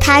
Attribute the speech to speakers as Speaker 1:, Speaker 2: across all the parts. Speaker 1: 他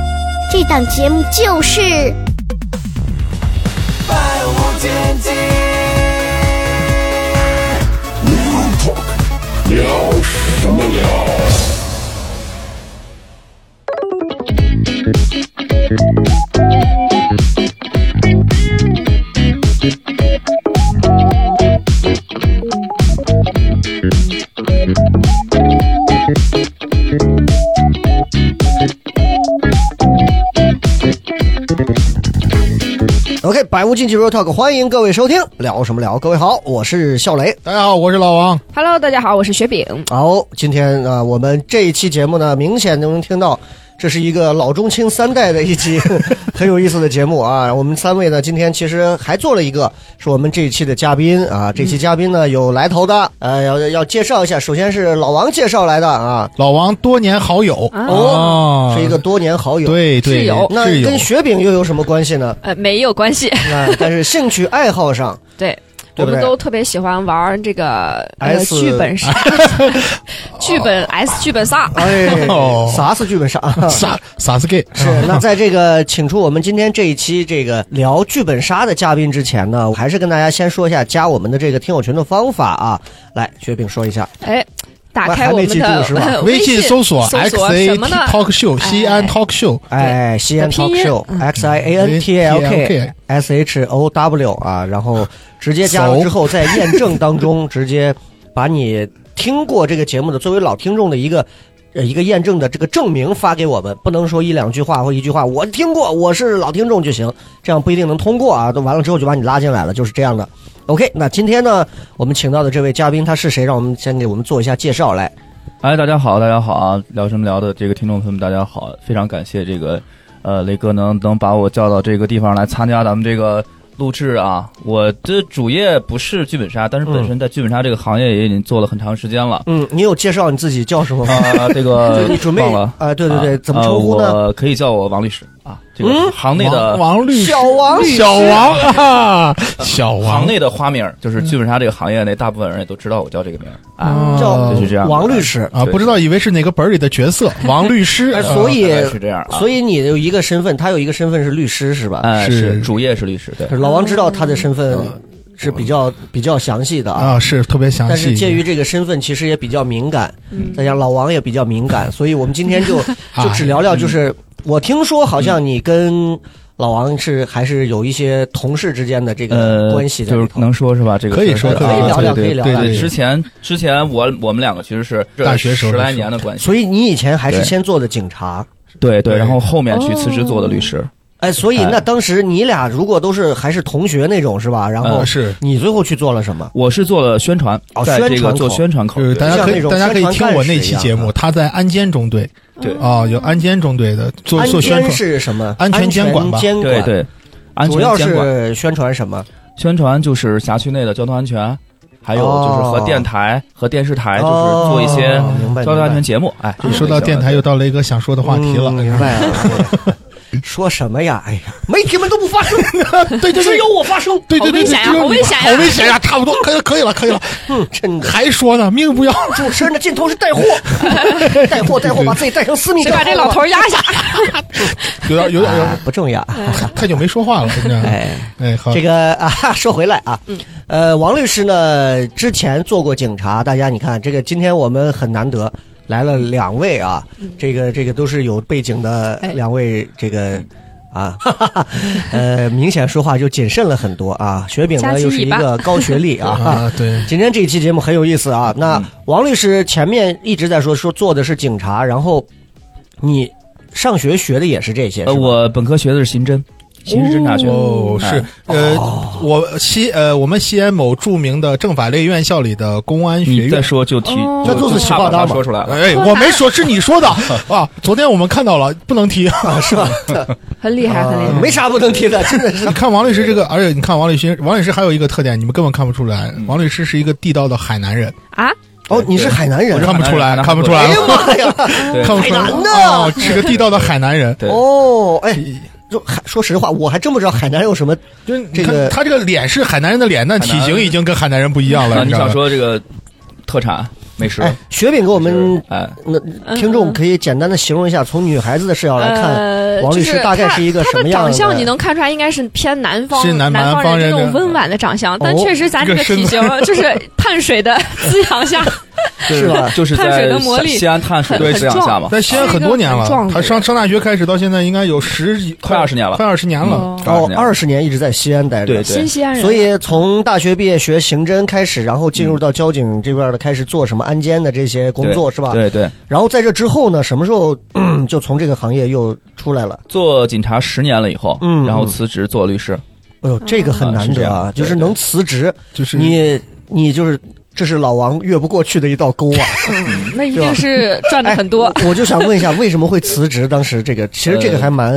Speaker 1: 这档节目就是《
Speaker 2: 百无禁忌。
Speaker 3: OK，百无禁忌 Real Talk，欢迎各位收听，聊什么聊？各位好，我是笑雷。
Speaker 4: 大家好，我是老王。
Speaker 5: Hello，大家好，我是雪饼。
Speaker 3: 好、今天啊、我们这一期节目呢，明显能听到这是一个老中青三代的一期 很有意思的节目啊。我们三位呢，今天其实还做了一个，是我们这一期的嘉宾啊。这期嘉宾呢有来头的，呃，要要介绍一下，首先是老王介绍来的啊，
Speaker 4: 老王多年好友
Speaker 3: 哦
Speaker 4: 啊
Speaker 3: 是一个多年好友。
Speaker 4: 对对
Speaker 5: 挚友
Speaker 3: 那
Speaker 4: 是
Speaker 3: 跟雪饼又有什么关系 呢？
Speaker 5: 呃，没有关系，
Speaker 3: 那但是兴趣爱好上，
Speaker 5: 对。
Speaker 3: 对
Speaker 5: 我
Speaker 3: 不对
Speaker 5: 们都特别喜欢玩这个呃
Speaker 3: S
Speaker 5: 剧本 杀，剧本 S 剧本杀，
Speaker 3: 哎
Speaker 4: 哦，
Speaker 3: 啥是剧本杀？
Speaker 4: 傻傻子 gay
Speaker 3: 是， 那在这个请出我们今天这一期这个聊剧本杀的嘉宾之前呢，我还是跟大家先说一下加我们的这个听友群的方法啊。来，雪饼说一下，
Speaker 5: 哎，打开我
Speaker 3: 还
Speaker 5: 们
Speaker 3: 没记住是吧
Speaker 5: 的呃
Speaker 4: 微信搜索
Speaker 5: 索
Speaker 4: X
Speaker 5: 什
Speaker 4: A
Speaker 5: 么
Speaker 4: T
Speaker 5: 呢？
Speaker 4: Talk Show 西安 Talk Show，
Speaker 3: 哎，西安
Speaker 5: 的拼
Speaker 3: talk
Speaker 5: 音
Speaker 3: show x i 哎 a n t l k
Speaker 4: TLK
Speaker 3: s h o w 啊，然后直接加了
Speaker 4: 走
Speaker 3: 之后，在验证当中直接把你听过这个节目的作为老听众的一个。呃，一个验证的这个证明发给我们，不能说一两句话或一句话，我听过，我是老听众就行，这样不一定能通过啊。都完了之后就把你拉进来了，就是这样的。OK，那今天呢，我们请到的这位嘉宾他是谁？让我们先给我们做一下介绍来。
Speaker 6: 哎，大家好，大家好啊！聊什么聊的这个听众朋友们，大家好，非常感谢这个呃雷哥能能把我叫到这个地方来参加咱们这个录制啊。我这主业不是剧本杀，但是本身在剧本杀这个行业也已经做了很长时间了。
Speaker 3: 嗯，你有介绍你自己叫什么吗？
Speaker 6: 啊，这 个
Speaker 3: 你准备
Speaker 6: 忘了，
Speaker 3: 啊对对对
Speaker 6: 啊
Speaker 3: 怎么称呼呢
Speaker 6: 呃我可以叫我王律师啊，这个
Speaker 3: 嗯
Speaker 6: 行内的
Speaker 4: 王王律师
Speaker 3: 小王
Speaker 4: 小王啊，小
Speaker 6: 行
Speaker 4: 王
Speaker 6: 内的花名儿，就是剧本杀这个行业内大部分人也都知道我叫这个名儿啊，
Speaker 4: 啊
Speaker 3: 嗯叫
Speaker 6: 就是这样的
Speaker 3: 王律师。
Speaker 4: 啊，
Speaker 6: 对
Speaker 4: 不知道以为是哪个本儿里的角 色，王律师
Speaker 3: 哎，
Speaker 4: 啊
Speaker 3: 所以
Speaker 6: 大概是这样啊。
Speaker 3: 所以你有一个身份，他有一个身份是律师，是吧？
Speaker 6: 哎
Speaker 4: 是
Speaker 6: 是主业是律师，对
Speaker 3: 可。是老王知道他的身份是比较比较详细的嗯啊。
Speaker 4: 啊是特别详细。
Speaker 3: 但是鉴于这个身份其实也比较敏感，
Speaker 5: 嗯
Speaker 3: 再加上老王也比较敏 感，所以我们今天就
Speaker 4: 哎
Speaker 3: 就只聊聊，就是我听说好像你跟老王是还是有一些同事之间的这个
Speaker 6: 呃，
Speaker 3: 关系的，
Speaker 6: 就是能说是吧？这个
Speaker 4: 可以
Speaker 6: 事儿
Speaker 4: 说
Speaker 6: 啊
Speaker 4: 可以
Speaker 3: 聊聊可以
Speaker 4: 对
Speaker 3: 聊
Speaker 4: 对
Speaker 3: 聊
Speaker 4: 对
Speaker 6: 之
Speaker 4: 对，
Speaker 6: 前之前我我们两个其实是
Speaker 4: 大学时候
Speaker 6: 十
Speaker 4: 的
Speaker 6: 来
Speaker 4: 时候
Speaker 6: 年的关系，
Speaker 3: 所以你以前还是
Speaker 6: 对
Speaker 3: 先做的警察，
Speaker 6: 对对，
Speaker 4: 对
Speaker 6: 然后后面去辞职做的律师，
Speaker 3: 哎，所以
Speaker 6: 哎
Speaker 3: 那当时你俩如果都是还是同学那种是吧？然后
Speaker 4: 呃是
Speaker 3: 你最后去做了什么？
Speaker 6: 我是做了宣传
Speaker 3: 哦，
Speaker 6: 在这
Speaker 3: 宣传
Speaker 6: 个
Speaker 3: 口
Speaker 6: 做宣传口
Speaker 4: 就，是
Speaker 6: 对
Speaker 4: 呃大家
Speaker 3: 像
Speaker 4: 可
Speaker 3: 那
Speaker 4: 以
Speaker 3: 种
Speaker 4: 大家可以
Speaker 3: 宣传
Speaker 4: 听我那期
Speaker 3: 干事一
Speaker 4: 节
Speaker 3: 样嗯
Speaker 4: 目，他在安监中队
Speaker 6: 对
Speaker 4: 啊，有安监中队的做
Speaker 3: 安
Speaker 4: 做宣
Speaker 3: 监
Speaker 4: 传，
Speaker 3: 是什么？
Speaker 4: 安全监管吧
Speaker 3: 安全监
Speaker 6: 对
Speaker 3: 管
Speaker 6: 对，安
Speaker 3: 主
Speaker 6: 全
Speaker 3: 要
Speaker 6: 监管
Speaker 3: 是宣传什么？
Speaker 6: 宣传就是辖区内的交通安全，还有
Speaker 3: 哦
Speaker 6: 就是和电台和电视台就是
Speaker 3: 哦
Speaker 6: 做一些
Speaker 3: 明白
Speaker 6: 交通安全节目，哎，这
Speaker 4: 一
Speaker 6: 种
Speaker 4: 说到
Speaker 6: 类型
Speaker 4: 电
Speaker 6: 的
Speaker 4: 台，又到雷哥想说的话题了。
Speaker 3: 嗯明白了。对说什么呀？哎呀，媒体们都不发声，
Speaker 4: 对对
Speaker 3: 只
Speaker 4: 对
Speaker 3: 有我发声。
Speaker 4: 对对对，
Speaker 5: 好危险呀
Speaker 4: 对对对
Speaker 5: 好危险呀
Speaker 4: 好危险呀！差不多，可以可以了，可以了。
Speaker 3: 嗯，真的，
Speaker 4: 还说呢，命不要。
Speaker 3: 主持人的尽头是 带货，带货，带货，把自己带成私密
Speaker 5: 谁
Speaker 3: 账号
Speaker 5: 把
Speaker 3: 了。
Speaker 5: 这老头压下？
Speaker 4: 有点有点有
Speaker 3: 啊
Speaker 4: 点
Speaker 3: 不正雅？
Speaker 4: 太久没说话了，真的。
Speaker 3: 哎，
Speaker 4: 哎，好，
Speaker 3: 这个啊， 说回来啊，
Speaker 5: 嗯
Speaker 3: 呃，王律师呢之前做过警察，大家你看这个，今天我们很难得来了两位啊，这个这个都是有背景的
Speaker 5: 嗯哎
Speaker 3: 两位，这 个啊， 哈哈哈，呃，明显说话就谨慎了很多啊。雪饼
Speaker 5: 夹
Speaker 3: 呢
Speaker 5: 击
Speaker 3: 又是一
Speaker 5: 尾巴
Speaker 3: 个高学历 啊。
Speaker 4: 啊，对，
Speaker 3: 今天这一期节目很有意思啊。那王律师前面一直在说说做的是警察，然后你上学学的也是这些，
Speaker 6: 呃，
Speaker 3: 是吧
Speaker 6: 我本科学的是刑侦，刑事侦查学。
Speaker 4: 哦，是
Speaker 6: 哎，
Speaker 4: 呃，我西呃，我们西安某著名的政法类院校里的公安学
Speaker 6: 你再
Speaker 4: 院。
Speaker 6: 说就提
Speaker 5: 哦，
Speaker 6: 就
Speaker 4: 那就是
Speaker 6: 就
Speaker 4: 实
Speaker 6: 差
Speaker 4: 话
Speaker 6: 把它
Speaker 4: 大嘛
Speaker 6: 说出来了。
Speaker 4: 哎，我没说，是你说的啊！昨天我们看到了，不能提，
Speaker 3: 啊
Speaker 4: 是吧？
Speaker 5: 很厉哎害，很厉害。
Speaker 3: 呃没啥不能提的，真的是
Speaker 4: 你看王律师这个，而且你看王律师，王律师还有一个特点，你们根本看不出来。王律师是一个地道的海南人，
Speaker 5: 啊，
Speaker 3: 哦，你是海南人
Speaker 4: 我看
Speaker 3: 啊，
Speaker 4: 不出来，
Speaker 6: 海南
Speaker 4: 看不出来
Speaker 3: 哎
Speaker 4: 了
Speaker 3: 呀，妈呀，
Speaker 6: 对
Speaker 4: 看不出来
Speaker 3: 海南的
Speaker 4: 哦，是个地道的海南人。
Speaker 6: 对，
Speaker 3: 哦，哎，就海说实话，我还真不知道海南有什么
Speaker 4: 就是
Speaker 3: 这
Speaker 4: 你
Speaker 3: 个
Speaker 4: 看他这个脸是海南人的脸，但体型已经跟海南人不一样
Speaker 6: 啊，
Speaker 4: 了。知
Speaker 6: 你
Speaker 4: 道
Speaker 6: 想
Speaker 4: 吗？
Speaker 6: 说这个特产美食？
Speaker 3: 哎，雪饼给我们
Speaker 6: 哎，
Speaker 3: 那听
Speaker 5: 嗯
Speaker 3: 众可以简单的形容一下，从女孩子的视角来看，
Speaker 5: 呃，
Speaker 3: 王律师大概
Speaker 5: 就是
Speaker 3: 一个什
Speaker 5: 他他
Speaker 3: 么
Speaker 5: 的
Speaker 3: 样
Speaker 5: 长
Speaker 3: 的
Speaker 5: 相你能看出来，应该是偏南方
Speaker 4: 是南
Speaker 5: 南
Speaker 4: 方
Speaker 5: 人
Speaker 4: 人
Speaker 5: 这种
Speaker 4: 的
Speaker 5: 温婉的长相，但
Speaker 3: 嗯哦
Speaker 5: 确实咱这个体型就是碳水的滋 养下，
Speaker 3: 是吧？
Speaker 6: 就是
Speaker 5: 碳水
Speaker 6: 在
Speaker 5: 的魔力
Speaker 6: 西安碳水
Speaker 5: 很
Speaker 6: 的滋养下嘛。
Speaker 4: 在西安很多年
Speaker 5: 是一个
Speaker 4: 了
Speaker 5: 很壮，的
Speaker 4: 他上上大学开始到现在应该有十几，
Speaker 6: 快20年了
Speaker 4: 快二十年
Speaker 6: 嗯
Speaker 4: 了。
Speaker 5: 哦
Speaker 3: 哦，二十年一直在西安待着，
Speaker 6: 对
Speaker 5: 新西安人，
Speaker 3: 所以从大学毕业学刑侦开始，然后进入到交警这边的，开始做什么安监的这些工作是吧？
Speaker 6: 对对，
Speaker 3: 然后在这之后呢，什么时候嗯就从这个行业又出来了？
Speaker 6: 做警察十年了以后，
Speaker 3: 嗯
Speaker 6: 然后辞职做律师，
Speaker 3: 哎呦，这个很
Speaker 6: 啊
Speaker 3: 难
Speaker 6: 是这
Speaker 3: 得
Speaker 6: 样
Speaker 3: 啊，
Speaker 6: 对
Speaker 3: 就是
Speaker 6: 对
Speaker 3: 能辞职，
Speaker 4: 就是
Speaker 3: 你你就是这是老王越不过去的一道沟啊。
Speaker 5: 那一定是赚的很多。
Speaker 3: 哎我就想问一下，为什么会辞职？当时这个其实这个还蛮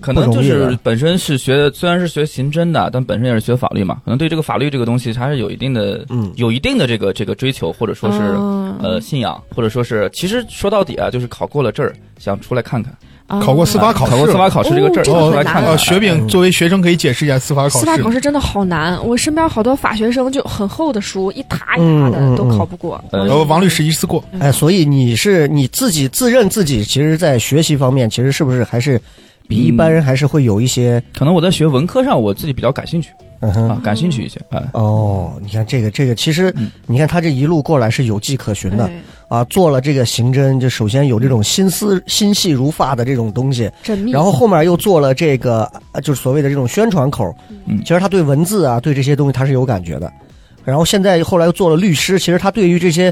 Speaker 6: 可能
Speaker 3: 不容
Speaker 6: 就
Speaker 3: 易的
Speaker 6: 是本身是学，虽然是学刑侦的，但本身也是学法律嘛，可能对这个法律这个东西还是有一定的，
Speaker 3: 嗯
Speaker 6: 有一定的这个这个追求，或者说是。
Speaker 5: 嗯
Speaker 6: 呃，信仰，或者说是，其实说到底啊，就是考过了证儿，想出来看看。
Speaker 4: 考过司法
Speaker 6: 啊
Speaker 4: 考试
Speaker 6: 考过司法考试这个证儿，
Speaker 5: 哦这个
Speaker 6: 想出来
Speaker 5: 很难
Speaker 6: 看
Speaker 5: 啊
Speaker 4: 呃，
Speaker 6: 看。
Speaker 4: 雪饼作为学生可以解释一下司法考
Speaker 5: 司
Speaker 4: 试
Speaker 5: 法。考试真的好难，我身边好多法学生就很厚的书，一沓一沓
Speaker 3: 嗯嗯
Speaker 5: 的都考不过。
Speaker 6: 嗯
Speaker 4: 呃，王律师一次过，
Speaker 5: 嗯
Speaker 3: 哎，所以你是你自己自认自己，其实，在学习方面，其实是不是还是比一般人还是会有一些
Speaker 6: 可能我在学文科上，我自己比较感兴趣
Speaker 3: 嗯哼。
Speaker 6: 啊，感兴趣一些。哎，
Speaker 3: 哦，你看这个，这个其实
Speaker 6: 嗯，
Speaker 3: 你看他这一路过来是有迹可循的
Speaker 5: 对
Speaker 3: 啊。做了这个刑侦，就首先有这种心思心细如发的这种东西，
Speaker 5: 缜密。
Speaker 3: 然后后面又做了这个，呃就是所谓的这种宣传口。
Speaker 6: 嗯
Speaker 3: 其实他对文字啊，对这些东西他是有感觉的。然后现在后来又做了律师，其实他对于这些，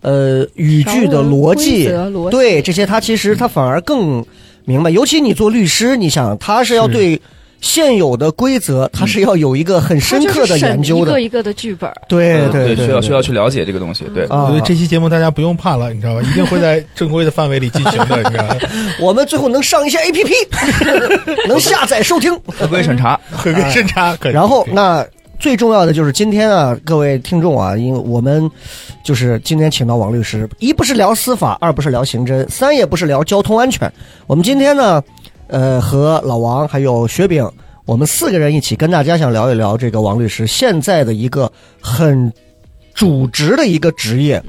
Speaker 3: 呃，语句的逻辑，
Speaker 5: 条文规则逻辑
Speaker 3: 对这些他其实他反而更明白。尤其你做律师，你想他是要
Speaker 4: 是
Speaker 3: 对现有的规则，他是要有一个很深刻的研究
Speaker 5: 一
Speaker 3: 的
Speaker 5: 个。一个的剧本，
Speaker 4: 哎
Speaker 3: 对
Speaker 6: 对
Speaker 3: 对，
Speaker 6: 需要需要去了解这个东西。对，
Speaker 3: 啊
Speaker 4: 所以！这期节目大家不用怕了，你知道吧？一定会在正规的范围里进行的，你知道 吧？
Speaker 3: 我们最后能上一些 A P P，能下载收听。
Speaker 6: 合规审查，
Speaker 4: 合规审查可以。
Speaker 3: 然后那最重要的就是今天啊，各位听众啊，因为我们就是今天请到王律师，一不是聊司法，二不是聊刑侦，三也不是聊交通安全。我们今天呢，呃，和老王还有雪饼，我们四个人一起跟大家想聊一聊这个王律师现在的一个很主职的一个职业。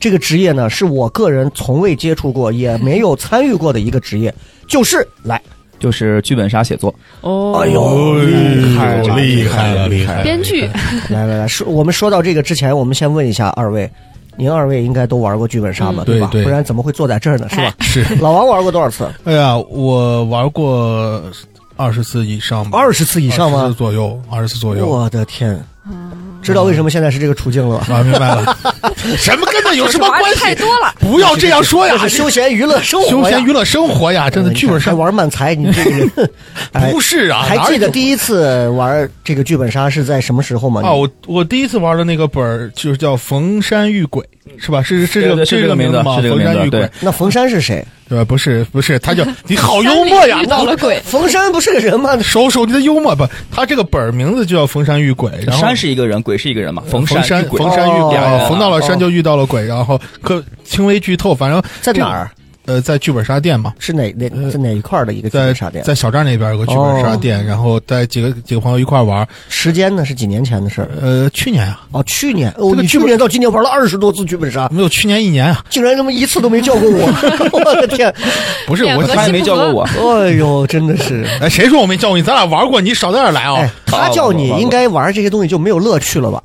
Speaker 3: 这个职业呢，是我个人从未接触过，也没有参与过的一个职业，就是来，
Speaker 6: 就是剧本杀写作。
Speaker 5: 哦，
Speaker 3: 哎
Speaker 4: 哦
Speaker 3: 呦，厉害了，
Speaker 4: 厉害了，厉害了！
Speaker 5: 编剧
Speaker 3: 来来来，说我们说到这个之前，我们先问一下二位，您二位应该都玩过剧本杀吧？
Speaker 5: 嗯
Speaker 3: 吧？
Speaker 4: 对对哎
Speaker 3: 不然怎么会坐在这儿呢？是吧？
Speaker 4: 是，
Speaker 3: 老王玩过多少次？
Speaker 4: 哎呀，我玩过二十次以上吧，
Speaker 3: 二十次以上
Speaker 4: 20次
Speaker 3: 吗？
Speaker 4: 左右，二十次左右。
Speaker 3: 我的天！知道为什么现在是这个处境了吧？
Speaker 4: 啊，明白 了，什么跟那有什么
Speaker 5: 玩
Speaker 4: 关
Speaker 5: 的
Speaker 4: 系
Speaker 5: 太？多了，
Speaker 4: 不要这样说呀！
Speaker 3: 这是休闲娱乐生活
Speaker 4: 啊休
Speaker 3: 呀
Speaker 4: 闲娱乐生活呀，真的
Speaker 3: 哎你看
Speaker 4: 剧本杀
Speaker 3: 还玩漫才，你这个 人哎
Speaker 4: 不是啊，
Speaker 3: 还
Speaker 4: 哪
Speaker 3: 记
Speaker 4: 有
Speaker 3: 得第一次玩这个剧本杀是在什么时候吗？
Speaker 4: 啊，我我第一次玩的那个本儿就是叫《逢山遇鬼》，是吧？是是这
Speaker 6: 对对
Speaker 4: 个
Speaker 6: 是这
Speaker 4: 这
Speaker 6: 个
Speaker 4: 个
Speaker 6: 名字
Speaker 4: 字吗？
Speaker 6: 是这个
Speaker 4: 逢
Speaker 6: 名字
Speaker 4: 山遇鬼
Speaker 6: 对，
Speaker 3: 那冯山是谁？
Speaker 4: 呃，不是不是，他叫你好幽默呀
Speaker 5: 山里！遇到了鬼，
Speaker 3: 冯山不是个人吗？
Speaker 4: 收收你的幽默不？他这个本儿名字就叫《逢山遇鬼》，然后
Speaker 6: 山是一个人，鬼是一个人嘛，逢
Speaker 4: 逢
Speaker 6: 山
Speaker 4: 山
Speaker 6: 遇鬼
Speaker 4: 逢。山遇鬼
Speaker 3: 哦
Speaker 4: 啊，逢到了山就遇到了鬼，然后可轻微剧透，反正
Speaker 3: 在哪儿？
Speaker 4: 呃，在剧本杀店嘛。
Speaker 3: 是哪哪在哪一块儿的一个剧
Speaker 4: 在
Speaker 3: 本杀店？哦
Speaker 4: 呃在小站那边有个剧本杀店，然后带几个几个朋友一块儿玩儿。
Speaker 3: 时间呢？是几年前的事儿？
Speaker 4: 呃，去年啊，
Speaker 3: 哦，去年哦，
Speaker 4: 这
Speaker 3: 你
Speaker 4: 个剧
Speaker 3: 去
Speaker 4: 本
Speaker 3: 年到今年玩了二十多次剧本杀，
Speaker 4: 没有去年一年啊，
Speaker 3: 竟然他妈一次都没叫过我， 我的天！
Speaker 4: 不是
Speaker 5: 两
Speaker 4: 我
Speaker 5: 个
Speaker 6: 他也没叫过我，
Speaker 3: 哎呦，真的是，
Speaker 4: 哎，谁说我没叫过你？咱俩玩过，你少在这儿来啊！
Speaker 3: 哎，他叫你应该玩这些东西就没有乐趣了吧，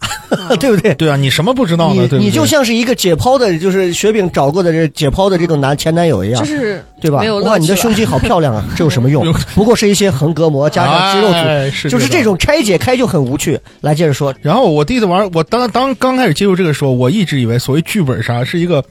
Speaker 5: 嗯
Speaker 3: 对不对？
Speaker 4: 对啊，你什么不知道
Speaker 3: 你
Speaker 4: 呢？对不对
Speaker 3: 你就像是一个解剖的，就是雪饼找过的这解剖的这种男前男友一样
Speaker 5: 就，是
Speaker 3: 对吧
Speaker 5: 没有？乐趣
Speaker 3: 哇，你的
Speaker 5: 了
Speaker 3: 胸肌好漂亮啊，这有什么用
Speaker 4: 有？
Speaker 3: 不过是一些横膈膜加上肌肉组，
Speaker 4: 哎是
Speaker 3: 就是
Speaker 4: 的
Speaker 3: 这。种拆解开就很无趣。来，接着说，
Speaker 4: 然后我第一次玩，我当当刚开始接触这个时候，我一直以为所谓剧本杀是一个。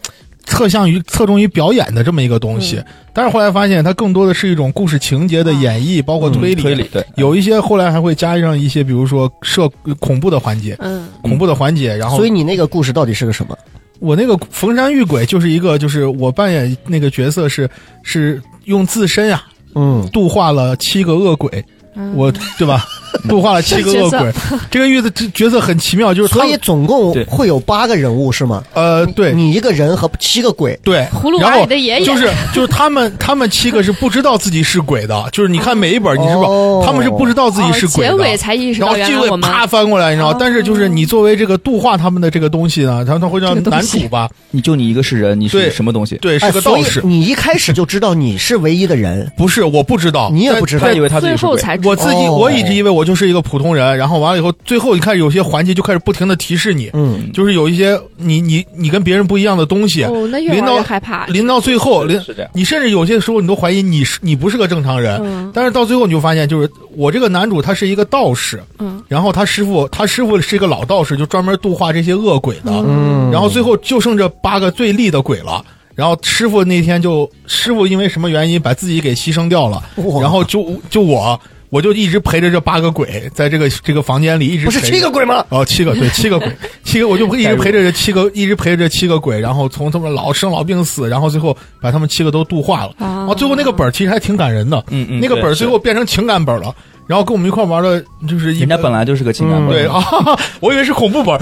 Speaker 4: 侧向于侧重于表演的这么一个东
Speaker 3: 嗯
Speaker 4: 西，但是后来发现它更多的是一种故事情节的
Speaker 3: 啊
Speaker 4: 演绎，
Speaker 3: 嗯
Speaker 4: 包括推理。
Speaker 6: 推理对，
Speaker 4: 有一些后来还会加上一些，比如说设恐怖的环节，
Speaker 5: 嗯，
Speaker 4: 恐怖的环节。然后，
Speaker 3: 所以你那个故事到底是个什么？
Speaker 4: 我那个逢山遇鬼就是一个，就是我扮演那个角色是是用自身呀、
Speaker 3: 嗯，
Speaker 4: 度化了七个恶鬼，
Speaker 5: 嗯
Speaker 4: 我 对吧？度化了七个恶鬼，这个月的这角色很奇妙，就是他
Speaker 3: 所以总共
Speaker 6: 对
Speaker 3: 会有八个人物是吗？
Speaker 4: 呃，对
Speaker 3: 你一个人和七个鬼，
Speaker 4: 对，
Speaker 5: 葫芦
Speaker 4: 然
Speaker 5: 娃
Speaker 4: 后
Speaker 5: 里的爷爷
Speaker 4: 就是就是他们他们七个是不知道自己是鬼的，就是你看每一本啊你知道、
Speaker 3: 哦
Speaker 4: 他们是不知道自己是
Speaker 5: 哦
Speaker 4: 鬼
Speaker 5: 结
Speaker 4: 的，
Speaker 5: 尾才意识
Speaker 4: 然后
Speaker 5: 到原
Speaker 4: 结
Speaker 5: 来我
Speaker 4: 尾
Speaker 5: 们
Speaker 4: 啪翻过来，你知道吗
Speaker 5: 哦？
Speaker 4: 但是就是你作为这个度化他们的这个东西呢，然后他会让
Speaker 5: 这个东
Speaker 4: 男
Speaker 5: 西
Speaker 4: 主 吧，
Speaker 6: 你就你一个是人，你
Speaker 4: 对
Speaker 6: 是什么东西？
Speaker 4: 对，
Speaker 3: 哎，
Speaker 4: 是个
Speaker 3: 所
Speaker 4: 道
Speaker 3: 以
Speaker 4: 士，
Speaker 3: 你一开始就知道你是唯一的人，
Speaker 4: 不是我不知道，
Speaker 3: 你也
Speaker 4: 但
Speaker 3: 不知道
Speaker 6: 他以为他自己
Speaker 5: 最
Speaker 6: 是
Speaker 5: 后
Speaker 6: 鬼。
Speaker 5: 才知
Speaker 4: 我自己，
Speaker 3: 哦
Speaker 4: 我一直以为我就是一个普通人，然后完了以后，最后你看有些环节就开始不停的提示你，
Speaker 3: 嗯，
Speaker 4: 就是有一些你你你跟别人不一样的东西，
Speaker 5: 哦，那越
Speaker 4: 临
Speaker 5: 玩
Speaker 4: 到
Speaker 5: 越害怕。
Speaker 4: 临到最后，临
Speaker 6: 啊是这样
Speaker 4: 你甚至有些时候你都怀疑你是你不是个正常人，
Speaker 5: 嗯
Speaker 4: 但是到最后你就发现，就是我这个男主他是一个道士，
Speaker 5: 嗯，
Speaker 4: 然后他师傅他师傅是一个老道士，就专门度化这些恶鬼的，
Speaker 3: 嗯
Speaker 4: 然后最后就剩这八个最厉的鬼了。然后师傅那天就师傅因为什么原因把自己给牺牲掉了，
Speaker 3: 哇
Speaker 4: 然后就就我我就一直陪着这八个鬼在这个这个房间里一直
Speaker 3: 不是
Speaker 4: 陪着
Speaker 3: 七个鬼吗？
Speaker 4: 哦，七个对，七个鬼，七个我就一直陪着这七个，一直陪着这七个鬼，然后从他们老生老病死，然后最后把他们七个都度化了。
Speaker 5: 啊
Speaker 4: 啊，最后那个本儿其实还挺感人的，
Speaker 6: 嗯嗯
Speaker 4: 那个本儿
Speaker 6: 对
Speaker 4: 最后变成情感本儿了，然后跟我们一块玩的，就是一
Speaker 6: 人家本来就是个情感
Speaker 3: 嗯
Speaker 6: 本，
Speaker 4: 对啊， 哈哈我以为是恐怖本儿，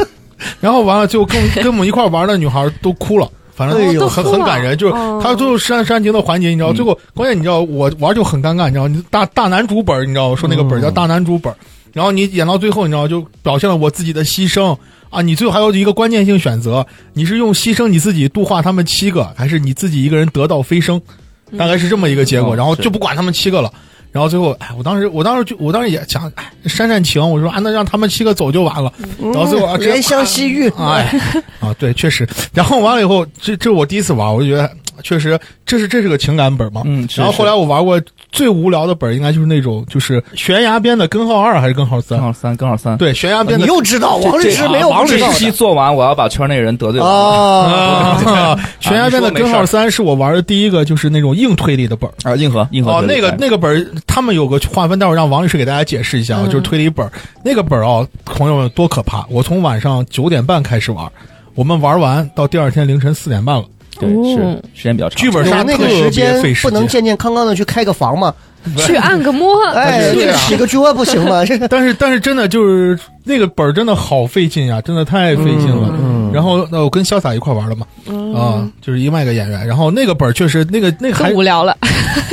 Speaker 4: 然后完了就跟 跟我们一块玩的女孩都哭了。反
Speaker 3: 哎
Speaker 4: 正
Speaker 3: 呦
Speaker 4: 很
Speaker 5: 哦都哭
Speaker 4: 很
Speaker 5: 了
Speaker 4: 感人，就是
Speaker 5: 哦
Speaker 4: 他最后煽煽情的环节，你知道，
Speaker 6: 嗯
Speaker 4: 最后关键你知道我玩就很尴尬，你知道，你大大男主本儿，你知道，我说那个本儿叫大男主本儿，
Speaker 5: 嗯
Speaker 4: 然后你演到最后，你知道，就表现了我自己的牺牲啊，你最后还有一个关键性选择，你是用牺牲你自己度化他们七个，还是你自己一个人得道飞升？大概是这么一个结果，
Speaker 6: 嗯
Speaker 4: 然后
Speaker 6: 是
Speaker 4: 就不管他们七个了。然后最后，哎，我当时，我当时就，我当时也想，哎，煽煽情，我说啊，那让他们七个走就完了。
Speaker 6: 嗯
Speaker 4: 然后最后啊，直接
Speaker 3: 怜香惜玉，
Speaker 4: 哎，啊，对，确实。然后完了以后，这这我第一次玩，我就觉得哎确实这是这是个情感本嘛。
Speaker 6: 嗯是
Speaker 4: 然后后来我玩过最无聊的本，应该就是那种就是悬崖边的根号二还是根号三
Speaker 6: 根？号三，根号三。
Speaker 4: 对，悬崖边
Speaker 3: 你
Speaker 4: 的啊
Speaker 3: 又知道王律师没有
Speaker 6: 王
Speaker 3: 不
Speaker 6: 律
Speaker 3: 知道
Speaker 6: 师做完，我要把圈内人得罪了。
Speaker 4: 哦
Speaker 3: 啊，
Speaker 4: 啊，悬崖边的根号
Speaker 6: 没事
Speaker 4: 三是我玩的第一个，就是那种硬推理的本。
Speaker 6: 啊，硬核，硬核
Speaker 4: 哦，
Speaker 6: 对
Speaker 4: 那个
Speaker 6: 对
Speaker 4: 那个本儿，他们有个划分，待会儿让王律师给大家解释一下啊，就是推理本儿那个本儿啊，朋友们多可怕！我从晚上九点半开始玩，我们玩完到第二天凌晨四点半了，
Speaker 6: 对
Speaker 5: 哦
Speaker 6: 是时间比较长。
Speaker 4: 剧本杀
Speaker 3: 那
Speaker 4: 特
Speaker 3: 个时
Speaker 4: 别费
Speaker 3: 间
Speaker 4: 时
Speaker 3: 不能健健康康的去开个房吗？
Speaker 5: 去按个摩，
Speaker 3: 哎，
Speaker 4: 对
Speaker 3: 去
Speaker 4: 啊
Speaker 3: 洗个脚不行 吗？这个
Speaker 4: 但是但是真的就是那个本儿真的好费劲啊，真的太费劲了。然后那我跟潇洒一块玩了嘛，啊，就是另外一个演员。然后那个本儿确实那个那个还
Speaker 5: 更无聊了。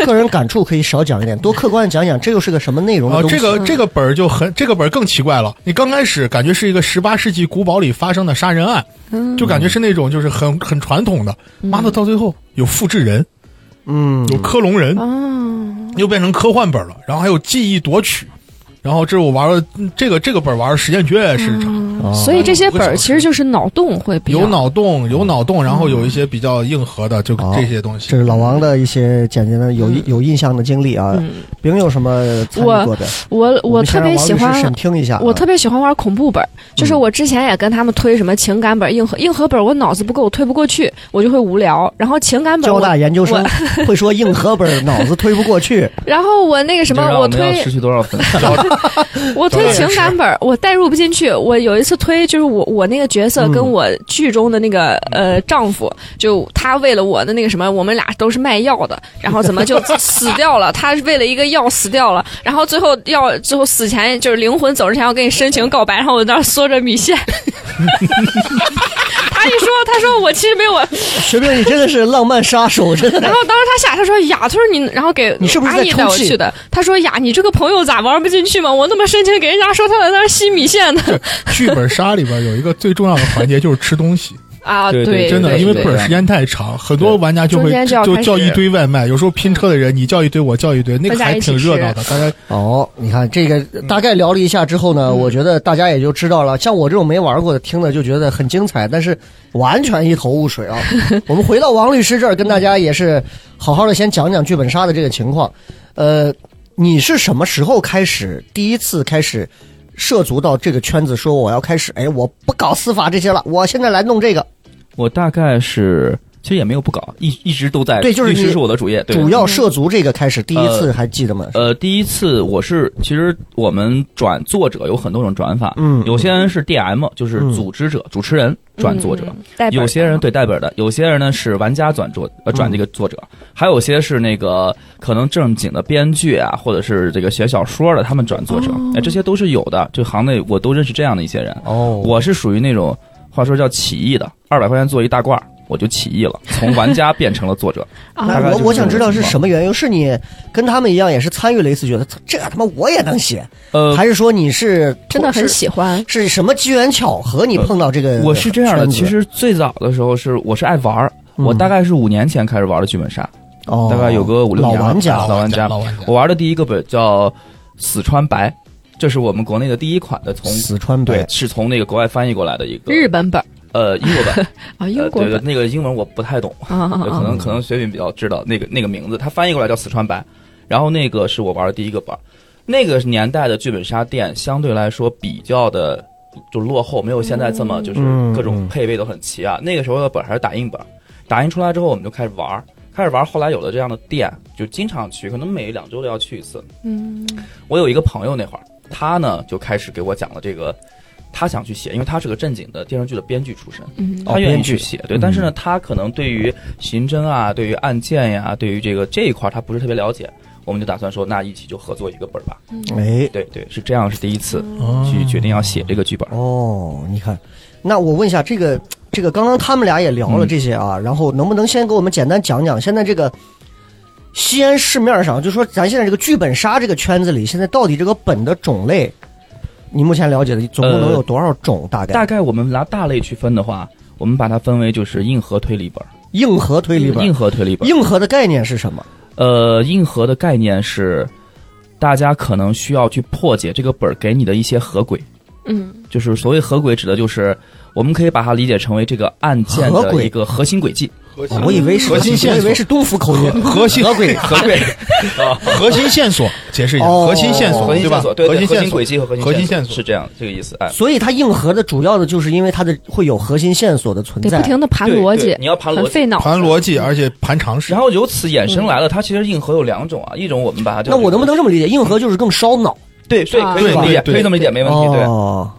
Speaker 3: 个人感触可以少讲一点，多客观地讲讲这又是个什么内容的
Speaker 4: 啊，
Speaker 3: 东西
Speaker 4: 这个这个本儿就很，这个本儿更奇怪了。你刚开始感觉是一个十八世纪古堡里发生的杀人案，就感觉是那种就是很很传统的。妈的，到最后有复制人，
Speaker 3: 嗯，
Speaker 4: 有克隆人，
Speaker 5: 哦，
Speaker 4: 又变成科幻本了。然后还有记忆夺取，然后这是我玩了嗯这个这个本儿玩了时间确实长，
Speaker 5: 所以这些本儿其实就是脑洞会比较
Speaker 4: 有脑
Speaker 3: 嗯
Speaker 4: 洞有脑洞，然后有一些比较硬核的，就这些东西
Speaker 3: 哦这。是老王的一些简单的有
Speaker 4: 嗯
Speaker 3: 有印象的经历啊。饼有什么参与过的？
Speaker 5: 嗯我
Speaker 3: 我
Speaker 5: 我
Speaker 3: 们先
Speaker 5: 特
Speaker 3: 让
Speaker 5: 别喜
Speaker 3: 王律
Speaker 5: 欢
Speaker 3: 师审听一下啊，
Speaker 5: 我特别喜欢玩恐怖本儿，就是我之前也跟他们推什么情感本儿、硬核硬核本儿，我脑子不够，我推不过去，我就会无聊。然后情感本儿
Speaker 3: 交
Speaker 5: 我，
Speaker 3: 大研究生 会说硬核本儿脑子推不过 去，
Speaker 5: 然后我那个什
Speaker 6: 这
Speaker 5: 么，
Speaker 6: 让
Speaker 5: 我
Speaker 6: 们要
Speaker 5: 推
Speaker 6: 失去多少 粉丝？
Speaker 5: 我推
Speaker 4: 对
Speaker 5: 情感本儿，我代入不进去。我有一次推，就是我我那个角色
Speaker 3: 嗯
Speaker 5: 跟我剧中的那个、呃丈夫，就他为了我的那个什么，我们俩都是卖药的，然后怎么就 死掉了？他是为了一个药死掉了，然后最后要最后死前就是灵魂走之前要跟你深情告白，然后我在那儿缩着米线。 他一说，他说我其实没有，然
Speaker 3: 学妹你真的是浪漫杀手，真的。
Speaker 5: 后当时他下，他说呀，他说你，然后给
Speaker 3: 你是不是
Speaker 5: 阿
Speaker 3: 在
Speaker 5: 姨
Speaker 3: 抽
Speaker 5: 带我
Speaker 3: 泣
Speaker 5: 去的？他说呀，你这个朋友咋玩不进去嘛？我那么深情给人家说他在那儿吸米线呢。
Speaker 4: 剧本杀里边有一个最重要的环节就是吃东西。
Speaker 5: 啊，
Speaker 6: 对对
Speaker 4: 真的，
Speaker 5: 对
Speaker 4: 因为
Speaker 6: 对
Speaker 4: 本儿时间太长，很多玩家就会
Speaker 5: 中间就要
Speaker 4: 就
Speaker 5: 开始
Speaker 4: 叫一堆外卖，有时候拼车的人你叫一堆，我叫一堆，那个还挺热闹的。大家
Speaker 3: 哦，你看这个大概聊了一下之后呢，我觉得大家也就知道了。像我这种没玩过的，听的就觉得很精彩，但是完全一头雾水 啊。我们回到王律师这儿，跟大家也是好好的先讲讲剧本杀的这个情况。呃，你是什么时候开始第一次开始涉足到这个圈子，说我要开始，哎，我不搞司法这些了，我现在来弄这个。
Speaker 6: 我大概是其实也没有不搞，一一直都在，
Speaker 3: 对就是
Speaker 6: 律师
Speaker 3: 你
Speaker 6: 是我的主业，对
Speaker 3: 主要涉足这个开始，第一次还记得吗？
Speaker 6: 呃，第一次我是，其实我们转作者有很多种转法，
Speaker 3: 嗯
Speaker 6: 有些人是 DM，就是
Speaker 3: 嗯
Speaker 6: 组织者、主持人转作者，
Speaker 5: 嗯，代表
Speaker 6: 有些人对代本的，有些人呢是玩家转作
Speaker 3: 嗯
Speaker 6: 呃转这个作者，还有些是那个可能正经的编剧啊，或者是这个写小说的，他们转作者，
Speaker 5: 哦
Speaker 6: 哎，这些都是有的，就行内我都认识这样的一些人。
Speaker 3: 哦
Speaker 6: 我是属于那种话说叫起义的，二百块钱做一大褂儿，我就起义了，从玩家变成了作者。
Speaker 5: 啊
Speaker 6: 大概
Speaker 3: 那
Speaker 6: 就
Speaker 3: 我
Speaker 6: 是
Speaker 3: 我
Speaker 6: 这
Speaker 3: 想
Speaker 6: 种
Speaker 3: 知道是
Speaker 6: 情况
Speaker 3: 什么缘由？是你跟他们一样也是参与了一次，觉得操这他妈我也能写，
Speaker 6: 呃，
Speaker 3: 还是说你是
Speaker 5: 真的很
Speaker 3: 是
Speaker 5: 喜欢，
Speaker 3: 是什么机缘巧合你碰到这个圈子？
Speaker 6: 呃我是这样的，其实最早的时候是我是爱玩儿，
Speaker 3: 嗯
Speaker 6: 我大概是五年前开始玩的剧本杀，
Speaker 3: 哦
Speaker 6: 大概有个五六
Speaker 3: 老
Speaker 6: 年了
Speaker 3: 玩家
Speaker 6: 老玩家
Speaker 4: 老玩家
Speaker 6: 我，玩的第一个本叫《死川白》，这是我们国内的第一款的从。
Speaker 3: 四川
Speaker 6: 对
Speaker 3: 白，，
Speaker 6: 是从那个国外翻译过来的一个
Speaker 5: 日本本儿
Speaker 6: 呃英国版，
Speaker 5: 啊，英
Speaker 6: 呃
Speaker 5: 国
Speaker 6: 对对，
Speaker 5: 本
Speaker 6: 那个英文我不太懂，
Speaker 5: 啊啊
Speaker 6: 对可
Speaker 5: 啊
Speaker 6: 能可能学品比较知道那个那个名字，它翻译过来叫四川白。然后那个是我玩的第一个本儿，那个年代的剧本杀店相对来说比较的就落后，没有现在这么就是
Speaker 3: 嗯
Speaker 6: 各种配备都很齐啊。那个时候的本儿还是打印本儿，打印出来之后我们就开始玩儿，开始玩儿。后来有了这样的店，就经常去，可能每两周都要去一次。
Speaker 5: 嗯
Speaker 6: 我有一个朋友那会儿，他呢就开始给我讲了这个，他想去写，因为他是个正经的电视剧的编剧出身，
Speaker 5: 嗯
Speaker 6: 他愿意
Speaker 3: 哦编
Speaker 6: 去
Speaker 3: 剧嗯
Speaker 6: 写，对。但是呢，他可能对于刑侦啊，对于案件呀、对于这个这一块儿他不是特别了解，我们就打算说，那一起就合作一个本儿吧。
Speaker 3: 哎，
Speaker 6: 对对，是这样，是第一次
Speaker 4: 哦
Speaker 6: 去决定要写这个剧本。
Speaker 3: 哦，你看，那我问一下，这个这个刚刚他们俩也聊
Speaker 6: 嗯
Speaker 3: 了这些啊，然后能不能先给我们简单讲讲现在这个西安市面上，就说咱现在这个剧本杀这个圈子里，现在到底这个本的种类，你目前了解的总共能有多少种？大概
Speaker 6: 大概我们拿大类区分的话，我们把它分为就是硬核推理本儿、
Speaker 3: 硬核推理本
Speaker 6: 硬，核推理本儿。
Speaker 3: 硬核的概念是什么？
Speaker 6: 呃，硬核的概念是，大家可能需要去破解这个本儿给你的一些合规。
Speaker 5: 嗯
Speaker 6: 就是所谓合轨，指的就是我们可以把它理解成为这个案件
Speaker 3: 合
Speaker 6: 的
Speaker 3: 轨
Speaker 6: 一个核心轨迹。
Speaker 3: 哦我以为是
Speaker 4: 核心线
Speaker 3: 我
Speaker 4: 索
Speaker 3: 以为是东府口音。
Speaker 4: 核心
Speaker 6: 合轨，
Speaker 4: 核心线索解释一下，
Speaker 3: 哦
Speaker 4: 核心线索
Speaker 6: 核心
Speaker 4: 吧
Speaker 6: 线索，？对
Speaker 4: 核
Speaker 6: 对，
Speaker 4: 心
Speaker 6: 核
Speaker 4: 线
Speaker 6: 心
Speaker 4: 索
Speaker 6: 轨，迹和核心
Speaker 4: 核心线索
Speaker 6: 索是这样这个意思。哎，
Speaker 3: 所以它硬核的主要的就是因为它的会有核心线索的存
Speaker 5: 得
Speaker 3: 在
Speaker 5: 不，停的盘逻
Speaker 6: 对
Speaker 5: 辑
Speaker 6: 对，你要盘
Speaker 5: 很
Speaker 6: 逻辑。
Speaker 5: 费脑子，
Speaker 4: 盘逻辑，而且盘常识
Speaker 6: 然。后由此衍生来了，它其实硬核有两种啊，一种我们把它叫
Speaker 3: 那我能不能这么理解？硬核就是更烧脑，
Speaker 6: 对对
Speaker 5: 啊
Speaker 6: 可以这么理解，
Speaker 4: 对对嗯
Speaker 6: 可以这么理解，没问题。对，
Speaker 3: 哦，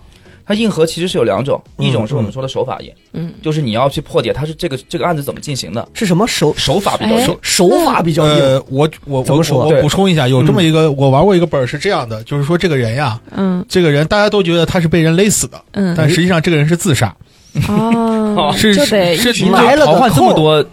Speaker 6: 它硬核其实是有两种，一种是我们说的手法硬，
Speaker 5: 嗯，
Speaker 6: 就是你要去破解它是这个这个案子怎么进行的，
Speaker 3: 是什么手
Speaker 6: 手法比较硬
Speaker 5: 哎。
Speaker 3: 手法比较硬？
Speaker 4: 呃，我我
Speaker 3: 怎
Speaker 4: 我
Speaker 3: 么说
Speaker 4: 我我
Speaker 6: 对嗯
Speaker 4: 补充一下，有这么一个，我玩过一个本儿是这样的，就是说这个人呀，
Speaker 5: 嗯
Speaker 4: 这个人大家都觉得他是被人勒死的，
Speaker 5: 嗯
Speaker 4: 但实际上这个人是自杀，
Speaker 5: 哦，
Speaker 4: 是
Speaker 5: 就得
Speaker 4: 是是
Speaker 6: 你
Speaker 3: 埋
Speaker 6: 得
Speaker 3: 了个
Speaker 6: 淘换这么
Speaker 3: 空
Speaker 6: 多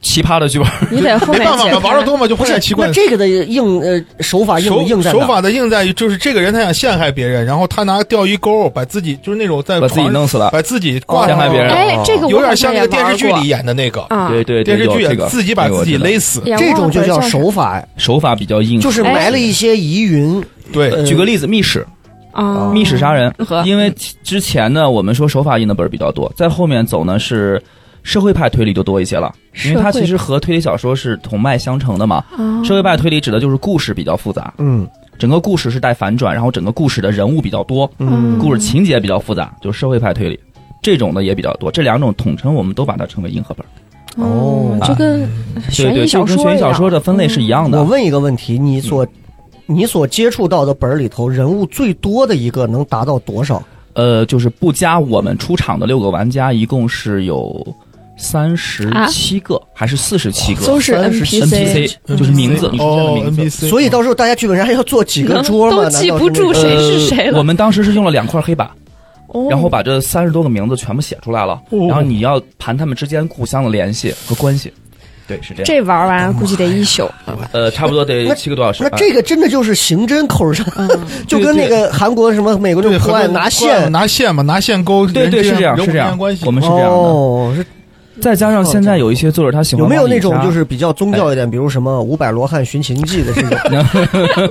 Speaker 6: 奇葩的剧本，
Speaker 5: 你得后
Speaker 4: 没
Speaker 5: 面
Speaker 4: 办法
Speaker 5: 解
Speaker 4: 嘛，
Speaker 5: 开
Speaker 4: 玩的多嘛就不太奇怪
Speaker 3: 那。这个的硬呃手法硬不
Speaker 4: 手
Speaker 3: 硬在哪哦
Speaker 4: 手法的硬在于，就是这个人他想陷害别人，然后他拿钓鱼钩把自己就是那种在
Speaker 6: 把自己
Speaker 4: 床
Speaker 6: 弄死了
Speaker 4: 把自己挂
Speaker 6: 陷
Speaker 4: 上
Speaker 6: 害别人
Speaker 3: 哦
Speaker 5: 哎，这个我
Speaker 4: 有
Speaker 5: 好
Speaker 4: 点像那
Speaker 5: 也
Speaker 4: 个电视剧
Speaker 5: 玩
Speaker 4: 里
Speaker 5: 过
Speaker 4: 演的那个
Speaker 5: 啊，
Speaker 6: 对对对，
Speaker 4: 电视
Speaker 6: 有
Speaker 4: 剧
Speaker 6: 这个，
Speaker 4: 自己把
Speaker 6: 这个我
Speaker 4: 自己
Speaker 6: 知道
Speaker 4: 勒死，
Speaker 5: 也忘了
Speaker 3: 这种就叫
Speaker 5: 本儿
Speaker 3: 手法，
Speaker 6: 手法比较硬，
Speaker 3: 就是埋了一些疑云。
Speaker 4: 对，
Speaker 3: 呃
Speaker 6: 举个例子，密室，
Speaker 4: 嗯
Speaker 5: 啊，
Speaker 6: 密室杀人，
Speaker 5: 和
Speaker 6: 因为其之前呢，我们说手法硬的本儿比较多，在后面走呢是社会派推理就多一些了，因为它
Speaker 5: 社会
Speaker 6: 其实和推理小说是同脉相承的嘛。
Speaker 5: 啊
Speaker 6: 社会派推理指的就是故事比较复杂，
Speaker 3: 嗯
Speaker 6: 整个故事是带反转，然后整个故事的人物比较多，
Speaker 5: 嗯
Speaker 6: 故事情节比较复杂，就是社会派推理。这种的也比较多，这两种统称我们都把它称为硬核本儿。
Speaker 5: 哦，就跟
Speaker 6: 对
Speaker 5: 悬疑
Speaker 6: 对，就
Speaker 5: 小
Speaker 6: 跟
Speaker 5: 说
Speaker 6: 悬疑
Speaker 5: 一
Speaker 6: 小
Speaker 5: 样嗯
Speaker 6: 说的分类是一
Speaker 4: 嗯
Speaker 6: 样的。
Speaker 3: 我问一个问题，你所你所接触到的本儿里头人物最多的一个能达到多少？
Speaker 6: 呃，就是不加我们出场的六个玩家，一共是有三十七个、还是四十七个？
Speaker 5: 啊哦都是
Speaker 3: 三十
Speaker 5: NPC，
Speaker 6: 就是名字，你出现
Speaker 4: 哦
Speaker 6: 的名字。
Speaker 4: ，NPC，
Speaker 3: 所以到时候大家剧本杀要做几个
Speaker 5: 能
Speaker 3: 桌吗？
Speaker 5: 都记不住
Speaker 3: 难道是那个
Speaker 5: 谁是谁了
Speaker 6: 呃？我们当时是用了两块黑板，
Speaker 5: 哦
Speaker 6: 然后把这三十多个名字全部写出来了，
Speaker 4: 哦
Speaker 6: 然后你要盘他们之间互相的联系和关系。对，是这样。
Speaker 5: 这玩完估计得一宿，
Speaker 6: 呃，差不多得
Speaker 3: 那
Speaker 6: 七个多小时
Speaker 3: 那
Speaker 6: 吧。
Speaker 3: 这个真的就是刑侦口上，
Speaker 5: 嗯
Speaker 3: 就跟那
Speaker 6: 对对
Speaker 3: 个韩国什么美国那
Speaker 4: 对，
Speaker 3: 种
Speaker 4: 很
Speaker 3: 破
Speaker 4: 多
Speaker 3: 案拿
Speaker 4: 人过来
Speaker 3: 线
Speaker 4: 拿线嘛，拿线钩，
Speaker 6: 对
Speaker 4: 人
Speaker 6: 对
Speaker 4: 之
Speaker 6: 是这样
Speaker 4: 人物之
Speaker 6: 是这
Speaker 4: 间
Speaker 6: 样，
Speaker 4: 关系
Speaker 6: 我们是这样的。
Speaker 3: 哦，是
Speaker 6: 再加上现在有一些作者他喜欢
Speaker 3: 有没有
Speaker 6: 往里哎
Speaker 3: 那种
Speaker 6: 加
Speaker 3: 就是比较宗教一点，比如什么《五百罗汉寻秦记》的这 种，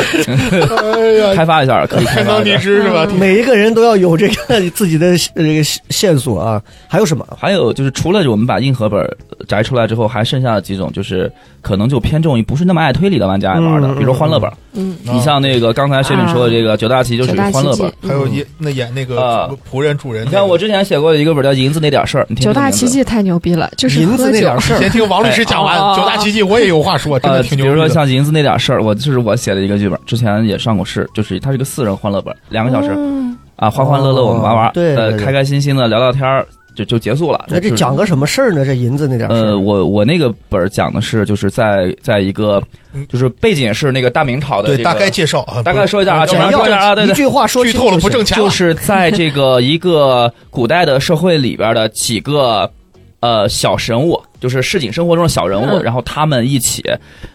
Speaker 4: 哎呀，
Speaker 6: 开发一下，可以
Speaker 4: 开
Speaker 6: 开
Speaker 4: 当
Speaker 6: 发
Speaker 4: 迷
Speaker 6: 一下。
Speaker 4: 之是吧？
Speaker 3: 每一个人都要有这个 自己的这个线索啊。还有什么？
Speaker 6: 还有就是，除了我们把硬核本儿摘出来之后，还剩下的几种，就是可能就偏重于不是那么爱推理的玩家爱玩的，
Speaker 3: 嗯嗯
Speaker 6: 比如说欢乐本儿。
Speaker 5: 嗯，
Speaker 4: 啊
Speaker 6: 你像那个刚才薛敏说的这个九大奇就属
Speaker 5: 九
Speaker 6: 于
Speaker 5: 大
Speaker 6: 欢乐
Speaker 5: 奇迹
Speaker 6: 本儿。，
Speaker 4: 还有演那演那
Speaker 6: 啊
Speaker 4: 个仆人主人那个，
Speaker 6: 你看我之前写过一个本儿叫《银子那点事儿》，你听
Speaker 5: 九
Speaker 6: 这个
Speaker 5: 大
Speaker 6: 名字
Speaker 5: 奇迹太牛逼了，就是
Speaker 3: 银子
Speaker 5: 喝
Speaker 3: 那
Speaker 5: 酒
Speaker 3: 点事儿
Speaker 4: 先听王律师讲完
Speaker 5: 哎哦
Speaker 4: 九大奇迹，我也有话说，真
Speaker 6: 呃，
Speaker 4: 的挺
Speaker 6: 比
Speaker 4: 牛
Speaker 6: 如
Speaker 4: 逼
Speaker 6: 说
Speaker 4: 的。
Speaker 6: 像银子那点事儿，我就是我写的一个剧本，之前也上过市，就是它是一个四人欢乐本，两个小时、
Speaker 5: 嗯
Speaker 6: 啊，欢欢乐乐
Speaker 3: 哦
Speaker 6: 我们玩玩，
Speaker 3: 对对
Speaker 6: 呃，
Speaker 3: 对
Speaker 6: 开开心心的聊聊天儿，就就结束了。
Speaker 3: 那这
Speaker 6: 就是
Speaker 3: 讲个什么事儿呢？这银子那点事
Speaker 6: 呃，
Speaker 3: 儿，
Speaker 6: 我我那个本儿讲的是，就是在在一个
Speaker 4: 嗯，
Speaker 6: 就是背景是那个大明朝的、这
Speaker 4: 对，
Speaker 6: 个，
Speaker 4: 大概介绍啊，
Speaker 6: 大概说一下啊，
Speaker 4: 不
Speaker 6: 要
Speaker 4: 是
Speaker 6: 不然
Speaker 3: 要
Speaker 6: 说一下啊，对
Speaker 3: 一
Speaker 6: 对。
Speaker 3: 句话说
Speaker 4: 剧
Speaker 3: 清
Speaker 4: 透了
Speaker 3: 楚
Speaker 4: 不
Speaker 3: 就行
Speaker 4: 挣钱
Speaker 6: 就
Speaker 4: 了，
Speaker 6: 是在这个一个古代的社会里边的几个呃小神物，就是市井生活中的小人物，
Speaker 5: 嗯
Speaker 6: 然后他们一起，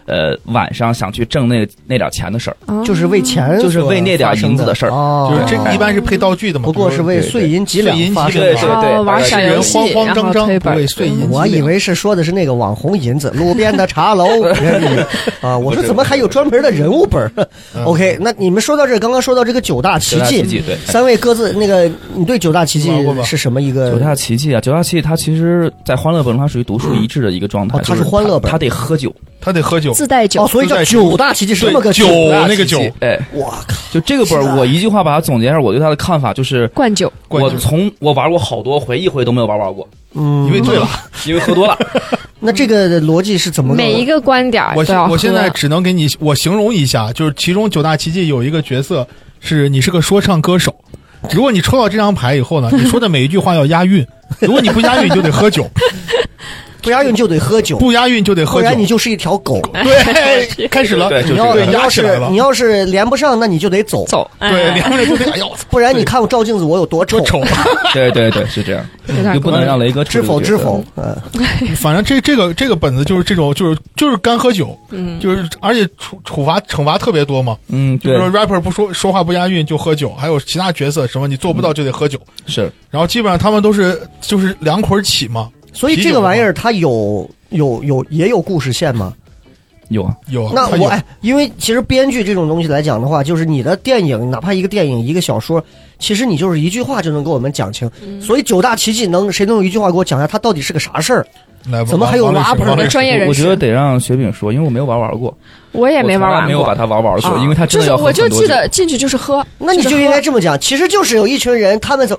Speaker 6: 呃，晚上想去挣那那点钱的事儿，
Speaker 5: 哦
Speaker 3: 就是为钱，
Speaker 6: 就是为那点银子的事儿
Speaker 3: 哦，
Speaker 4: 就是这
Speaker 6: 哎
Speaker 4: 一般是配道具的嘛，
Speaker 3: 不过是为
Speaker 6: 对对
Speaker 3: 碎银几两
Speaker 4: 碎银
Speaker 3: 发
Speaker 4: 几
Speaker 3: 生
Speaker 4: 两
Speaker 3: 的
Speaker 6: 对
Speaker 3: 事儿。
Speaker 6: 对
Speaker 5: 哦玩
Speaker 6: 大概
Speaker 5: 傻
Speaker 6: 是
Speaker 5: 游
Speaker 4: 人
Speaker 5: 戏，
Speaker 4: 慌慌
Speaker 5: 然
Speaker 4: 张
Speaker 5: 后
Speaker 4: 张
Speaker 5: 推
Speaker 4: 不为
Speaker 5: 本，
Speaker 4: 碎银
Speaker 3: 我以为是说的是那个网红银子，路边的茶 楼人鱼啊！我说怎么还有专门的人物本儿
Speaker 4: 嗯
Speaker 3: ？OK，那你们说到这，刚刚说到这个九大奇
Speaker 6: 嗯九大奇
Speaker 3: 迹，
Speaker 6: 迹，对。
Speaker 3: 三位各自那个，你对九大奇迹
Speaker 4: 玩过吧
Speaker 3: 是什么一个？
Speaker 6: 九大奇迹啊，九大奇迹，它其实，在欢乐本中，它属于独树一帜的一个状态。
Speaker 3: 哦它
Speaker 6: 就是
Speaker 3: 欢乐本
Speaker 6: 它得喝酒。
Speaker 4: 他得喝酒，
Speaker 5: 自带酒
Speaker 3: 哦，，所以叫九大奇迹是这么个
Speaker 4: 对酒
Speaker 3: 九大
Speaker 4: 那
Speaker 3: 奇
Speaker 4: 个
Speaker 3: 迹
Speaker 4: 酒，
Speaker 6: 哎，
Speaker 3: 我靠！
Speaker 6: 就这个本
Speaker 3: 是
Speaker 6: 儿，
Speaker 3: 的
Speaker 6: 我一句话把它总结一下，我对它的看法就是，
Speaker 5: 灌酒，
Speaker 4: 灌
Speaker 6: 我
Speaker 4: 酒
Speaker 6: 从我玩过好多回，一回都没有玩玩过，
Speaker 3: 嗯
Speaker 4: 因为醉了。
Speaker 6: 因为喝多了。
Speaker 3: 那这个逻辑是怎么？
Speaker 5: 每一个观点儿
Speaker 4: 我
Speaker 5: 都要
Speaker 4: 现
Speaker 5: 喝。
Speaker 4: 我现在只能给你我形容一下，就是其中九大奇迹有一个角色是你是个说唱歌手。如果你抽到这张牌以后呢，你说的每一句话要押韵，如果你不押韵，你就得喝酒；
Speaker 3: 不押韵就得喝酒，
Speaker 4: 不押韵就得
Speaker 3: 不
Speaker 4: 喝酒
Speaker 3: 然。你就是一条狗。
Speaker 4: 对，开始了，
Speaker 6: 对就
Speaker 3: 你
Speaker 6: 是
Speaker 3: 要
Speaker 6: 对
Speaker 3: 你
Speaker 4: 压
Speaker 3: 要
Speaker 4: 起来
Speaker 3: 是
Speaker 4: 了
Speaker 3: 你。要是连不上，那你就得走，
Speaker 5: 走，
Speaker 4: 对，
Speaker 6: 嗯
Speaker 5: 哎
Speaker 4: 连着就得， 哎呀，我操，
Speaker 3: 不然你看我照镜子我有多丑
Speaker 4: 多，丑！
Speaker 6: 对对对，是这样，
Speaker 5: 有点
Speaker 6: 就不能让雷哥
Speaker 3: 知否知否？嗯，
Speaker 4: 反正这这个这个本子就是这种，就是就是干喝酒，
Speaker 5: 嗯，
Speaker 4: 就是而且处处罚惩罚特别多嘛。
Speaker 6: 嗯，
Speaker 4: 就
Speaker 6: 对
Speaker 4: 是，说 rapper 不说说话不押韵就喝酒，还有其他角色什么你做不到就得喝酒，
Speaker 6: 是
Speaker 4: 然后基本上他们都是就是两捆儿起嘛，
Speaker 3: 所以这个玩意儿它有有有也有故事线嘛？
Speaker 6: 有啊，
Speaker 4: 有啊
Speaker 3: 那
Speaker 4: 它
Speaker 3: 我
Speaker 4: 有
Speaker 3: 哎，因为其实编剧这种东西来讲的话，就是你的电影，哪怕一个电影一个小说，其实你就是一句话就能给我们讲清。
Speaker 5: 嗯
Speaker 3: 所以九大奇迹能谁能用一句话给我讲一下它到底是个啥事儿？
Speaker 4: 来
Speaker 3: 怎么还有
Speaker 4: 王老师
Speaker 3: rapper
Speaker 4: 王
Speaker 5: 我
Speaker 4: 老
Speaker 5: 们
Speaker 4: 师
Speaker 5: 专业人
Speaker 6: 我觉得
Speaker 5: 士，
Speaker 6: 得让雪饼说，因为我没有玩玩过，
Speaker 5: 我也没玩
Speaker 6: 我从来
Speaker 5: 完
Speaker 6: 没有把
Speaker 5: 过，
Speaker 6: 它玩玩过，
Speaker 3: 啊
Speaker 6: 因为它真
Speaker 5: 就
Speaker 6: 的
Speaker 5: 是
Speaker 6: 要
Speaker 5: 我
Speaker 6: 喝
Speaker 5: 就
Speaker 6: 很多
Speaker 5: 记
Speaker 6: 酒
Speaker 5: 得进去就是喝，
Speaker 3: 那你就应该这么讲，其实就是有一群人，他们怎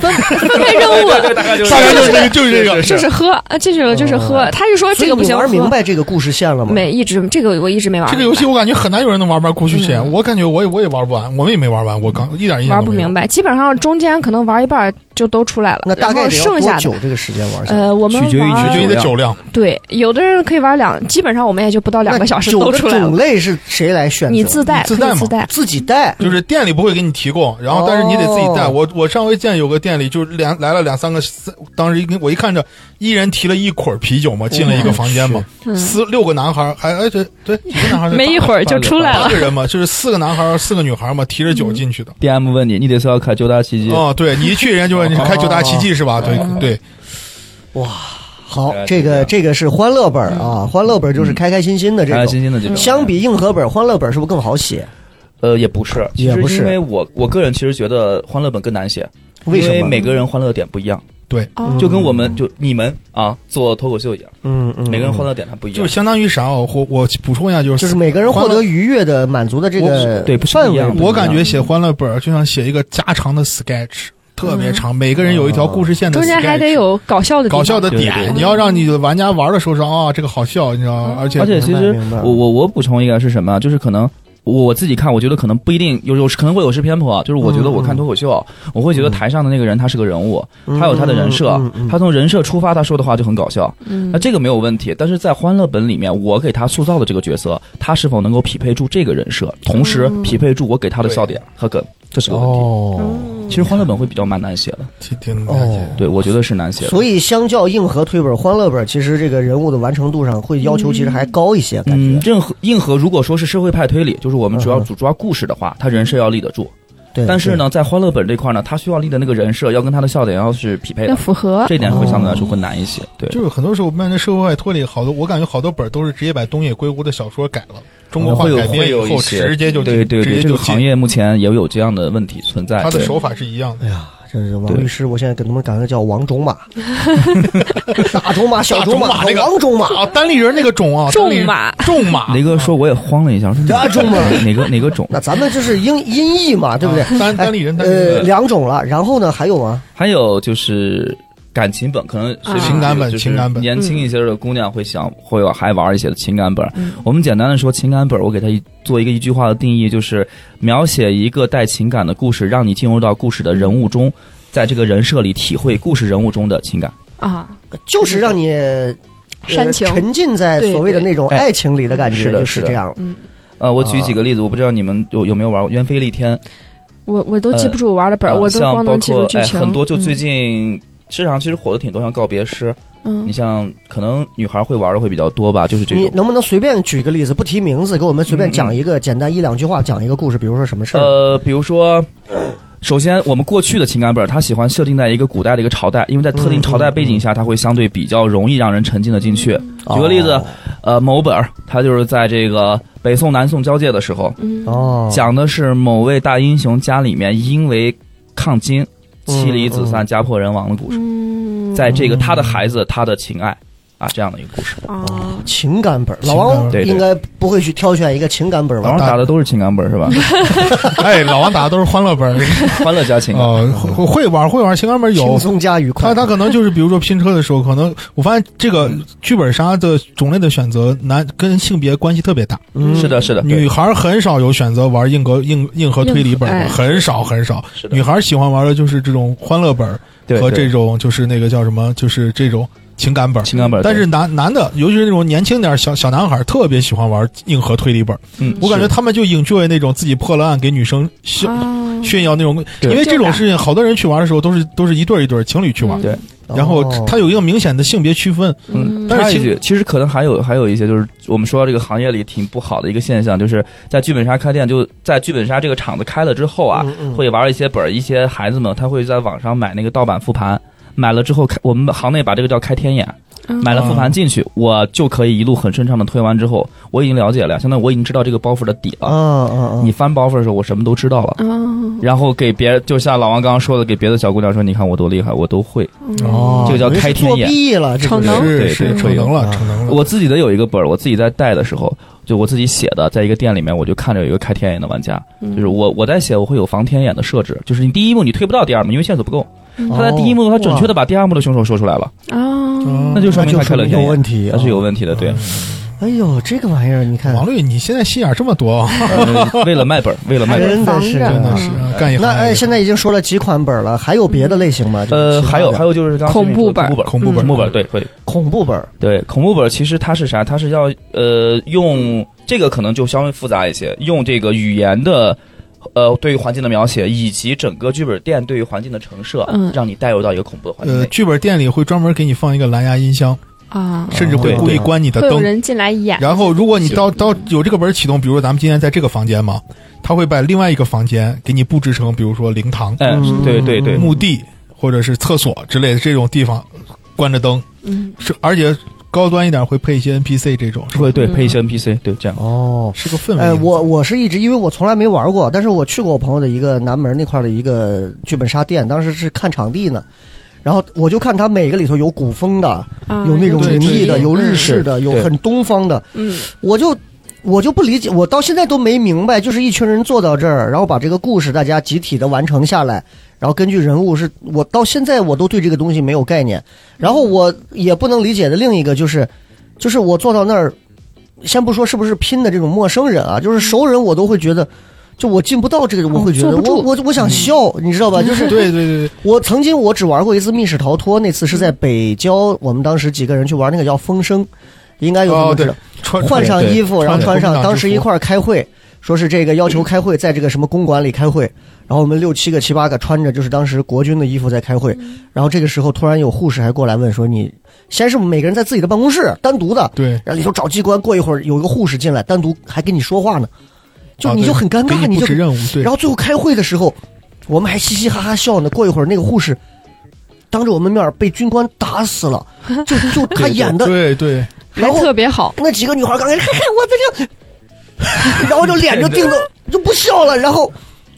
Speaker 5: 分配任务了，
Speaker 6: 对，大概就
Speaker 4: 当然就是这个就是这个
Speaker 5: 就是喝，啊，进去了就是喝。他是说
Speaker 3: 所
Speaker 5: 这
Speaker 3: 以
Speaker 5: 个不
Speaker 3: 你
Speaker 5: 行，
Speaker 3: 玩明
Speaker 5: 喝
Speaker 3: 白这个故事线了吗？
Speaker 5: 没一直这个我一直没玩。
Speaker 4: 这个游戏我感觉很难有人能玩明白故事线，我感觉我也我也玩不完，我们也没玩完，我刚一点印象
Speaker 5: 玩
Speaker 4: 都
Speaker 5: 不
Speaker 4: 没有
Speaker 5: 明。白，基本上中间可能玩一半儿就都出来了，
Speaker 3: 那大概
Speaker 5: 然后
Speaker 3: 得要
Speaker 5: 剩
Speaker 3: 多
Speaker 5: 下的
Speaker 3: 久这啊个时间玩下来？
Speaker 5: 呃，我们
Speaker 6: 取决于
Speaker 5: 玩
Speaker 4: 取决于你的酒量，
Speaker 5: 对，有的人可以玩两，基本上我们也就不到两个小时
Speaker 3: 那酒
Speaker 5: 都
Speaker 3: 的
Speaker 5: 出来
Speaker 3: 种
Speaker 5: 了。
Speaker 3: 类是谁来选择？
Speaker 5: 你自带，
Speaker 4: 自
Speaker 5: 可
Speaker 4: 带
Speaker 5: 以
Speaker 4: 嘛
Speaker 5: 自带，
Speaker 3: 自己带。
Speaker 4: 就是店里不会给你提供，然后但是你得自己带。
Speaker 3: 哦
Speaker 4: 我我上回见有个店里就是两来了两三个，三当时一我一看着一人提了一捆儿啤酒嘛，进了一个房间嘛，四六个男孩儿还哎对对几个男孩儿
Speaker 5: 没一会儿就出来
Speaker 4: 八
Speaker 5: 了。
Speaker 4: 个人嘛，就是四个男孩儿四个女孩儿嘛，提着酒进去的。
Speaker 6: DM 问你，你得是要开九大奇迹？
Speaker 4: 哦，对你一去人家就问你是开九大奇迹是吧？对
Speaker 3: 嗯
Speaker 4: 对，
Speaker 3: 好这
Speaker 6: 大，概就这
Speaker 3: 个
Speaker 6: 样
Speaker 3: 这个是欢乐本儿
Speaker 5: 嗯
Speaker 3: 啊，欢乐本儿就是开开心心的这
Speaker 6: 嗯开开
Speaker 3: 种。
Speaker 6: 心心的这种。
Speaker 3: 相比硬核本儿，欢乐本儿是不是更好写？
Speaker 6: 呃，也不是，
Speaker 3: 也不是
Speaker 6: 其实因为我我个人其实觉得欢乐本更难写，
Speaker 3: 为什
Speaker 6: 因为
Speaker 3: 么？
Speaker 6: 每个人欢乐的点不一样，
Speaker 5: 哦
Speaker 6: 就跟我们就你们啊做脱口秀一样，
Speaker 3: 嗯嗯，
Speaker 6: 每个人欢乐点它不一
Speaker 4: 就
Speaker 6: 样
Speaker 4: 是。相当于啥哦？我我补充一下，就是
Speaker 3: 就是每个人获
Speaker 4: 欢乐
Speaker 3: 得愉悦的满足的这个
Speaker 6: 我对不是
Speaker 3: 范
Speaker 6: 一
Speaker 3: 围
Speaker 6: 样的
Speaker 3: 不一样，
Speaker 4: 我感觉写欢乐本儿就像写一个家常的 sketch，特
Speaker 3: 嗯
Speaker 4: 别长，每个人有一条故事线的 sketch，
Speaker 5: 中间还得有搞笑的地方
Speaker 4: 搞笑的
Speaker 6: 对对
Speaker 4: 点，
Speaker 6: 对
Speaker 4: 你要让你的玩家玩的时候说啊，这个好笑，你知道吗？而且
Speaker 6: 而且其实
Speaker 3: 明白明白
Speaker 6: 我我我补充一个是什么啊？就是可能。我我自己看，我觉得可能不一定有有可能会有失偏颇啊，就是我觉得我看脱口秀，我会觉得台上的那个人他是个人物，他有他的人设，
Speaker 3: 嗯嗯嗯嗯
Speaker 6: 他从人设出发，他说的话就很搞笑，
Speaker 5: 嗯
Speaker 6: 那这个没有问题，但是在《欢乐本》里面，我给他塑造的这个角色，他是否能够匹配住这个人设，同时匹配住我给他的笑点和梗，这是个问
Speaker 3: 嗯
Speaker 6: 题。
Speaker 3: 哦。
Speaker 6: 其实《欢乐本》会比较蛮难写的，
Speaker 4: 挺挺
Speaker 3: 哦
Speaker 6: 对我觉得是难写的。
Speaker 3: 所以，相较硬核推本、欢乐本，其实这个人物的完成度上会要求其实还高一些，感
Speaker 6: 嗯，
Speaker 3: 觉。
Speaker 6: 任何硬核如果说是社会派推理，就是我们主要主抓故事的话，他人设要立得住。
Speaker 3: 对，
Speaker 6: 但是呢，在欢乐本这块呢，他需要立的那个人设要跟他的笑点要是匹配
Speaker 5: 要
Speaker 6: 的，
Speaker 5: 符合。
Speaker 6: 这一点会相对来说会难一些。对，
Speaker 4: 就是很多时候，我们在社会外脱离好多，我感觉好多本儿都是直接把东野圭吾的小说改了，中国话
Speaker 6: 会有
Speaker 4: 改编
Speaker 6: 会有
Speaker 4: 以
Speaker 6: 一
Speaker 4: 后，
Speaker 6: 些
Speaker 4: 直接就
Speaker 6: 对对
Speaker 4: 直
Speaker 6: 对，
Speaker 4: 接
Speaker 6: 这
Speaker 4: 就
Speaker 6: 个行
Speaker 4: 进。
Speaker 6: 业目前也有这样的问题存在。
Speaker 4: 他的
Speaker 6: 对
Speaker 4: 手法是一样的，
Speaker 3: 哎呀，真是王
Speaker 6: 对
Speaker 3: 律师，我现在给他们改名叫王种 马，大种马、小种
Speaker 4: 大种
Speaker 3: 马、
Speaker 4: 马这个
Speaker 3: 王种马，
Speaker 4: 啊，单立人那个种啊，
Speaker 5: 种
Speaker 4: 单立人
Speaker 5: 马
Speaker 4: 种马，
Speaker 6: 雷哥说我也慌了一下，我说
Speaker 3: 啊
Speaker 6: 哪
Speaker 3: 中文
Speaker 6: 哪个哪个种？
Speaker 3: 那咱们就是音音译嘛，对不对
Speaker 6: 嗯
Speaker 4: 啊？单单立人，单立
Speaker 3: 呃，
Speaker 4: 人，
Speaker 3: 两种了，然后呢，还有啊吗？
Speaker 6: 还有就是感情本，可能随便
Speaker 5: 啊
Speaker 6: 举
Speaker 5: 情
Speaker 4: 感本
Speaker 6: 就是
Speaker 4: 情感本
Speaker 6: 年轻一些的姑娘会想会还玩一些的情感本。
Speaker 5: 嗯
Speaker 6: 我们简单的说情感本，我给它一做一个一句话的定义，就是描写一个带情感的故事，让你进入到故事的人物中，在这个人设里体会故事人物中的情感。
Speaker 5: 啊，
Speaker 3: 就是让你呃
Speaker 5: 煽情
Speaker 3: 沉浸在所谓的那种
Speaker 6: 对对
Speaker 3: 爱情里的感觉，
Speaker 6: 哎是的
Speaker 3: 就是
Speaker 6: 的
Speaker 3: 这样。
Speaker 5: 嗯，
Speaker 6: 呃，我举几个例子，我不知道你们有有没有玩过《鸢飞戾天》
Speaker 5: 我我都记不住我玩的本儿，
Speaker 6: 呃
Speaker 5: 我都
Speaker 6: 像
Speaker 5: 光
Speaker 6: 包
Speaker 5: 能记
Speaker 6: 括
Speaker 5: 住剧
Speaker 6: 哎
Speaker 5: 情。
Speaker 6: 很多，就最
Speaker 5: 嗯
Speaker 6: 近市场其实火的挺多，像告别诗，
Speaker 5: 嗯
Speaker 6: 你像可能女孩会玩的会比较多吧，就是这
Speaker 3: 你
Speaker 6: 种。
Speaker 3: 能不能随便举个例子，不提名字，给我们随便
Speaker 6: 嗯嗯
Speaker 3: 讲一个简单一两句话，讲一个故事，比如说什么事儿？
Speaker 6: 呃，比如说，首先我们过去的情感本儿，它喜欢设定在一个古代的一个朝代，因为在特定朝代背景下，它会相对比较容易让人沉浸的进去。
Speaker 3: 嗯哦
Speaker 6: 举个例子，呃，某本儿，它就是在这个北宋南宋交界的时候，
Speaker 5: 嗯
Speaker 3: 哦，
Speaker 6: 讲的是某位大英雄家里面因为抗金，妻离子散，家破人亡的故事。
Speaker 5: 嗯
Speaker 6: 在这个他的孩子，他的情爱啊，这样的一个故事。
Speaker 5: 啊，
Speaker 3: 情感本儿，老
Speaker 4: 情感本儿
Speaker 3: 王
Speaker 6: 对对
Speaker 3: 应该不会去挑选一个情感本儿
Speaker 6: 老
Speaker 3: 吧
Speaker 6: 王？打的都是情感本 儿是吧？呃
Speaker 4: 哎，老王打的都是欢乐本 儿，
Speaker 6: 欢乐加啊情感。
Speaker 4: 呃，会会玩会玩情感本儿有
Speaker 3: 轻，松加愉
Speaker 4: 他
Speaker 3: 快。
Speaker 4: 他可能就是比如说拼车的时候，可能我发现这个
Speaker 6: 嗯
Speaker 4: 剧本杀的种类的选择难跟性别关系特别大，
Speaker 3: 嗯
Speaker 6: 是的，是的，
Speaker 4: 女孩很少有选择玩硬核硬硬核推理本
Speaker 5: 硬
Speaker 4: 的，
Speaker 5: 核哎
Speaker 4: 很少很少。
Speaker 6: 是的
Speaker 4: 女孩喜欢玩的就是这种欢乐本儿
Speaker 6: 对
Speaker 4: 和
Speaker 6: 对
Speaker 4: 这种就是那个叫什么，就是这种情感本儿。
Speaker 6: 情感本儿。
Speaker 4: 但是男男的，尤其是那种年轻点儿小小男孩儿，特别喜欢玩硬核推理本儿。
Speaker 6: 嗯，
Speaker 4: 我感觉
Speaker 6: 是
Speaker 4: 他们就 enjoy 那种自己破了案给女生炫
Speaker 5: 啊
Speaker 4: 炫耀那种，
Speaker 6: 对
Speaker 4: 因为这
Speaker 5: 就
Speaker 4: 种
Speaker 5: 感
Speaker 4: 事情，好多人去玩的时候都是都是一对儿一对儿情侣去玩，
Speaker 5: 嗯
Speaker 6: 对
Speaker 4: 然后
Speaker 3: 哦
Speaker 4: 它有一个明显的性别区分。
Speaker 6: 嗯，
Speaker 4: 但是
Speaker 6: 插一
Speaker 4: 其
Speaker 6: 句，其实可能还有还有一些，就是我们说到这个行业里挺不好的一个现象，就是在剧本杀开店，就在剧本杀这个场子开了之后啊，
Speaker 3: 嗯嗯
Speaker 6: 会玩一些本儿，一些孩子们他会在网上买那个盗版复盘，买了之后开，我们行内把这个叫开天眼，
Speaker 5: 嗯
Speaker 3: 嗯
Speaker 6: 买了复盘进去，我就可以一路很顺畅的推完之后，我已经了解了，相当于我已经知道这个包袱的底
Speaker 3: 啊
Speaker 6: 了。
Speaker 3: 啊啊！
Speaker 6: 呃你翻包袱的时候，我什么都知道了。
Speaker 3: 嗯
Speaker 5: 啊
Speaker 6: 然后给别，就像老王刚刚说的，给别的小姑娘说，你看我多厉害，我都会。
Speaker 4: 哦
Speaker 6: 这个叫
Speaker 3: 等于是
Speaker 6: 开天眼
Speaker 3: 作弊了，这
Speaker 5: 逞
Speaker 3: 个
Speaker 5: 能
Speaker 3: 是
Speaker 6: 对
Speaker 4: 是
Speaker 6: 对
Speaker 4: 是，
Speaker 6: 会
Speaker 4: 逞
Speaker 6: 有
Speaker 4: 能了
Speaker 3: 啊，
Speaker 4: 逞能了。
Speaker 6: 我自己的有一个本儿，我自己在带的时候，就我自己写的，在一个店里面，我就看着有一个开天眼的玩家，
Speaker 5: 嗯
Speaker 6: 就是我我在写，我会有防天眼的设置，就是你第一幕你推不到第二幕，因为线索不够。他在第一幕他准
Speaker 3: 哦
Speaker 6: 确的把第二幕的凶手说出来了，
Speaker 5: 啊，
Speaker 4: 嗯
Speaker 6: 那就说
Speaker 3: 那
Speaker 6: 明
Speaker 3: 就
Speaker 6: 他开
Speaker 3: 是
Speaker 6: 了天
Speaker 3: 有问
Speaker 6: 眼，
Speaker 3: 题，哦
Speaker 6: 他是有。问题的， 对。
Speaker 3: 哎呦，这个玩意儿，你看
Speaker 4: 王，律，你现在心眼儿这么多啊，
Speaker 6: 呃为了卖本儿，为了卖本儿。
Speaker 3: 真的是
Speaker 4: 真的
Speaker 3: 啊
Speaker 4: 是啊干一行
Speaker 3: 那哎，
Speaker 4: 爱一
Speaker 3: 现在已经说了几款本儿了，还有别的类型吗？
Speaker 6: 呃，还有还
Speaker 3: 有
Speaker 6: 有就是刚刚
Speaker 5: 恐怖本
Speaker 6: 本
Speaker 5: 儿，
Speaker 4: 恐
Speaker 6: 恐
Speaker 4: 怖本
Speaker 6: 怖本儿，
Speaker 4: 嗯
Speaker 6: 对，会
Speaker 3: 恐怖本儿，
Speaker 6: 对恐怖本儿其实它是啥？它是要呃用这个可能就稍微复杂一些，用这个语言的呃对于环境的描写，以及整个剧本店对于环境的陈设，
Speaker 5: 嗯
Speaker 6: 让你带入到一个恐怖的环境
Speaker 4: 呃，
Speaker 6: 内。
Speaker 4: 剧本店里会专门给你放一个蓝牙音箱，
Speaker 3: 哦
Speaker 5: 啊，
Speaker 4: 甚至会
Speaker 6: 对
Speaker 4: 故意关你的
Speaker 5: 会有
Speaker 4: 灯。
Speaker 5: 人进来演
Speaker 4: 然后，如果你到到有这个本儿启动，比如说咱们今天在这个房间嘛，他会把另外一个房间给你布置成，比如说灵堂、
Speaker 6: 哎，对对对，
Speaker 4: 墓地或者是厕所之类的这种地方，关着灯，
Speaker 5: 嗯
Speaker 4: 是而且高端一点会配一些 NPC 这种，是吧
Speaker 6: 会对配一些 NPC，对这样。
Speaker 3: 哦。
Speaker 4: 是个氛围。
Speaker 3: 哎，我我是一直因为我从来没玩过，但是我去过我朋友的一个南门那块的一个剧本杀店，当时是看场地呢，然后我就看它每个里头有古风的，
Speaker 5: 啊，
Speaker 3: 嗯有那种
Speaker 4: 对
Speaker 3: 灵异的，
Speaker 4: 对
Speaker 3: 有日式的，有
Speaker 6: 对
Speaker 3: 很东方的，
Speaker 5: 嗯
Speaker 3: 我就我就不理解，我到现在都没明白，就是一群人坐到这儿，然后把这个故事大家集体的完成下来，然后根据人物是，我到现在我都对这个东西没有概念。然后我也不能理解的另一个就是，就是我坐到那儿，先不说是不是拼的这种陌生人啊，就是熟人我都会觉得。就我进不到这个，我会觉得
Speaker 5: 哦坐不
Speaker 3: 我
Speaker 5: 住嗯
Speaker 3: 我我想笑，你知道 吧？就是
Speaker 4: 对对对对，
Speaker 3: 我曾经我只玩过一次密室逃脱，那次是在北郊，我们当时几个人去玩那个叫风声，应该有这
Speaker 4: 哦
Speaker 3: 哎么知
Speaker 4: 对
Speaker 3: 道。，
Speaker 4: 穿
Speaker 3: 换上衣服，
Speaker 4: 对
Speaker 3: 然后穿上，
Speaker 4: 穿着
Speaker 3: 当时一
Speaker 4: 工
Speaker 3: 块儿开会，说是这个要求开会，在这个什么公馆里开会，然后我们六七个、七八个穿着就是当时国军的衣服在开会，然后这个时候突然有护士还过来问说你，先是每个人在自己的办公室单独的，
Speaker 4: 对
Speaker 3: 然后里头找机关，过一会儿有一个护士进来，单独还跟你说话呢，就
Speaker 4: 啊
Speaker 3: 你
Speaker 4: 对
Speaker 3: 就很尴
Speaker 4: 给
Speaker 3: 尬，你
Speaker 4: 你布
Speaker 3: 就
Speaker 4: 置任务，对
Speaker 3: 然，后最后开会的时候，我们还嘻嘻哈哈笑呢。过一会儿，那个护士当着我们面儿被军官打死了，就 就他演的，
Speaker 4: 对对，
Speaker 5: 还
Speaker 3: 然后
Speaker 5: 特别好，
Speaker 3: 那几个女孩刚开始，嘿嘿， 我在这， 然后就脸就定着 就不笑了，然后。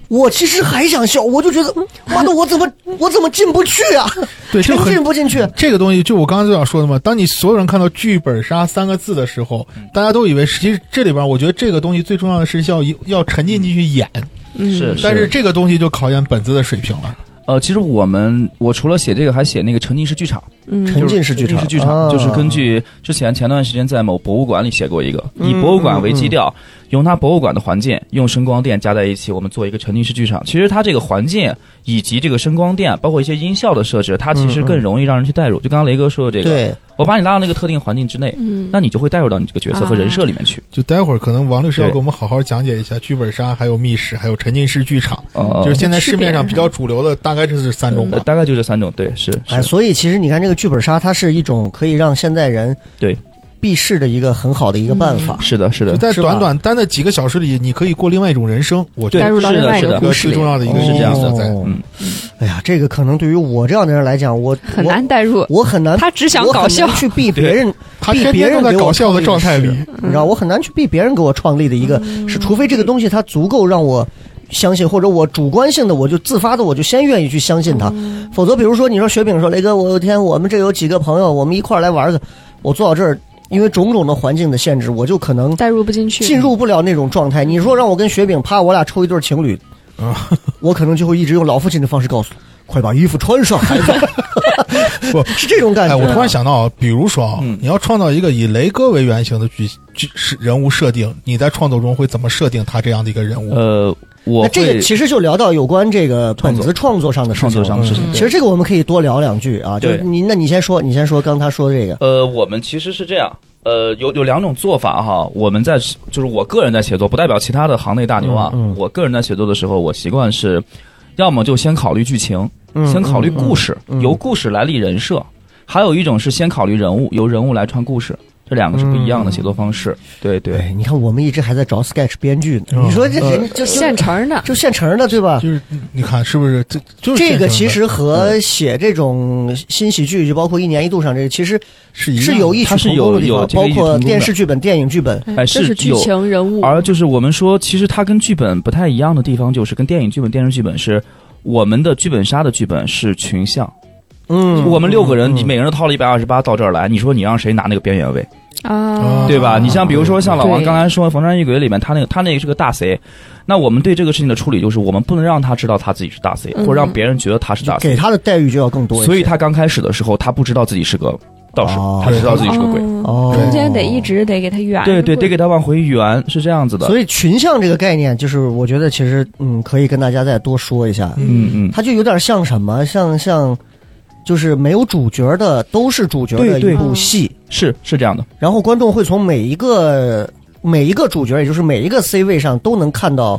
Speaker 3: 我其实还想笑，我就觉得，妈的，我怎么我怎么进不去 啊？
Speaker 4: 对，这
Speaker 3: 真
Speaker 4: 很
Speaker 3: 进不进去。
Speaker 4: 这个东西，就我刚刚就想说的嘛，当你所有人看到“剧本杀”三个字的时候，
Speaker 3: 嗯
Speaker 4: 大家都以为，其实这里边我觉得这个东西最重要的是要要沉浸
Speaker 3: 嗯
Speaker 4: 进去演，
Speaker 5: 嗯
Speaker 6: 是，
Speaker 4: 但是这个东西就考验本子的水平了。
Speaker 6: 呃，其实我们我除了写这个，还写那个沉浸式剧场，
Speaker 5: 嗯，
Speaker 3: 沉浸式剧
Speaker 6: 沉浸
Speaker 3: 场，
Speaker 6: 式剧场
Speaker 3: 啊
Speaker 6: 就是根据之前前段时间在某博物馆里写过一个，
Speaker 3: 嗯
Speaker 6: 以博物馆为基调，用它博物馆的环境，用声光电加在一起，我们做一个沉浸式剧场。其实它这个环境以及这个声光电，包括一些音效的设置，它其实更容易让人去代入。就刚刚雷哥说的这个，
Speaker 3: 对，
Speaker 6: 我把你拉到那个特定环境之内，
Speaker 5: 嗯
Speaker 6: 那你就会带入到你这个角色和人设里面去。
Speaker 4: 就待会儿可能王律师要
Speaker 6: 对
Speaker 4: 给我们好好讲解一下剧本杀，还有密室，还有沉浸式剧场，
Speaker 6: 呃，
Speaker 3: 啊哦
Speaker 4: 就是现在市面上
Speaker 5: 区别
Speaker 4: 比较主流的大概就是三种
Speaker 6: 呃
Speaker 3: 嗯
Speaker 4: 吧。
Speaker 6: 大概就这三种，对，是
Speaker 3: 哎，
Speaker 6: 是，
Speaker 3: 所以其实你看，这个剧本杀，它是一种可以让现在人
Speaker 6: 对
Speaker 3: 避世的一个很好的一个办法。
Speaker 6: 是的，是
Speaker 4: 就
Speaker 6: 的，
Speaker 4: 在
Speaker 3: 是吧
Speaker 4: 短短单的几个小时里，你可以过另外一种人生，我觉
Speaker 6: 对
Speaker 5: 带
Speaker 4: 得
Speaker 5: 入到
Speaker 6: 是的
Speaker 5: 另外一
Speaker 6: 是
Speaker 5: 个
Speaker 6: 的
Speaker 4: 这
Speaker 5: 故
Speaker 4: 个
Speaker 5: 事
Speaker 4: 最
Speaker 5: 里
Speaker 4: 重，要的一哦个
Speaker 6: 是
Speaker 4: 因
Speaker 6: 这样
Speaker 4: 素
Speaker 6: 子
Speaker 4: 在。
Speaker 6: 嗯，
Speaker 3: 哦哎呀，这个可能对于我这样的人来讲，我
Speaker 5: 很难代入。
Speaker 3: 我，我很难，
Speaker 5: 他只想
Speaker 3: 我很
Speaker 5: 搞
Speaker 3: 难
Speaker 5: 笑，
Speaker 3: 去避别人，
Speaker 4: 他
Speaker 3: 避
Speaker 4: 天
Speaker 3: 别
Speaker 4: 天
Speaker 3: 人
Speaker 4: 啊都在
Speaker 3: 给我
Speaker 4: 搞笑的
Speaker 3: 创
Speaker 4: 状
Speaker 3: 立嗯
Speaker 4: 态
Speaker 3: 事
Speaker 4: 里，
Speaker 3: 你知道，我很难去避别人给我创立的一个，是除非这个东西它足够让我。相信，或者我主观性的，我就自发的，我就先愿意去相信它。否则，比如说你说雪饼说雷哥，我有一天我们这有几个朋友，我们一块儿来玩的，我坐到这儿，因为种种的环境的限制，我就可能
Speaker 5: 代入不进去，
Speaker 3: 进入不了那种状态。你说让我跟雪饼啪，我俩抽一对情侣，
Speaker 4: 啊
Speaker 3: 我可能就会一直用老父亲的方式告诉你，快把衣服穿上，孩子。
Speaker 4: 不
Speaker 3: 是这种感觉。
Speaker 4: 哎，我突然想到啊，比如说啊，
Speaker 6: 嗯
Speaker 4: 你要创造一个以雷哥为原型的剧剧是人物设定，你在创作中会怎么设定他这样的一个人物？
Speaker 6: 呃，我
Speaker 3: 那这
Speaker 6: 会
Speaker 3: 个其实就聊到有关这个本子创作上的事情
Speaker 6: 创
Speaker 3: 了
Speaker 6: 作上的事情。
Speaker 3: 其实这个我们可以多聊两句啊，就是
Speaker 6: 对
Speaker 3: 你，那你先说，你先说刚他说的这个，
Speaker 6: 呃，我们其实是这样，呃，有有两种做法哈。我们在就是我个人在写作，不代表其他的行内大牛啊。
Speaker 3: 嗯嗯
Speaker 6: 我个人在写作的时候，我习惯是，要么就先考虑剧情，先考虑故
Speaker 3: 事，
Speaker 6: 事，
Speaker 3: 嗯嗯
Speaker 6: 由故事来立人设；还有一种是先考虑人物，由人物来串故事。这两个是不一样的写作方
Speaker 3: 嗯
Speaker 6: 式。对对
Speaker 3: 对，哎你看我们一直还在找 sketch 编剧
Speaker 4: 哦
Speaker 3: 呢，你说这
Speaker 4: 呃
Speaker 3: 人就就
Speaker 5: 现成儿呢。
Speaker 3: 就现成的对吧？
Speaker 4: 就是你看是不是这就是
Speaker 3: 这个
Speaker 4: 现成的嗯
Speaker 3: 其实和写这种新喜剧，就包括一年一度上这个，其实
Speaker 4: 是一样的
Speaker 3: 是有异曲
Speaker 6: 它是
Speaker 3: 同工的地方
Speaker 6: 有有，这个
Speaker 3: 包
Speaker 6: 异曲同
Speaker 3: 括
Speaker 6: 工的
Speaker 3: 电视剧本、电影剧本，
Speaker 6: 哎
Speaker 5: 这
Speaker 6: 是
Speaker 5: 剧
Speaker 6: 有
Speaker 5: 情人物，
Speaker 6: 而就是我们说，其实它跟剧本不太一样的地方，就是跟电影剧本、电视剧本是，我们的剧本杀的剧本是群像，
Speaker 3: 嗯，
Speaker 6: 我们六个人，
Speaker 3: 嗯
Speaker 6: 你每个人都掏了一百二十八到这儿来，你说你让谁拿那个边缘位，
Speaker 5: 啊，
Speaker 6: 对吧？你像比如说像老王
Speaker 5: 对
Speaker 6: 刚才说《逢山遇鬼》里面，他那个他那个是个大 C，那我们对这个事情的处理就是，我们不能让他知道他自己是大 C，
Speaker 5: 嗯
Speaker 6: 或者让别人觉得他是大
Speaker 3: 给
Speaker 6: C，
Speaker 3: 他的待遇就要更多一些，
Speaker 6: 所以他刚开始的时候，他不知道自己是个道士
Speaker 3: 哦，
Speaker 6: 他只知道自己是个鬼。
Speaker 5: 哦
Speaker 3: 哦，
Speaker 5: 中间得一直得给他圆，
Speaker 6: 对对，得给他往回圆，是这样子的。
Speaker 3: 所以群像这个概念，就是我觉得其实嗯，可以跟大家再多说一下，
Speaker 6: 嗯嗯，
Speaker 3: 它就有点像什么，像像就是没有主角的都是主角的
Speaker 6: 对对
Speaker 3: 一部戏，
Speaker 6: 是是这样的，
Speaker 3: 然后观众会从每一个每一个主角，也就是每一个 C 位上都能看到。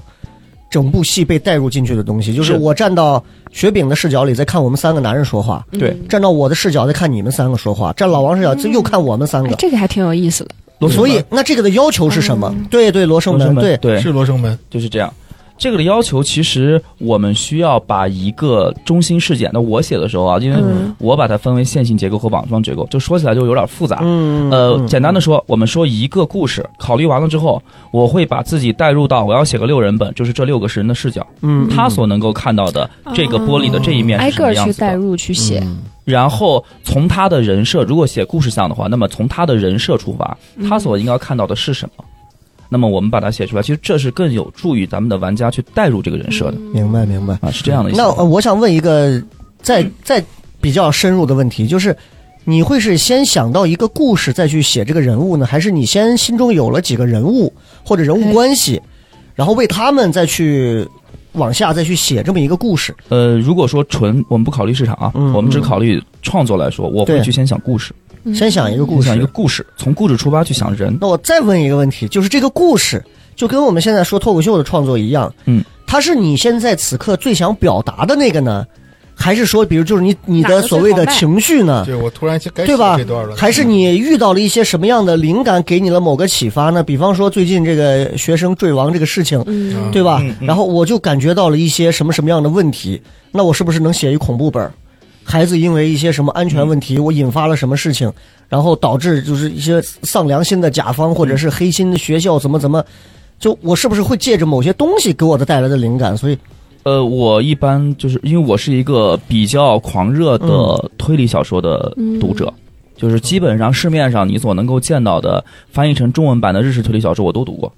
Speaker 3: 整部戏被带入进去的东西，就是
Speaker 6: 是
Speaker 3: 我站到雪饼的视角里，在看我们三个男人说话；
Speaker 6: 对
Speaker 5: 嗯
Speaker 3: 站到我的视角，在看你们三个说话；站老王视角，就又看我们三
Speaker 5: 哎
Speaker 3: 个。
Speaker 5: 这个还挺有意思的，
Speaker 3: 所以，那这个的要求是什么？对对，罗生
Speaker 6: 同学
Speaker 3: 门，
Speaker 6: 们
Speaker 3: 对，
Speaker 6: 对
Speaker 4: 是罗生门，
Speaker 6: 就是这样。这个的要求，其实我们需要把一个中心事件，那我写的时候啊，因为
Speaker 5: 嗯
Speaker 6: 我把它分为线性结构和网状结构，就说起来就有点复杂。
Speaker 3: 嗯，
Speaker 6: 呃，
Speaker 3: 嗯
Speaker 6: 简单的说，我们说一个故事，考虑完了之后，我会把自己带入到我要写个六人本，就是这六个人的视角，
Speaker 3: 嗯，哦
Speaker 6: 他所能够看到的这个玻璃的这一面
Speaker 5: 挨
Speaker 6: 是什
Speaker 5: 个
Speaker 6: 么
Speaker 5: 儿
Speaker 6: 样
Speaker 5: 去
Speaker 6: 子
Speaker 5: 代
Speaker 6: 的。嗯
Speaker 5: 入去写，
Speaker 6: 然后从他的人设，如果写故事像的话，那么从他的人设出发，
Speaker 3: 嗯
Speaker 6: 他所应该看到的是什么？那么我们把它写出来，其实这是更有助于咱们的玩家去代入这个人设的
Speaker 3: 明白明白。
Speaker 6: 啊，是这样的一嗯个
Speaker 3: 那、呃、我想问一个再再比较深入的问题，就是你会是先想到一个故事再去写这个人物呢，还是你先心中有了几个人物或者人物关系，然后为他们再去往下再去写这么一个故事？
Speaker 6: 呃，如果说纯我们不考虑市场啊，
Speaker 3: 嗯
Speaker 6: 我们只考虑创作来说，我
Speaker 3: 对
Speaker 6: 会去先想故事，
Speaker 5: 嗯
Speaker 3: 先想一个故
Speaker 6: 先想一个
Speaker 3: 事。
Speaker 6: 故事，从故事出发去想人。
Speaker 3: 那我再问一个问题，就是这个故事就跟我们现在说脱口秀的创作一样，
Speaker 6: 嗯，
Speaker 3: 它是你现在此刻最想表达的那个呢，还是说，比如就是你你的所谓的情绪呢？
Speaker 4: 对，我突然该
Speaker 3: 啊对吧
Speaker 4: 这段了，？
Speaker 3: 还是你遇到了一些什么样的灵感，给你了某个启发呢？比方说最近这个学生坠亡这个事情，
Speaker 5: 嗯，
Speaker 4: 嗯
Speaker 3: 对吧？
Speaker 6: 嗯嗯
Speaker 3: 然后我就感觉到了一些什么什么样的问题，那我是不是能写一恐怖本儿？孩子因为一些什么安全问
Speaker 6: 嗯
Speaker 3: 题，我引发了什么事情，然后导致就是一些丧良心的甲方或者是黑心的学校怎么怎么，就我是不是会借着某些东西给我的带来的灵感？所以
Speaker 6: 呃，我一般就是因为我是一个比较狂热的
Speaker 3: 嗯
Speaker 6: 推理小说的读者，就是基本上市面上你所能够见到的翻译成中文版的日式推理小说我都读过，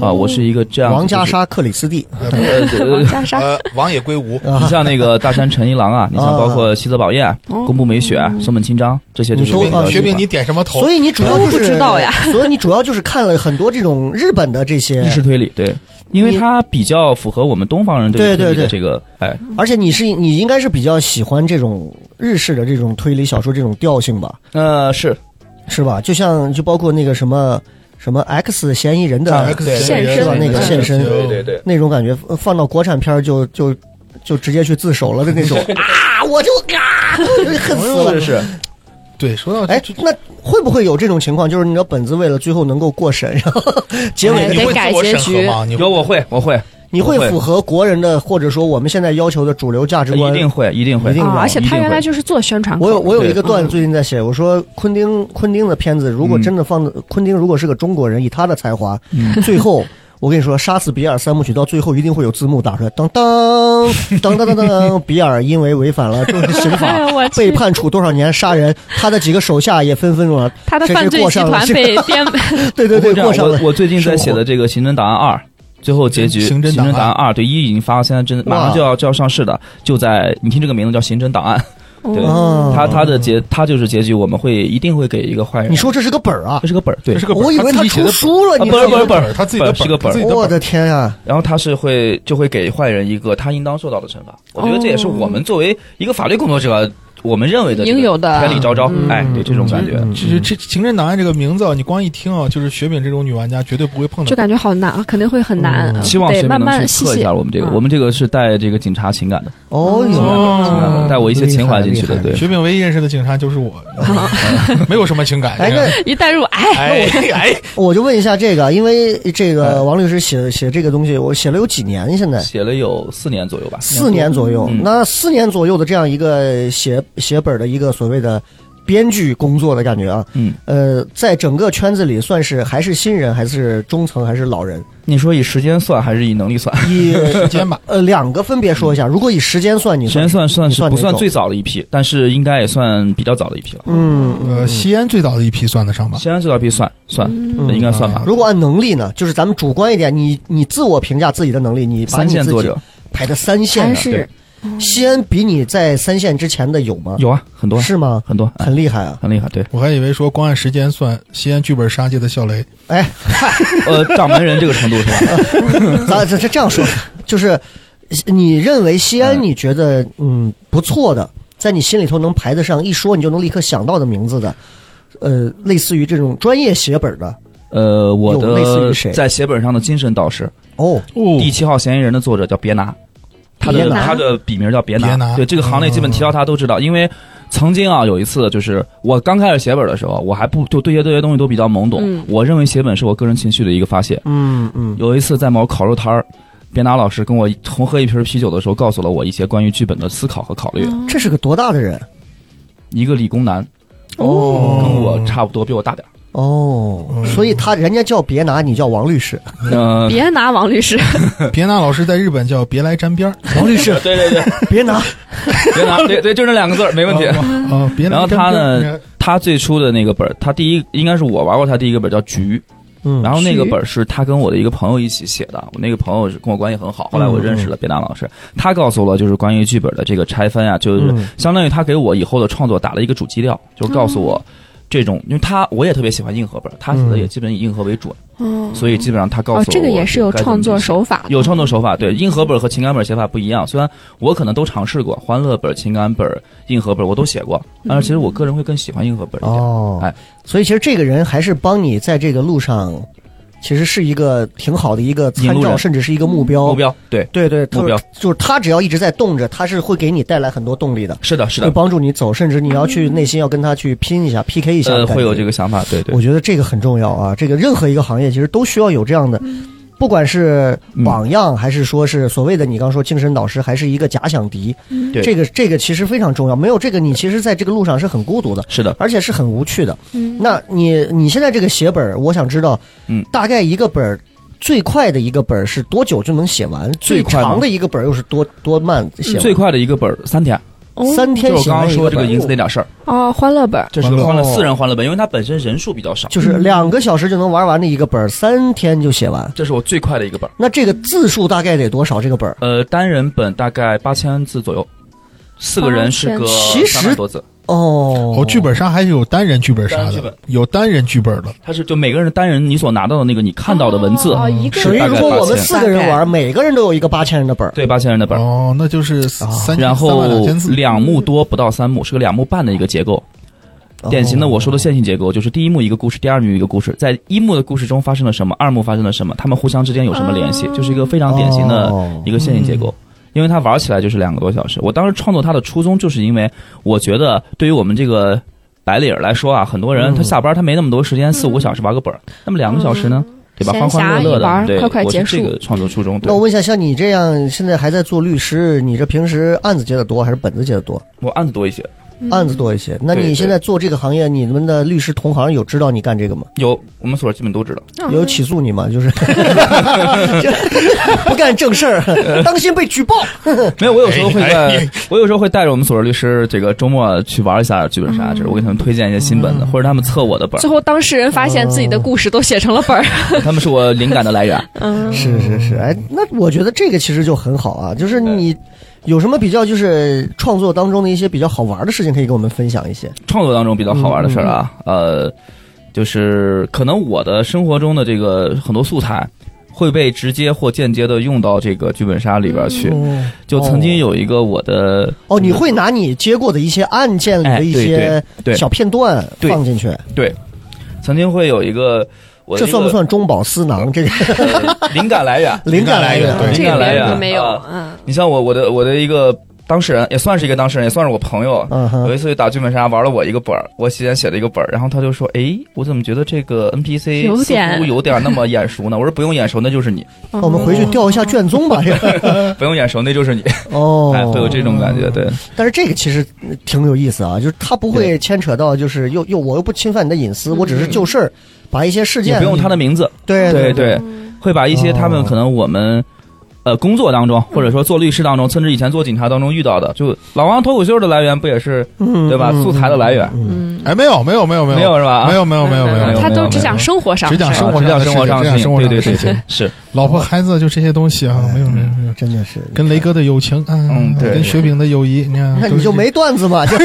Speaker 6: 啊、我是一个这样
Speaker 3: 哦王家
Speaker 6: 就是
Speaker 3: 沙克里斯蒂
Speaker 4: 呃
Speaker 6: 呃，对对
Speaker 5: 王
Speaker 6: 对
Speaker 5: 家沙，
Speaker 4: 呃，王野归吾，
Speaker 6: 你
Speaker 3: 啊，
Speaker 6: 像那个大山诚一郎啊，你像包括西泽保彦、
Speaker 5: 哦
Speaker 6: 宫部美啊雪、松本清张这些，就是
Speaker 3: 嗯你
Speaker 6: 我
Speaker 3: 说
Speaker 6: 比较
Speaker 3: 啊
Speaker 6: 喜
Speaker 4: 雪
Speaker 6: 欢
Speaker 4: 饼，你点什么头
Speaker 3: 所？以你主要就
Speaker 5: 我
Speaker 3: 是
Speaker 5: 不知道呀，
Speaker 3: 所以你主要就是看了很多这种日本的这些
Speaker 6: 日，式推理对，因为
Speaker 3: 你
Speaker 6: 它比较符合我们东方人
Speaker 3: 对
Speaker 6: 于推理
Speaker 3: 对
Speaker 6: 的
Speaker 3: 对
Speaker 6: 这个哎，
Speaker 3: 而且你是你应该是比较喜欢这种日式的这种推理小说这种调性吧？
Speaker 6: 呃是
Speaker 3: 是吧？就像就包括那个什么什么 X 嫌疑人
Speaker 6: 啊
Speaker 3: 的
Speaker 4: X
Speaker 5: 现身
Speaker 3: 是吧那个呃现身
Speaker 6: 对对对。
Speaker 3: 那种感觉，呃放到国产片儿就就就直接去自首了的那 种啊，我就啊，我就恨死了。
Speaker 6: 是是，
Speaker 4: 对，说到
Speaker 3: 哎
Speaker 4: 这，
Speaker 3: 那会不会有这种情况？就是你的本子为了最后能够过审，然后结尾
Speaker 5: 哎
Speaker 4: 你
Speaker 5: 得
Speaker 4: 会
Speaker 5: 改
Speaker 4: 自我
Speaker 5: 结
Speaker 4: 审核
Speaker 5: 局
Speaker 4: 吗？你
Speaker 6: 有我会我会，
Speaker 3: 你会
Speaker 6: 我会
Speaker 3: 符合国人的或者说我们现在要求的主流价值
Speaker 6: 一
Speaker 3: 观？
Speaker 6: 定会一定会
Speaker 3: 一定
Speaker 5: 啊，而且
Speaker 6: 一定
Speaker 5: 他
Speaker 6: 会
Speaker 5: 原来就是做宣传口
Speaker 3: 我
Speaker 5: 的，
Speaker 3: 有我 有一个
Speaker 6: 对
Speaker 3: 段子最近在写，我说昆汀昆汀的片子如果
Speaker 6: 嗯
Speaker 3: 真的放在、昆汀如果是个中国人，以他的才华，
Speaker 6: 嗯
Speaker 3: 最后。我跟你说，《杀死比尔》三部曲到最后一定会有字幕打出来，当当当当当当当，比尔因为违反了重刑
Speaker 5: 哎
Speaker 3: 法
Speaker 5: 呀我，去
Speaker 3: 被判处多少年杀人，他的几个手下也纷纷了，
Speaker 5: 他的
Speaker 3: 这
Speaker 5: 犯
Speaker 3: 是
Speaker 5: 罪
Speaker 3: 过
Speaker 5: 集
Speaker 3: 上了
Speaker 5: 团
Speaker 3: 这
Speaker 5: 被编，
Speaker 3: 对对对，
Speaker 6: 不
Speaker 3: 过
Speaker 6: 过这
Speaker 3: 上
Speaker 6: 样
Speaker 3: 了
Speaker 6: 我我最近在写
Speaker 3: 生活
Speaker 6: 的这个《刑侦档案二》，最后结局《
Speaker 4: 刑
Speaker 6: 刑
Speaker 4: 侦档案
Speaker 6: 侦档案二》对一已经发，现在真马上就要就要上市的，就在你听这个名字叫《刑侦档案》，对
Speaker 3: 哦
Speaker 6: 它它的结它就是结局，我们会一定会给一个坏人。
Speaker 3: 你说这是个本儿啊
Speaker 6: 这？是个本儿，对
Speaker 4: 这，是个本儿
Speaker 3: 我以为
Speaker 4: 他
Speaker 3: 他
Speaker 4: 自己写
Speaker 3: 出
Speaker 4: 的
Speaker 3: 书了，
Speaker 6: 啊
Speaker 3: 呃你
Speaker 6: 不是
Speaker 3: 知
Speaker 6: 不
Speaker 3: 道
Speaker 6: 是
Speaker 3: 吗
Speaker 6: 本儿
Speaker 4: 他自己的
Speaker 6: 本儿是个本
Speaker 4: 他
Speaker 6: 儿
Speaker 4: 自己的
Speaker 3: 我
Speaker 4: 本啊
Speaker 3: 的天啊呀、
Speaker 6: 然后他是会就会给坏人一个他应当受到的惩罚。我觉得这也是我们作为一个法律工作者，我们认为的这个
Speaker 5: 应有的
Speaker 6: 天理昭昭，哎，对这种感觉。
Speaker 4: 其实这《刑侦档案》这个名字啊，你光一听啊，就是雪饼这种女玩家绝对不会碰
Speaker 5: 就
Speaker 4: 的。
Speaker 5: 感觉好难，啊肯定会很难，
Speaker 3: 嗯
Speaker 6: 希望
Speaker 5: 得
Speaker 6: 谁
Speaker 5: 慢
Speaker 6: 能
Speaker 5: 慢
Speaker 6: 去
Speaker 5: 细
Speaker 6: 测一
Speaker 5: 细
Speaker 6: 下。我们这个，
Speaker 5: 嗯
Speaker 6: 我们这个是带这个警察情感的，
Speaker 3: 哦
Speaker 6: 情感
Speaker 3: 哟，
Speaker 6: 的情感
Speaker 4: 哦
Speaker 6: 的带我一些情怀进去的，
Speaker 3: 厉害
Speaker 6: 对。
Speaker 4: 雪饼唯一认识的警察就是我，没有什么情感。
Speaker 3: 哎，那
Speaker 5: 一带入，哎，
Speaker 4: 哎哎，
Speaker 3: 我就问一下这个，因为这个王律师写写这个东西，我写了有几年，现在
Speaker 6: 写了有四年左右吧，
Speaker 3: 四年左右。
Speaker 6: 嗯
Speaker 3: 那四年左右的这样一个写写本的一个所谓的编剧工作的感觉啊，
Speaker 6: 嗯，
Speaker 3: 呃，在整个圈子里算是还是新人，还是中层，还是老人？
Speaker 6: 你说以时间算还是以能力算？
Speaker 3: 以
Speaker 4: 时间吧，
Speaker 3: 呃两个分别说一下。如果以时间算，你
Speaker 6: 时间算算
Speaker 3: 你
Speaker 6: 是
Speaker 3: 算
Speaker 6: 不
Speaker 3: 哪
Speaker 6: 算
Speaker 3: 种
Speaker 6: 最早的一批，但是应该也算比较早的一批了。
Speaker 3: 嗯
Speaker 4: 呃，西安最早的一批算得上吧？
Speaker 6: 西安最早一批算算，
Speaker 3: 嗯
Speaker 6: 应该算吧。啊
Speaker 3: 如果按能力呢，就是咱们主观一点，你你自我评价自己的能力，你把
Speaker 6: 三
Speaker 3: 你
Speaker 6: 线
Speaker 3: 自
Speaker 6: 作
Speaker 3: 己
Speaker 6: 者
Speaker 3: 排在三线
Speaker 5: 还
Speaker 6: 哎
Speaker 3: 呢。
Speaker 5: 是
Speaker 3: 西安比你在三线之前的有吗？
Speaker 6: 有啊，很多啊
Speaker 3: 是吗？
Speaker 6: 很多，哎
Speaker 3: 很厉害啊！
Speaker 6: 很厉害。对，
Speaker 4: 我还以为说光按时间算，西安剧本杀界的笑雷，
Speaker 3: 哎，
Speaker 6: 呃，掌门人这个程度是 吧？
Speaker 3: 咱咱啊这这样说，就是你认为西安
Speaker 6: 嗯
Speaker 3: 你觉得嗯不错的，在你心里头能排得上，一说你就能立刻想到的名字的，呃，类似于这种专业写本的
Speaker 6: 呃，我
Speaker 3: 有类似
Speaker 6: 的
Speaker 3: 于谁
Speaker 6: 在写本上的精神导师，
Speaker 3: 哦，
Speaker 4: 哦
Speaker 6: 第七号嫌疑人的作者叫别拿，他
Speaker 3: 别
Speaker 6: 的
Speaker 3: 拿
Speaker 6: 他的笔名叫别拿。
Speaker 4: 别拿
Speaker 6: 对，这个行内基本提到他都知道，因为曾经啊有一次，就是我刚开始写本的时候，我还不就对这些东西都比较懵懂，
Speaker 5: 嗯
Speaker 6: 我认为写本是我个人情绪的一个发泄。
Speaker 3: 嗯嗯，
Speaker 6: 有一次在某烤肉摊儿，别拿老师跟我同喝一瓶啤酒的时候，告诉了我一些关于剧本的思考和考虑。
Speaker 5: 嗯
Speaker 3: 这是个多大的人
Speaker 6: 一个理工男
Speaker 3: 哦
Speaker 6: 跟我差不多，比我大点儿。
Speaker 3: 哦，所以他人家叫别拿，你叫王律 师，
Speaker 6: 嗯，
Speaker 5: 别拿王律师，
Speaker 4: 别拿老师在日本叫别来沾边儿，
Speaker 3: 王 律师
Speaker 6: 对对对，
Speaker 3: 别拿，
Speaker 6: 别拿，对对，就这两个字儿，没问题。
Speaker 4: 啊，别
Speaker 6: 然
Speaker 4: 来
Speaker 6: 后
Speaker 4: 沾
Speaker 6: 他
Speaker 4: 边儿。
Speaker 6: 呢，他最初的那个本儿，他第一应该是我玩过他第一个本儿叫《局》，
Speaker 3: 嗯，
Speaker 6: 然后那个
Speaker 5: 局
Speaker 6: 本儿是他跟我的一个朋友一起写的，我那个朋友是跟我关系很好，后来我认识了别拿老师，他告诉我就是关于剧本的这个拆分啊，就是
Speaker 3: 嗯
Speaker 6: 相当于他给我以后的创作打了一个主基调，就告诉我。这种，因为他我也特别喜欢硬核本儿，他写的也基本以硬核为准，
Speaker 5: 嗯，
Speaker 6: 所以基本上他告诉
Speaker 5: 哦
Speaker 6: 我、，
Speaker 5: 这个也是有创作
Speaker 6: 手。
Speaker 5: 手法的，
Speaker 6: 有创作手法，对硬核本和情感本写法不一样。虽然我可能都尝试过欢乐本、情感本、硬核本，我都写过，但是其实我个人会更喜欢硬核本一点。
Speaker 3: 哦，
Speaker 6: 哎，
Speaker 3: 所以其实这个人还是帮你在这个路上，其实是一个挺好的一个参
Speaker 6: 引路
Speaker 3: 照，
Speaker 6: 人
Speaker 3: 甚至是一个目标。
Speaker 6: 目。标对，
Speaker 3: 对对，它
Speaker 6: 目标
Speaker 3: 就是他只要一直在动着，他是会给你带来很多动力的，
Speaker 6: 是的，是
Speaker 3: 会
Speaker 6: 的，
Speaker 3: 帮助你走，甚至你要去内心要跟他去拼一下、PK 一下。
Speaker 6: 呃，会有这
Speaker 3: 个。
Speaker 6: 个想法，对对
Speaker 3: 我，觉得这个很重要啊！这个任何一个行业其实都需要有这样的，不管是榜样，还是说是所谓的你刚说精神导师，还是一个假想敌，
Speaker 6: 对
Speaker 3: 这个这个其实非常重要。没有这个，你其实在这个路上是很孤独的，
Speaker 6: 是的，
Speaker 3: 而且是很无趣的。那你你现在这个写本儿，我想知道，
Speaker 6: 嗯
Speaker 3: 大概一个本儿。最快的一个本儿是多久就能写完？最
Speaker 6: 最快吗
Speaker 3: 长的一个本儿又是多多慢写
Speaker 6: 最
Speaker 3: 完？
Speaker 6: 快的一个本儿三天，啊
Speaker 3: 三天
Speaker 6: 就是
Speaker 3: 写
Speaker 6: 我
Speaker 3: 完
Speaker 6: 刚刚
Speaker 3: 一
Speaker 6: 说这
Speaker 3: 本
Speaker 6: 个
Speaker 3: 儿
Speaker 6: 银子那点事儿，
Speaker 5: 哦，欢乐本儿
Speaker 6: 这是个欢乐四人欢乐本，因为它本身人数比较少，
Speaker 3: 就是两个小时就能玩完的一个本儿，三天就写完。
Speaker 6: 这是我最快的一个本儿。
Speaker 3: 那这个字数大概得多少？这个本儿？
Speaker 6: 呃，单人本大概八千字左右，四个人是个
Speaker 3: 8000
Speaker 6: 三百多字，
Speaker 3: 哦，
Speaker 4: 哦，剧本杀还是有单人剧本杀
Speaker 6: 单人剧
Speaker 4: 的
Speaker 6: 本，
Speaker 4: 有单人剧本的，
Speaker 6: 它是就每个人单人你所拿到的那个你看到的文字，
Speaker 5: 哦，一个
Speaker 3: 等于
Speaker 6: 大概
Speaker 3: 如果我们
Speaker 6: 8000
Speaker 3: 四个人玩，每个人都有一个八千人的本儿。
Speaker 6: 对八千人的本儿，
Speaker 4: 哦，那就是三
Speaker 6: 然
Speaker 4: 三万两
Speaker 6: 后
Speaker 4: 千字，
Speaker 6: 两幕多不到三幕，是个两幕半的一个结构。
Speaker 3: 哦
Speaker 6: 典型的我说的线性结构，就是第一幕一个故事，第二幕一个故事，在一幕的故事中发生了什么，二幕发生了什么，他们互相之间有什么联系，就是一个非常典型的
Speaker 3: 哦
Speaker 6: 一个线性结构。因为它玩起来就是两个多小时。我当时创作它的初衷，就是因为我觉得对于我们这个白领儿来说啊，很多
Speaker 3: 嗯
Speaker 6: 人他下班他没那么多时间，四五个小时玩个本儿，那么两个小时
Speaker 3: 嗯
Speaker 6: 呢，对吧？
Speaker 5: 闲
Speaker 6: 欢欢
Speaker 5: 暇
Speaker 6: 乐乐
Speaker 5: 一玩
Speaker 6: 的，对，
Speaker 5: 快快
Speaker 6: 我是
Speaker 5: 结束
Speaker 6: 这个创作初衷。对
Speaker 3: 那我问一下，像你这样现在还在做律师，你这平时案子接的多还是本子接的多？
Speaker 6: 我案子多一些，
Speaker 5: 嗯
Speaker 3: 案子多一些。那
Speaker 6: 对
Speaker 3: 你
Speaker 6: 对
Speaker 3: 现在做这个行业，你们的律师同行有知道你干这个吗？
Speaker 6: 有我们所基本都知道。
Speaker 5: 嗯
Speaker 3: 有起诉你吗？就是就不干正事儿，当心被举报。
Speaker 6: 没有，我有时候会
Speaker 4: 哎
Speaker 6: 带
Speaker 4: 哎，
Speaker 6: 我有时候会带着我们所律师这个周末去玩一下剧本
Speaker 3: 嗯
Speaker 6: 杀，就是我给他们推荐一些新本子，或者他们测我的 本
Speaker 5: 最，后当事人发现自己的故事都写成了本儿，
Speaker 6: 他们是我灵感的来源。
Speaker 3: 哦
Speaker 5: 嗯，
Speaker 3: 是是是，哎，那我觉得这个其实就很好啊，就是你有什么比较就是创作当中的一些比较好玩的事情，可以跟我们分享一些。
Speaker 6: 创作当中比较好玩的事儿啊，
Speaker 3: 嗯
Speaker 6: 呃，就是可能我的生活中的这个很多素材会被直接或间接的用到这个剧本杀里边去。
Speaker 3: 嗯
Speaker 6: 就曾经有一个我的
Speaker 3: 哦，你会拿你接过的一些案件里的一些
Speaker 6: 哎对
Speaker 3: 小片段
Speaker 6: 对
Speaker 3: 放进去，
Speaker 6: 对，曾经会有一个我的
Speaker 3: 这
Speaker 6: 一个
Speaker 3: 算不算中饱私囊？这个
Speaker 6: 呃灵感来源？
Speaker 3: 灵感来源，
Speaker 4: 对
Speaker 5: 这
Speaker 6: 灵
Speaker 5: 个
Speaker 6: 感来
Speaker 5: 没
Speaker 6: 源
Speaker 5: 有没有
Speaker 6: 啊，
Speaker 5: 嗯，
Speaker 6: 你像我我的我的一个当事人，也算是一个当事人，也算是我朋友。
Speaker 3: 嗯
Speaker 6: 有
Speaker 3: 哼，
Speaker 6: 一次打剧本杀玩了我一个本儿，我提前写了一个本儿，然后他就说：“哎，我怎么觉得这个 NPC
Speaker 5: 有
Speaker 6: 似
Speaker 5: 点
Speaker 6: 乎有点那么眼熟呢？”我说：“不用眼熟，那就是你；
Speaker 5: 嗯
Speaker 3: 那哦我们回去
Speaker 6: 哦
Speaker 3: 调一下卷宗吧。这 个
Speaker 6: 不用眼熟，那就是你。
Speaker 3: 哦
Speaker 6: 哎，，会有这种感觉，对，
Speaker 3: 但是这个其实嗯挺有意思啊，就是它不会牵扯到，就是又又我又不侵犯你的隐私，我只是就事儿把一些事
Speaker 6: 嗯也
Speaker 3: 件
Speaker 6: 不用他的名字，
Speaker 3: 对
Speaker 6: 对对，会把一些他们
Speaker 3: 哦
Speaker 6: 可能我们。”呃，工作当中，或者说做律师当中，甚至以前做警察当中遇到的，就老王脱口秀的来源不也是
Speaker 3: 嗯
Speaker 6: 对吧？
Speaker 3: 嗯
Speaker 6: 素材的来源
Speaker 4: 哎，没有没有没有
Speaker 6: 没有是吧？
Speaker 4: 没有没
Speaker 3: 嗯
Speaker 4: 有没有没
Speaker 6: 没
Speaker 4: 有，
Speaker 6: 有
Speaker 5: 嗯他都只讲生活上，
Speaker 4: 只讲
Speaker 5: 是
Speaker 4: 生
Speaker 5: 吧
Speaker 4: 活
Speaker 6: 啊只
Speaker 4: 上
Speaker 6: 讲
Speaker 4: 的
Speaker 6: 生
Speaker 4: 事
Speaker 6: 活
Speaker 4: 情只讲生活上
Speaker 6: 上的事情，对对
Speaker 4: 的
Speaker 6: 对
Speaker 4: 事情
Speaker 6: 对，是
Speaker 4: 老婆孩子就这些东西啊，没有没有没有。
Speaker 3: 哎真的是
Speaker 4: 跟雷。哥的友情啊，
Speaker 6: 嗯对
Speaker 4: 跟雪饼的友谊，你看，
Speaker 3: 那
Speaker 4: 都
Speaker 3: 你
Speaker 4: 是
Speaker 3: 就没段子嘛？ 就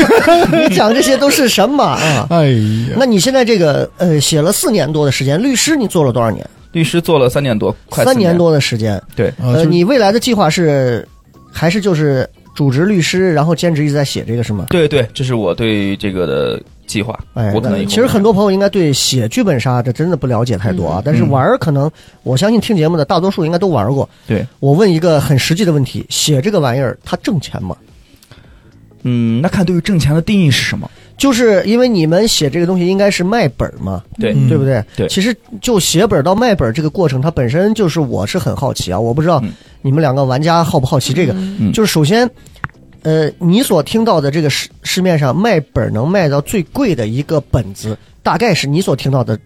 Speaker 3: 你讲这些都是什么啊？
Speaker 4: 哎呀，
Speaker 3: 那你现在这个呃，写了四年多的时间，律师你做了多少年？
Speaker 6: 律师做了三年多，快
Speaker 3: 三
Speaker 6: 四
Speaker 3: 年，多的时间。
Speaker 6: 对，
Speaker 4: 啊
Speaker 3: 呃，
Speaker 4: 就是
Speaker 3: 你未来的计划是还是就是主职律师，然后兼职一直在写这个是吗？
Speaker 6: 对对，这是我对这个的计划。
Speaker 3: 哎，
Speaker 6: 我可能
Speaker 3: 那
Speaker 6: 以后
Speaker 3: 其实很多朋友应该对写剧本杀这真的不了解太多
Speaker 4: 嗯
Speaker 3: 啊，但是玩儿可能我相信听节目的大多数应该都玩过。
Speaker 6: 对，
Speaker 3: 我问一个很实际的问题：写这个玩意儿它挣钱吗？
Speaker 6: 嗯，那看对于挣钱的定义是什么？
Speaker 3: 就是因为你们写这个东西应该是卖本儿嘛，
Speaker 6: 对，
Speaker 4: 嗯
Speaker 3: 对不对？
Speaker 6: 对
Speaker 3: 其实就写本到卖本这个过程，它本身就是我是很好奇啊，我不知道
Speaker 6: 嗯
Speaker 3: 你们两个玩家好不好奇这个。
Speaker 6: 嗯
Speaker 3: 就是首先，呃，你所听到的这个市市面上卖本能卖到最贵的一个本子，大概是你所听到的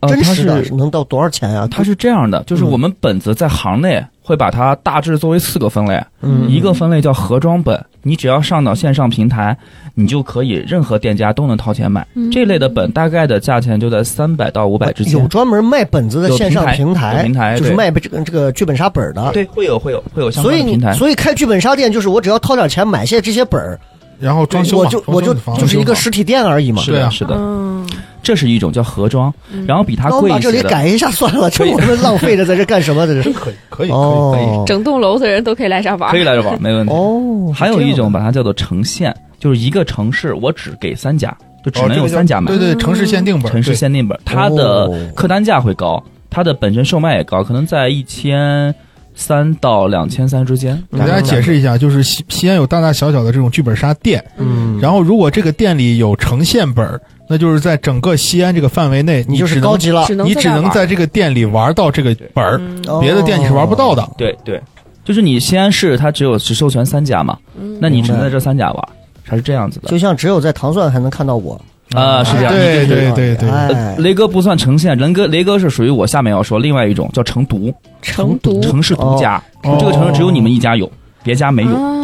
Speaker 6: 呃
Speaker 3: 真
Speaker 6: 它
Speaker 3: 实的
Speaker 6: 是
Speaker 3: 能到多少钱啊？
Speaker 6: 它是这样的，就是我们本子在行内会把它大致作为四个分类，
Speaker 3: 嗯
Speaker 6: 一个分类叫盒装本，你只要上到线上平台，你就可以任何店家都能掏钱买。
Speaker 3: 嗯
Speaker 6: 这类的本大概的价钱就在三百到五百之间
Speaker 3: 有。专门卖本子的线上
Speaker 6: 有
Speaker 3: 平
Speaker 6: 平
Speaker 3: 台，
Speaker 6: 台有平台
Speaker 3: 就是
Speaker 6: 对
Speaker 3: 卖这个这个剧本杀本儿的。
Speaker 6: 对，会有会有会有相
Speaker 3: 所
Speaker 6: 关
Speaker 3: 以
Speaker 6: 的平
Speaker 3: 你
Speaker 6: 台。
Speaker 3: 所以开剧本杀店就是我只要掏点钱买些这些本儿，
Speaker 4: 然后装修
Speaker 3: 我
Speaker 4: 嘛
Speaker 3: 就
Speaker 4: 装
Speaker 3: 我
Speaker 4: 修
Speaker 3: 就
Speaker 4: 的房子
Speaker 3: 就是一个实体店而已嘛。
Speaker 6: 是
Speaker 4: 对啊
Speaker 6: 的，是的，
Speaker 5: 嗯，
Speaker 6: 这是一种叫盒装，然后比它
Speaker 3: 嗯那我
Speaker 6: 贵
Speaker 3: 们把
Speaker 6: 一
Speaker 3: 这
Speaker 6: 些
Speaker 3: 里
Speaker 6: 的。
Speaker 3: 改一下算了，这
Speaker 6: 可以
Speaker 3: 我们浪费着在这干什么？在这是
Speaker 4: 可以可以可
Speaker 3: 哦
Speaker 5: 整栋楼的人都可以来这玩
Speaker 6: 可以。来这玩，没问题。
Speaker 3: 哦，
Speaker 6: 还有一种把
Speaker 3: 吧，
Speaker 6: 它叫做城县，就是一个城市我只给三家，就只
Speaker 4: 以，
Speaker 6: 能有
Speaker 4: 哦这个叫
Speaker 6: 三家买。
Speaker 4: 对对，城市限定本，哦
Speaker 6: 城市限定本，它的客单价会高，它的本身售卖也高，可能在一千三到两千三之间。
Speaker 4: 给大家解释一下，就是西西安有大大小小的这种剧本杀店，
Speaker 3: 嗯，
Speaker 4: 然后如果这个店里有呈现本儿，那就是在整个西安这个范围内，
Speaker 3: 啊你就是
Speaker 4: 只能
Speaker 3: 高级了，
Speaker 5: 只能
Speaker 4: 你只能在
Speaker 5: 在
Speaker 4: 这个店里玩到这个本儿，
Speaker 5: 嗯
Speaker 3: 哦
Speaker 4: 别的店你是玩不到。的。
Speaker 6: 对对，就是你西安市它只有只授权三家嘛，
Speaker 5: 嗯
Speaker 6: 那你只能
Speaker 3: 明白
Speaker 6: 在这三家玩，它是这样子的
Speaker 3: 就像只有在糖蒜还能看到我，
Speaker 6: 啊、是这样。
Speaker 4: 对
Speaker 3: 你就是
Speaker 4: 对对对
Speaker 3: 哎
Speaker 6: 呃，雷哥不算呈现，雷哥雷哥是属于我下面要说另外一种叫城独，
Speaker 5: 成都
Speaker 6: 城市独家，
Speaker 4: 哦
Speaker 6: 这个城市只有你们一家有，别家没有。
Speaker 5: 啊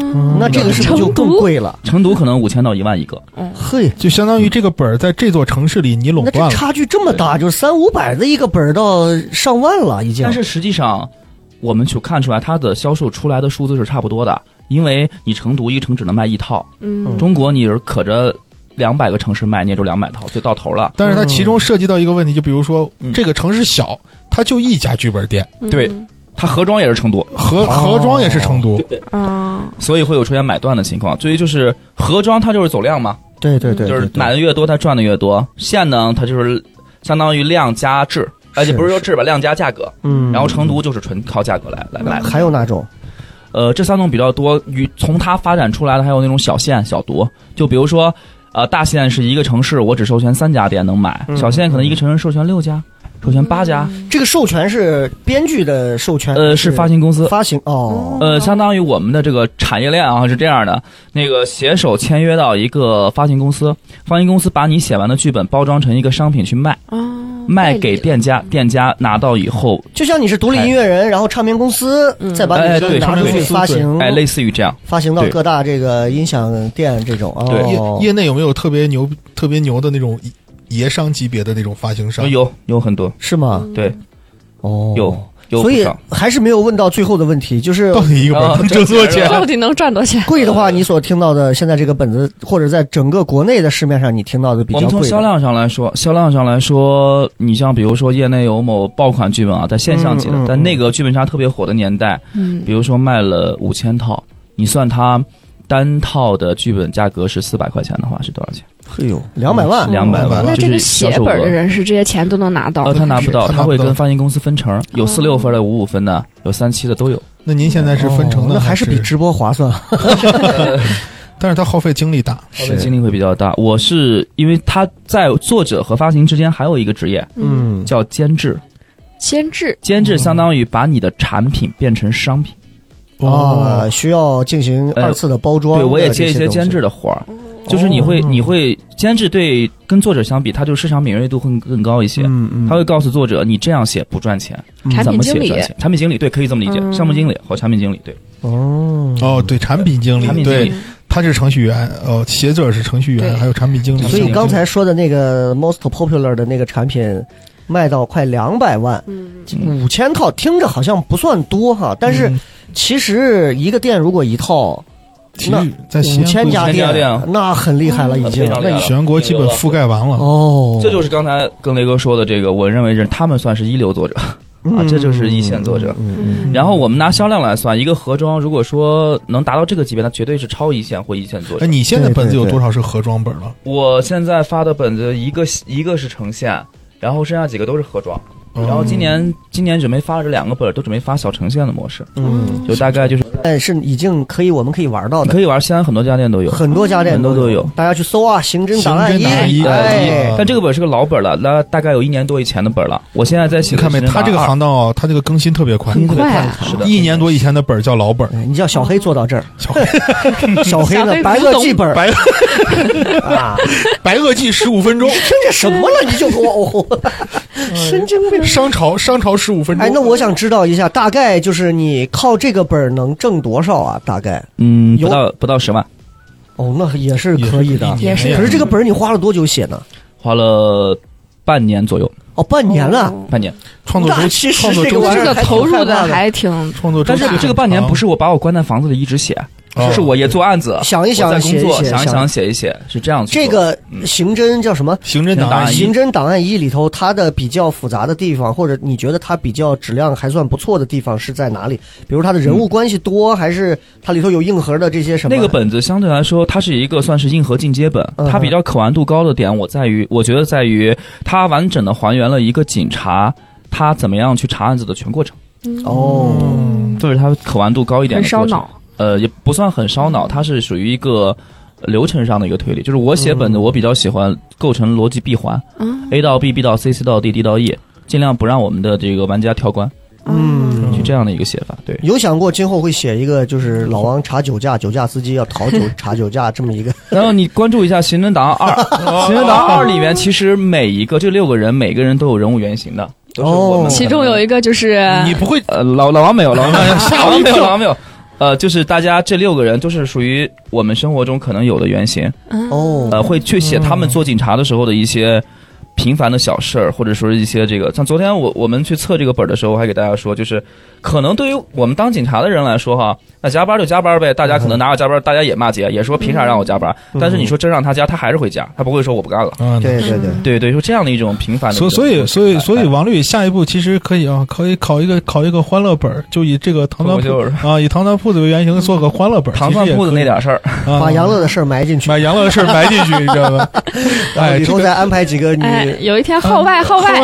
Speaker 3: 那这个是不是就更贵了？
Speaker 6: 成都可能五千到一万一个，
Speaker 3: 嘿，
Speaker 4: 就相当于这个本儿在这座城市里你垄
Speaker 3: 嗯那这
Speaker 4: 断了。
Speaker 3: 差距这么大，就是三五百的一个本儿到上万了，已经
Speaker 6: 但。是实际上我们去看出来，它的销售出来的数字是差不多的，因为你成都一城只能卖一套，
Speaker 5: 嗯
Speaker 6: 中国你是可着两百个城市卖，你也就两百套，就到头了。
Speaker 4: 但是它其中涉及到一个问题，就比如说
Speaker 6: 嗯
Speaker 4: 这个城市小，它就一家剧本店，
Speaker 5: 嗯
Speaker 6: 对它盒装也是成都，
Speaker 3: 哦
Speaker 4: 盒盒装也是成都，
Speaker 5: 啊，
Speaker 6: 所以会有出现买断的情况。至于就是盒装，它就是走量嘛，
Speaker 3: 对对对，
Speaker 6: 就是
Speaker 3: 对
Speaker 6: 买的越多，它赚的越多。线呢，它就是相当于量加质，而且
Speaker 3: 是
Speaker 6: 不是说质吧，量加价格。
Speaker 3: 嗯，
Speaker 6: 然后成都就是纯靠价格来来来的。
Speaker 3: 还有哪种？
Speaker 6: 呃，这三种比较多，与从它发展出来的还有那种小县小独，就比如说，呃，大县是一个城市，我只授权三家店能买，
Speaker 3: 嗯
Speaker 6: 小县可能一个城市授权六家，授权八家，
Speaker 3: 这个授权是编剧的授权，
Speaker 6: 呃，是发行公司。
Speaker 3: 发行哦，
Speaker 6: 呃，相当于我们的这个产业链啊是这样的，那个携手签约到一个发行公司，发行公司把你写完的剧本包装成一个商品去
Speaker 3: 哦
Speaker 6: 卖，
Speaker 5: 啊，
Speaker 6: 卖给店家，店家拿到以后，
Speaker 3: 就像你是独立音乐人，然后唱片公司
Speaker 5: 嗯
Speaker 3: 再把你
Speaker 6: 哎
Speaker 3: 这
Speaker 6: 对
Speaker 3: 拿出去发行，
Speaker 6: 哎，类似于这样。
Speaker 3: 发行到
Speaker 6: 对
Speaker 3: 各大这个音响店这种
Speaker 6: 对
Speaker 3: 哦
Speaker 4: 业。业内有没有特别牛、特别牛的那种爷商级别的那种发行
Speaker 3: 哦
Speaker 4: 商？
Speaker 6: 有有很多，
Speaker 3: 是吗？
Speaker 6: 对，
Speaker 3: 嗯哦，
Speaker 6: 有有
Speaker 3: 所
Speaker 6: 不
Speaker 3: 以
Speaker 6: 少。
Speaker 3: 还是没有问到最后的问题，哦就是
Speaker 4: 到底一个本儿能挣多少钱？
Speaker 5: 到底能赚多少 钱？
Speaker 3: 贵的话，你所听到的现在这个本子，或者在整个国内的市面上你听到的比
Speaker 6: 我
Speaker 3: 较
Speaker 6: 们从
Speaker 3: 贵
Speaker 6: 销
Speaker 3: 的，
Speaker 6: 量上来说，销量上来说，你像比如说业内有某爆款剧本啊，在现象级的，
Speaker 3: 嗯嗯
Speaker 6: 在那个剧本杀特别火的年代，
Speaker 5: 嗯
Speaker 6: 比如说卖了五千套，你算它单套的剧本价格是四百块钱的话是多少钱？
Speaker 3: 嘿哎呦，两百万，
Speaker 6: 两百万，
Speaker 5: 那
Speaker 6: 就
Speaker 5: 这
Speaker 6: 是
Speaker 5: 个
Speaker 6: 销
Speaker 5: 写
Speaker 6: 售
Speaker 5: 本的
Speaker 6: 额。
Speaker 5: 人是这些钱都能拿到
Speaker 6: 呃，
Speaker 5: 的，
Speaker 6: 他拿不到，
Speaker 4: 他拿
Speaker 6: 他会
Speaker 4: 不到
Speaker 6: 跟发行公司分成，有四六分的、五五分的，有三七的都有。
Speaker 4: 那您现在是分成
Speaker 3: 哦
Speaker 4: 的，
Speaker 3: 那还是比直播划算。啊
Speaker 4: 但是它耗费精力大。
Speaker 6: 稍微精力会比较大。我是因为他在作者和发行之间还有一个职业
Speaker 3: 嗯，
Speaker 6: 叫监制，
Speaker 5: 监制
Speaker 6: 监制相当于把你的产品变成商品。
Speaker 4: 嗯哦
Speaker 3: 啊，需要进行二次的包装的
Speaker 6: 哦
Speaker 3: 这东
Speaker 6: 对，
Speaker 3: 西。
Speaker 6: 我也接一些监制的活
Speaker 5: 哦
Speaker 6: 儿，就是你会、你会监制对跟作者相比，他就市场敏锐度会更高一些。
Speaker 3: 嗯，嗯
Speaker 6: 他会告诉作者，你这样写不赚钱，
Speaker 5: 产
Speaker 6: 怎
Speaker 5: 品
Speaker 6: 么嗯写
Speaker 5: 经理
Speaker 6: 赚，钱？产品经理对，可以这么理解，
Speaker 5: 嗯
Speaker 6: 项目经理和产品经理对，
Speaker 3: 哦，
Speaker 4: 哦，对，产品经
Speaker 6: 产
Speaker 4: 理，
Speaker 6: 品经
Speaker 4: 对
Speaker 6: 理，
Speaker 4: 他是程序员，哦，写者是程序
Speaker 5: 对
Speaker 4: 员，还有产品经理。
Speaker 3: 所以
Speaker 6: 行
Speaker 3: 刚才说的那个 most popular 的那个产品，卖到快两百万，
Speaker 5: 嗯
Speaker 6: 嗯
Speaker 3: 五千套，听着好像不算多哈，但是
Speaker 4: 嗯
Speaker 3: 其实一个店如果一套，
Speaker 4: 其
Speaker 3: 那
Speaker 4: 实在西
Speaker 3: 五
Speaker 4: 安
Speaker 3: 千
Speaker 4: 不
Speaker 3: 家
Speaker 6: 5000家店嗯
Speaker 3: 那很厉害了已经
Speaker 6: 非。常厉
Speaker 4: 那
Speaker 6: 害
Speaker 4: 你全国基本覆盖完了。
Speaker 3: 哦，
Speaker 6: 这就是刚才跟雷哥说的这个，我认为是他们算是一流作者。啊这就是一线作者
Speaker 3: 嗯嗯。嗯嗯
Speaker 6: 然后我们拿销量来算，一个盒装如果说能达到这个级别，它绝对是超一线或一线作
Speaker 4: 哎，
Speaker 6: 者。
Speaker 4: 你现在本子有
Speaker 3: 对对对
Speaker 4: 多少是盒装本了？
Speaker 6: 我现在发的本子，一个一个是呈现，然后剩下几个都是盒装。
Speaker 4: 嗯
Speaker 6: 然后今年今年准备发了这两个本儿，都准备发小呈现的模式，
Speaker 3: 嗯，
Speaker 6: 就大概就是
Speaker 3: 但是已经可以，我们可以玩到
Speaker 6: 你
Speaker 3: 的，
Speaker 6: 可以玩西安很多家店都有，
Speaker 3: 很多家店
Speaker 6: 很多都有。
Speaker 3: 大家去搜啊，《刑侦档案
Speaker 4: 刑侦档案
Speaker 3: 一
Speaker 4: 一》
Speaker 3: 哎
Speaker 4: 嗯，
Speaker 6: 呃但这个本儿是个老本儿了，那大概有一年多以前的本儿了。我现在在
Speaker 4: 你
Speaker 6: 写
Speaker 4: 看
Speaker 6: 的
Speaker 4: 没？
Speaker 6: 是那个
Speaker 4: 他这个
Speaker 6: 二
Speaker 4: 行当哦，他这个更新特别快，
Speaker 5: 很快啊
Speaker 6: 嗯是的，嗯
Speaker 4: 一年多以前的本儿叫老本儿，
Speaker 3: 你叫小黑做到这儿，
Speaker 4: 小黑
Speaker 3: 小黑
Speaker 5: 小
Speaker 3: 呢
Speaker 5: 黑
Speaker 3: 白
Speaker 5: 古
Speaker 3: 垩
Speaker 5: 董
Speaker 3: 记本 儿
Speaker 4: 白
Speaker 3: 啊，
Speaker 4: 白垩纪十五分 钟，
Speaker 3: 听见什么了？你就 哦给我神经病！
Speaker 4: 商朝商朝十五分钟。
Speaker 3: 哎，那我想知道一下，大概就是你靠这个本儿能挣多少啊？大概
Speaker 6: 嗯，不
Speaker 3: 有
Speaker 6: 到不到十万，
Speaker 3: 哦，那也是可以的。嗯
Speaker 4: 也是
Speaker 5: 也
Speaker 3: 可是这个本儿你花了多久写呢？
Speaker 6: 花了半年左右，
Speaker 3: 哦，半年了。
Speaker 6: 半年。
Speaker 4: 创作
Speaker 3: 那
Speaker 4: 周
Speaker 3: 其
Speaker 4: 期，
Speaker 3: 实
Speaker 4: 创作
Speaker 3: 这
Speaker 4: 周
Speaker 3: 玩意
Speaker 5: 嗯这
Speaker 3: 儿
Speaker 4: 期，
Speaker 5: 个
Speaker 3: 还挺
Speaker 5: 投入
Speaker 3: 害怕
Speaker 5: 的
Speaker 3: 的
Speaker 5: 还挺
Speaker 4: 创作周
Speaker 6: 但
Speaker 4: 期
Speaker 6: 是
Speaker 4: 很
Speaker 6: 这个半年
Speaker 4: 长
Speaker 6: 不是我把我关在房子里一直写，
Speaker 4: 哦
Speaker 6: 是我也做案子，
Speaker 3: 想一想
Speaker 6: 我在工作
Speaker 3: 写一写
Speaker 6: 想一
Speaker 3: 想
Speaker 6: 想，写一写，是这样去做
Speaker 3: 这个刑侦叫什么？
Speaker 4: 刑侦档
Speaker 6: 档
Speaker 4: 案
Speaker 6: 案
Speaker 4: 一
Speaker 6: 一
Speaker 3: 刑侦档案一里头，它的比较复杂的地方，或者你觉得它比较质量还算不错的地方是在哪里？比如它的人物关系多，还是它里头有硬核的这些什么？
Speaker 6: 那个本子相对来说，它是一个算是硬核进阶本，
Speaker 3: 嗯哼
Speaker 6: 它比较可玩度高的点，我在于，我觉得在于它完整的还原了一个警察他怎么样去查案子的全过程，
Speaker 3: 哦，
Speaker 6: 这是他可玩度高一点
Speaker 5: 很
Speaker 6: 的
Speaker 5: 烧
Speaker 6: 过程。
Speaker 5: 脑，
Speaker 6: 呃，也不算很烧脑，它是属于一个流程上的一个推理。就是我写本子，
Speaker 3: 嗯
Speaker 6: 我比较喜欢构成逻辑闭环、
Speaker 5: 嗯
Speaker 6: a 到 B，B 到 C，C 到 D，D 到 E，尽量不让我们的这个玩家跳关，
Speaker 3: 嗯
Speaker 6: 就这样的一个写法。对，
Speaker 3: 有想过今后会写一个，就是老王查酒驾，酒驾司机要 讨酒查酒驾这么一个？
Speaker 6: 然后你关注一下《刑侦档案二》，《刑侦档案二》里面其实每一个这六个人，每个人都有人物原型的，都是我们可
Speaker 3: 哦
Speaker 6: 能
Speaker 5: 其中有一个就是
Speaker 4: 你不会
Speaker 6: 呃，老老王没有，老王没有，
Speaker 4: 吓
Speaker 6: 老
Speaker 4: 我
Speaker 6: 王
Speaker 4: 一
Speaker 6: 没有，
Speaker 4: 跳
Speaker 6: 老王没有。呃，就是大家这六个人都是属于我们生活中可能有的原型，
Speaker 5: 嗯
Speaker 3: 哦，
Speaker 6: 呃，会去写他们做警察的时候的一些平凡的小事儿，或者说是一些这个。像昨天我我们去测这个本儿的时候，我还给大家说，就是可能对于我们当警察的人来说哈，那加班就加班呗，大家可能哪有加班，大家也骂街，也说凭啥让我加班。但是你说真让他加，他还是会加，他不会说我不干了。
Speaker 4: 嗯，
Speaker 3: 对对对，
Speaker 6: 对对，就这样的一种平凡的一
Speaker 4: 所
Speaker 6: 种
Speaker 4: 所以所以所以
Speaker 6: 哎
Speaker 4: 王律下一步其实可以啊，可以考一个考一个欢乐本儿，就以这个糖
Speaker 6: 脱
Speaker 4: 蒜
Speaker 6: 口秀是吧
Speaker 4: 铺啊，以糖蒜铺子为原型做个欢乐本儿，
Speaker 6: 糖蒜铺子那点儿事儿，
Speaker 4: 其实也可以
Speaker 3: 把杨
Speaker 4: 啊
Speaker 3: 乐的事儿埋进去
Speaker 4: 把，杨乐的事儿埋进去，你知 道吧？
Speaker 3: 然后
Speaker 4: 哎，
Speaker 3: 里
Speaker 4: 这
Speaker 3: 头
Speaker 4: 个
Speaker 3: 再安排几个女
Speaker 5: 哎，有一天号外号外，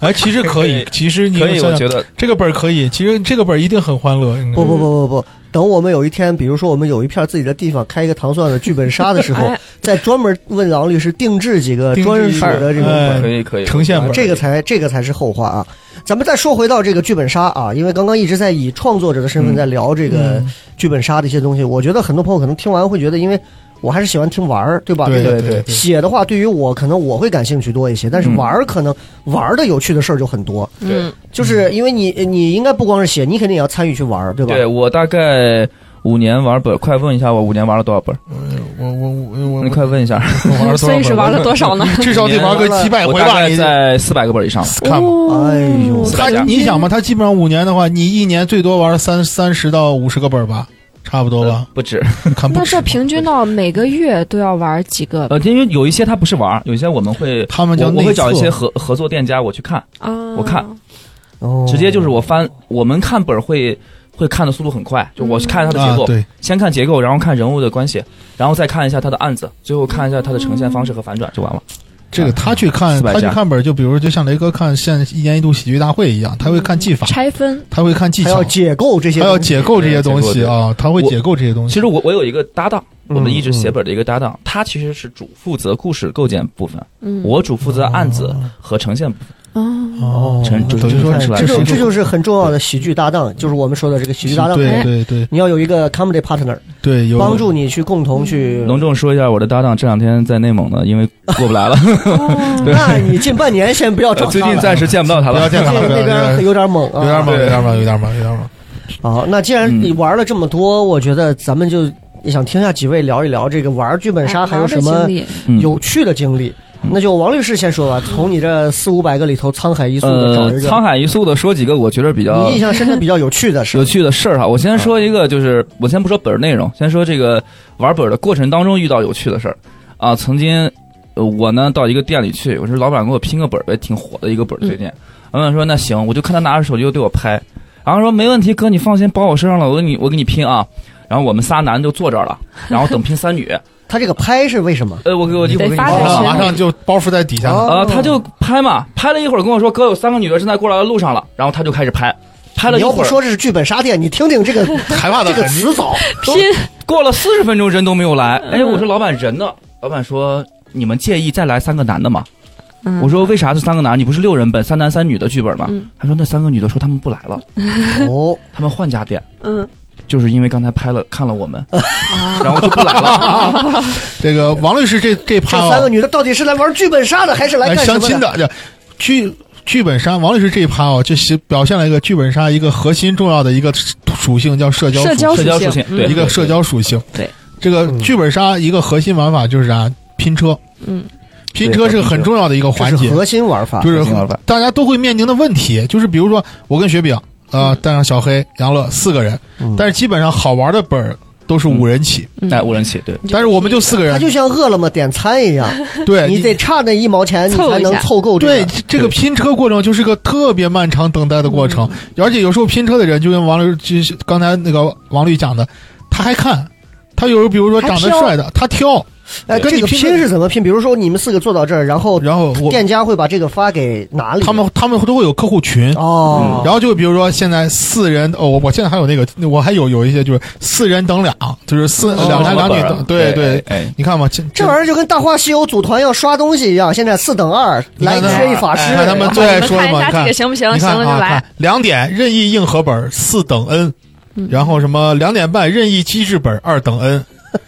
Speaker 4: 哎，其实可 以，其实你
Speaker 6: 可以，
Speaker 4: 想
Speaker 6: 我
Speaker 4: 想
Speaker 6: 觉得
Speaker 4: 这个本儿可以，其实这个本儿一定很欢乐。嗯你知道
Speaker 3: 不不
Speaker 4: 吗
Speaker 3: 不不不，等我们有一天，比如说我们有一片自己的地方，开一个糖蒜的剧本杀的时候
Speaker 5: 哎，
Speaker 3: 再专门问王律师定制几个
Speaker 4: 定制
Speaker 3: 专属的这种
Speaker 4: 哎
Speaker 3: 本
Speaker 6: 可以可以
Speaker 4: 呈现
Speaker 3: 啊
Speaker 4: 本儿，
Speaker 3: 这个才这个才是后话啊。咱们再说回到这个剧本杀啊，因为刚刚一直在以创作者的身份在聊这个
Speaker 4: 嗯
Speaker 3: 剧本杀的一些东西，我觉得很多朋友可能听完会觉得，因为我还是喜欢听玩儿，对吧？
Speaker 4: 对
Speaker 3: 这个
Speaker 4: 对对对
Speaker 3: 写的话，对于我可能我会感兴趣多一些，但是
Speaker 6: 嗯
Speaker 3: 玩儿可能玩儿的有趣的事儿就很多，
Speaker 5: 嗯，
Speaker 3: 就是因为你你应该不光是写，你肯定也要参与去玩儿，对吧？
Speaker 6: 对我大概五年玩本儿，快问一下我五年玩了多少本儿？
Speaker 4: 嗯我我我我
Speaker 6: 你快问一下，
Speaker 4: 我玩了多少
Speaker 5: 所以是
Speaker 4: 本儿
Speaker 5: 玩了多少呢？
Speaker 4: 至少得玩个几百
Speaker 6: 我
Speaker 4: 哎回
Speaker 6: 大
Speaker 4: 吧？
Speaker 6: 概
Speaker 4: 你
Speaker 6: 在四百个本儿以上。
Speaker 4: 看吧。
Speaker 5: 嗯
Speaker 3: 哎呦
Speaker 6: 四
Speaker 4: 他
Speaker 6: 百家
Speaker 4: 你想嘛，他基本上五年的话，你一年最多玩三三十到五十个本儿吧，差不多吧
Speaker 6: 呃？不止，
Speaker 4: 看不
Speaker 5: 那
Speaker 4: 止
Speaker 5: 这平均到每个月都要玩几个
Speaker 6: 呃，因为有一些它不是玩儿，有一些我们会，
Speaker 4: 他们叫
Speaker 6: 我我会
Speaker 4: 内
Speaker 6: 找一
Speaker 4: 测
Speaker 6: 些合合作店家，我去看，
Speaker 5: 啊？
Speaker 6: 我看
Speaker 3: 哦，
Speaker 6: 直接就是我翻，我们看本儿会会看的速度很快，就我去看它的结
Speaker 4: 啊
Speaker 6: 构，，
Speaker 4: 对，
Speaker 6: 先看结构，然后看人物的关系，然后再看一下它的案子，最后看一下它的呈现方式和反转就完了。
Speaker 4: 这个他去看，
Speaker 6: 400
Speaker 4: 他去
Speaker 6: 嗯家
Speaker 4: 看本儿，就比如就像雷哥看现一年一度喜剧大会一样，他会看技法，
Speaker 5: 拆分，
Speaker 4: 他会看技
Speaker 3: 还
Speaker 4: 巧
Speaker 3: 要，解构这些
Speaker 4: 他
Speaker 3: 东西，
Speaker 4: 要解构这些东
Speaker 6: 对
Speaker 4: 西
Speaker 6: 解构
Speaker 4: 啊，他会
Speaker 6: 我
Speaker 4: 解构这些东西。
Speaker 6: 其实我我有一个搭档，
Speaker 3: 嗯
Speaker 6: 我们一直写本的一个搭档，他其实是主负责故事构建部分，
Speaker 5: 嗯，
Speaker 6: 我主负责案子和呈现部分。
Speaker 5: 哦，
Speaker 4: 哦
Speaker 6: 陈
Speaker 4: 等
Speaker 6: 陈
Speaker 4: 于说
Speaker 6: 看出
Speaker 3: 哎
Speaker 6: 来
Speaker 3: 这
Speaker 6: 是
Speaker 3: 就
Speaker 6: 吧
Speaker 3: 这就是很重要的喜剧搭档，就是我们说的这个喜剧搭档。
Speaker 4: 对对对
Speaker 3: 你要有一个 comedy partner，
Speaker 4: 对，有
Speaker 3: 帮助你去共同去。
Speaker 6: 隆重说一下，我的搭档这两天在内蒙呢，因为过不 来了，对
Speaker 3: 那你近半年先不要找
Speaker 6: 呃
Speaker 3: 他
Speaker 6: 最近
Speaker 3: 了
Speaker 6: 暂时见不到他
Speaker 4: 不要
Speaker 6: 了。
Speaker 4: 见他了，
Speaker 3: 这
Speaker 4: 不
Speaker 3: 个
Speaker 4: 要
Speaker 3: 那
Speaker 4: 见他
Speaker 3: 边
Speaker 4: 了
Speaker 3: 有点猛
Speaker 4: 有点
Speaker 3: 啊。
Speaker 4: 猛，有点猛，有点猛，有点猛。
Speaker 3: 好，那既然你玩了这么多，我觉得咱们就想听下几位聊一聊这个玩剧本杀还有什
Speaker 5: 哎玩的
Speaker 3: 么
Speaker 5: 经历
Speaker 6: 嗯
Speaker 3: 有趣的经历。
Speaker 6: 嗯
Speaker 3: 那就王律师先说吧，从你这四五百个里头沧海一粟的找
Speaker 6: 呃，
Speaker 3: 一
Speaker 6: 沧
Speaker 3: 个
Speaker 6: 海一粟的说几个我觉得比较
Speaker 3: 你印象啊深的比较有趣的事
Speaker 6: 有。趣的事儿哈。我先说一个，就是我先不说本儿内容，先说这个玩本儿的过程当中遇到有趣的事儿啊。曾经呃我呢到一个店里去，我说老板给我拼个本儿呗，挺火的一个本
Speaker 3: 嗯
Speaker 6: 儿推荐。老板说那行，我就看他拿着手机就对我拍，然后说没问题，哥你放心，包我身上了，我给你我给你拼啊。然后我们仨男就坐这儿了，然后等拼三女。
Speaker 3: 他这个拍是为什么？哦
Speaker 6: 呃，我给我一会儿
Speaker 5: 得
Speaker 6: 给你
Speaker 5: 发
Speaker 6: 包
Speaker 5: 展
Speaker 6: 啊
Speaker 5: 起来
Speaker 4: 马上就包袱在底下了。
Speaker 6: 呃，他
Speaker 5: 哦
Speaker 6: 就拍嘛，拍了一会儿跟我说，哥有三个女的正在过来的路上了，然后他就开始拍，拍了
Speaker 3: 你
Speaker 6: 一
Speaker 3: 要
Speaker 6: 会
Speaker 3: 不
Speaker 6: 儿，
Speaker 3: 说这是剧本杀店，你听听这个
Speaker 4: 害怕的
Speaker 3: 这个
Speaker 4: 很。
Speaker 3: 词藻。
Speaker 6: 过了四十分钟人都没有来，哎，
Speaker 5: 嗯
Speaker 6: 我说老板人呢？老板说你们介意再来三个男的吗？
Speaker 5: 嗯
Speaker 6: 我说为啥这三个男？你不是六人本三男三女的剧本吗？
Speaker 5: 嗯
Speaker 6: 他说那三个女的说他们不来了，
Speaker 3: 哦，
Speaker 6: 他们换家店，
Speaker 5: 嗯哦
Speaker 6: 就是因为刚才拍了看了我们，然后就不来了。
Speaker 4: 这个王律师这这
Speaker 3: 这
Speaker 4: 趴
Speaker 3: 三个
Speaker 4: 啊，
Speaker 3: 女的到底是来玩剧本杀的，还是来
Speaker 4: 来
Speaker 3: 干什
Speaker 4: 相
Speaker 3: 么
Speaker 4: 亲？的这剧剧本杀，王律师这一趴哦，就写表现了一个剧本杀一个核心重要的一个属性叫社交属
Speaker 5: 社
Speaker 4: 性
Speaker 5: 交
Speaker 6: 社交
Speaker 5: 属
Speaker 6: 属性对
Speaker 4: 一个社交属性。
Speaker 6: 对，
Speaker 4: 这个剧本杀一个核心玩法就是啥、拼车，
Speaker 5: 嗯，
Speaker 4: 拼车是很重要的一个
Speaker 3: 这
Speaker 4: 环
Speaker 3: 是
Speaker 4: 节，
Speaker 3: 核心玩法
Speaker 4: 就。是
Speaker 6: 核心玩法
Speaker 4: 大家都会面临的问题，就是比如说我跟雪饼啊、呃带上小黑、杨乐四个人，
Speaker 3: 嗯
Speaker 4: 但是基本上好玩的本儿都是五人起，
Speaker 5: 嗯
Speaker 6: 哎，五人起对，
Speaker 4: 但是我们就四个
Speaker 3: 它
Speaker 4: 人，
Speaker 3: 就像饿了么点餐一样，
Speaker 4: 对
Speaker 3: 你得差那一毛钱，你
Speaker 5: 凑一
Speaker 3: 才能
Speaker 5: 下
Speaker 3: 凑够这
Speaker 4: 对
Speaker 3: 个。
Speaker 4: 这个拼车过程就是个特别漫长等待的过程，
Speaker 3: 嗯
Speaker 4: 而且有时候拼车的人就跟王律就是刚才那个王律讲的，他还看，他有时候比如说长得
Speaker 5: 还挑
Speaker 4: 帅的，他挑，
Speaker 3: 哎，
Speaker 4: 跟
Speaker 3: 这
Speaker 4: 你
Speaker 3: 个
Speaker 4: 拼的
Speaker 3: 拼是怎么拼？比如说你们四个坐到这儿，然后
Speaker 4: 然后我
Speaker 3: 店家会把这个发给哪里？
Speaker 4: 他们他们都会有客户群。
Speaker 6: 嗯
Speaker 3: 哦，
Speaker 4: 然后就比如说现在四人哦，我我现在还有那个，我还有有一些就是四人等两，就是四、
Speaker 3: 哦
Speaker 4: 两男两女
Speaker 6: 本儿
Speaker 4: 等，对对，
Speaker 6: 哎，哎
Speaker 4: 你看嘛，这
Speaker 3: 这玩意儿就跟《大话西游》组团要刷东西一样，现在四等二
Speaker 4: 你
Speaker 3: 来
Speaker 4: 看他哎
Speaker 3: 缺一法师
Speaker 4: 你，看他们最爱说的
Speaker 5: 哎你们
Speaker 4: 嘛，
Speaker 5: 看
Speaker 4: 你看
Speaker 5: 一下这个行不行
Speaker 4: 你看
Speaker 5: 行了就
Speaker 4: 啊
Speaker 5: 来
Speaker 4: 看两点任意硬核本儿四等 n，然后什么两点半任意机制本儿二等 n，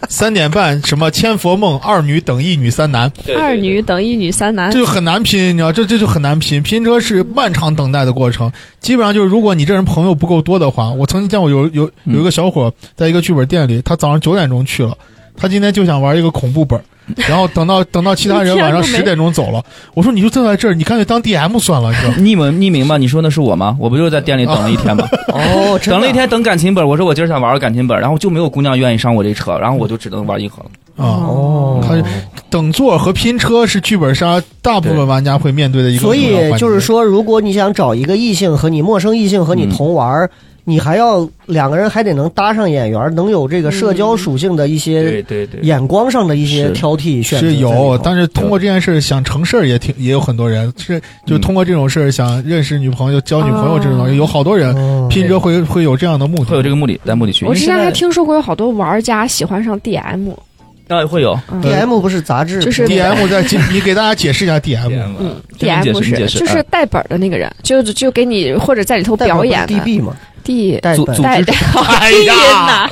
Speaker 4: 三点半什么千佛梦二女等一女三男，
Speaker 6: 对对
Speaker 5: 二
Speaker 6: 对
Speaker 5: 女等一女三男
Speaker 3: 啊
Speaker 4: 这，就很难拼，你知道，这这就很难拼。拼车是漫长等待的过程，基本上就是如果你这人朋友不够多的话，我曾经见过有有
Speaker 3: 嗯
Speaker 4: 有一个小伙在一个剧本店里，他早上九点钟去了，他今天就想玩一个恐怖 本儿。然后等到等到其他人晚上
Speaker 5: 一天都没
Speaker 4: 十点钟走了，我说你就坐在这儿，你干脆当 DM 算了，你 知道吗？
Speaker 6: 你们你明白？你说那是我吗？我不就是在店里等了一天吗？
Speaker 3: 哦，真的
Speaker 5: 啊
Speaker 6: 等了一天等感情本，我说我今儿想玩个感情本，然后就没有姑娘愿意上我这车，然后我就只能玩硬核了。
Speaker 4: 啊、
Speaker 3: 哦，
Speaker 4: 他等座和拼车是剧本杀大部分玩家会面对的一个
Speaker 3: 所
Speaker 4: 重要环
Speaker 3: 以
Speaker 4: 节
Speaker 3: 就是，说，如果你想找一个异性和你陌生异性
Speaker 6: 嗯
Speaker 3: 和你同玩儿，你还要两个人还得能搭上眼缘儿，能有这个社
Speaker 5: 嗯
Speaker 3: 交属性的一些
Speaker 6: 对对
Speaker 3: 眼光上的一些
Speaker 6: 是
Speaker 3: 挑剔选择在
Speaker 4: 是
Speaker 3: 里头。
Speaker 4: 有，但是通过这件事儿想成事儿也挺也有很多人是就
Speaker 6: 嗯
Speaker 4: 通过这种事儿想认识女朋友、交女朋友这种东西，
Speaker 5: 哦
Speaker 4: 有好多人
Speaker 3: 哦
Speaker 4: 拼车会会有这样的目的，
Speaker 6: 嗯会有这个目的在目的区，
Speaker 5: 我之前
Speaker 6: 因为
Speaker 5: 还
Speaker 6: 现
Speaker 5: 听说过有好多玩家喜欢上 DM，
Speaker 6: 在啊会有
Speaker 5: 嗯
Speaker 3: DM 不是杂志，
Speaker 5: 就是对
Speaker 4: DM 在进，你给大家解释一下 DM。
Speaker 5: 嗯
Speaker 6: 这能解
Speaker 5: ，DM
Speaker 6: 释
Speaker 5: 是
Speaker 6: 能解释
Speaker 5: 就是
Speaker 6: 嗯
Speaker 5: 带本儿的那个人，就就给你或者在里头
Speaker 3: 代表
Speaker 5: 表演
Speaker 3: 不是 DB 嘛，
Speaker 5: 地
Speaker 3: 代
Speaker 6: 组
Speaker 3: 本
Speaker 6: 组
Speaker 5: 带
Speaker 6: 织。
Speaker 5: 哎
Speaker 4: 呀，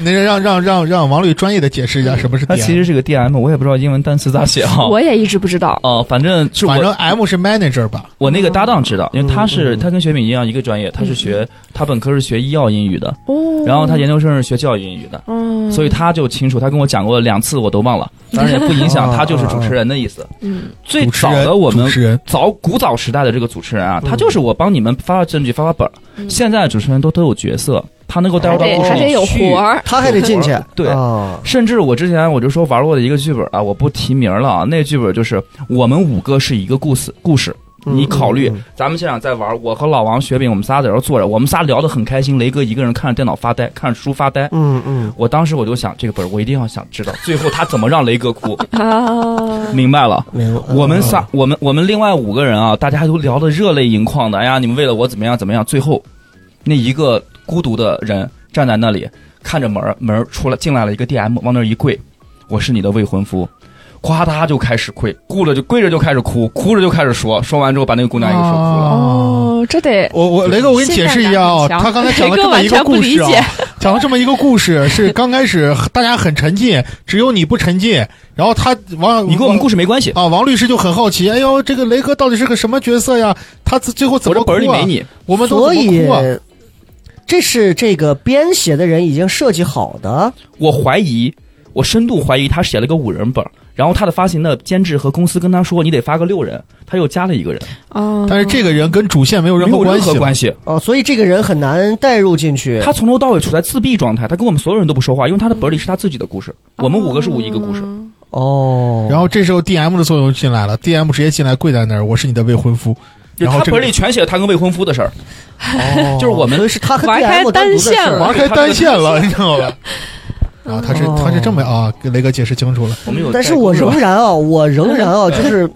Speaker 4: 那让让让让王律专业的解释一下什么是
Speaker 6: 它其
Speaker 4: DM。
Speaker 6: 实是个 DM，我也不知道英文单词咋写哈。
Speaker 5: 我也一直不知道，
Speaker 6: 哦，反正是
Speaker 4: 反
Speaker 6: 我
Speaker 4: 正 M 是 manager 吧，
Speaker 6: 我那个搭档知道，因为他是
Speaker 3: 嗯嗯
Speaker 6: 他跟雪敏一样一个专业，他是
Speaker 5: 嗯
Speaker 6: 学他本科是学医药英语的，
Speaker 5: 哦，
Speaker 6: 然后他研究生是学教育英语的，
Speaker 5: 嗯，
Speaker 6: 所以他就清楚，他跟我讲过两次，我都忘了，当然也不影响，他就是主持人的意思。
Speaker 5: 嗯
Speaker 6: 最
Speaker 4: 主持
Speaker 6: 早
Speaker 4: 人
Speaker 6: 的我
Speaker 4: 主
Speaker 6: 们
Speaker 4: 持人
Speaker 6: 早古早时代的这个主持人啊，
Speaker 3: 嗯
Speaker 6: 他就是我帮你们发发证据、发发本儿。
Speaker 5: 嗯
Speaker 6: 现在的主持人都都有角色，他能够带入
Speaker 5: 还
Speaker 6: 到
Speaker 5: 得
Speaker 6: 故事
Speaker 5: 还得
Speaker 6: 里
Speaker 5: 有
Speaker 6: 去
Speaker 5: 活。儿，
Speaker 3: 他还得进去，
Speaker 6: 对
Speaker 3: 啊
Speaker 6: 甚至我之前我就说玩过的一个剧本啊，我不提名了啊，那剧本就是我们五个是一个故事故事。
Speaker 3: 嗯
Speaker 6: 你考虑
Speaker 3: 嗯嗯，
Speaker 6: 咱们现场在玩，我和老王、雪饼，我们仨在这儿坐着，我们仨聊得很开心。雷哥一个人看着电脑发呆，看着书发呆。
Speaker 3: 嗯嗯，
Speaker 6: 我当时我就想，这个本儿我一定要想知道最后他怎么让雷 哥哭。
Speaker 5: 啊，
Speaker 6: 明白了，
Speaker 3: 明白
Speaker 4: 嗯
Speaker 6: 我们仨，我们我们另外五个人啊，大家都聊得热泪盈眶的。哎呀，你们为了我怎么样怎么样？最后，那一个孤独的人站在那里，看着门儿门儿出来进来了一个 DM，往那儿一跪，我是你的未婚夫，夸嗒就开始跪，跪着就跪着就开始哭，哭着就开始说，说完之后把那个姑娘给说哭了。
Speaker 5: 哦，这得
Speaker 4: 我我雷哥，我给你解释一下啊、
Speaker 5: 现代感很强
Speaker 4: 他刚才讲了这么一个故事
Speaker 5: 雷哥完全不理解
Speaker 4: 啊，讲了这么一个故事，是刚开始大家很沉浸，只有你不沉浸，然后他王
Speaker 6: 你跟我们故事没关系，
Speaker 4: 啊，王律师就很好奇，哎呦，这个雷哥到底是个什么角色呀？他最最后怎
Speaker 6: 我
Speaker 4: 么
Speaker 6: 这
Speaker 4: 哭
Speaker 6: 本儿里
Speaker 4: 啊
Speaker 6: 没？你。
Speaker 4: 我们都
Speaker 3: 所
Speaker 4: 怎么
Speaker 3: 以
Speaker 4: 哭啊？
Speaker 3: 这是这个编写的人已经设计好的，
Speaker 6: 我怀疑，我深度怀疑他写了个五人本儿，然后他的发行的监制和公司跟他说，你得发个六人，他又加了一个人，
Speaker 5: 哦，
Speaker 4: 但是这个人跟主线没有任
Speaker 6: 没
Speaker 4: 何
Speaker 6: 有
Speaker 4: 关
Speaker 6: 任
Speaker 4: 系
Speaker 6: 何
Speaker 4: 嘛，
Speaker 6: 关系。
Speaker 3: 哦，所以这个人很难带入进去。
Speaker 6: 他从头到尾处在自闭状态，他跟我们所有人都不说话，因为他的本里是他自己的故事。我们五个是五一个故事，
Speaker 3: 嗯哦，
Speaker 4: 然后这时候 DM 的作用进来了，DM 直接进来跪在那儿，我是你的未婚夫。
Speaker 6: 就
Speaker 4: 然后
Speaker 6: 他
Speaker 4: 这
Speaker 6: 本
Speaker 4: 个
Speaker 6: 里全写了他跟未婚夫的事儿。
Speaker 3: 哦
Speaker 6: 就是我们
Speaker 3: 所以是他和
Speaker 5: 玩
Speaker 3: DM
Speaker 5: 开
Speaker 3: 单独
Speaker 5: 单
Speaker 3: 的
Speaker 5: 线
Speaker 3: 事儿
Speaker 6: 呃
Speaker 5: 了
Speaker 4: 玩开单线了，你知道吧？啊，他是
Speaker 3: 哦
Speaker 4: 他是这么啊，给雷哥解释清楚了。
Speaker 6: 我们有，
Speaker 3: 但是我仍然啊，我仍然啊，就是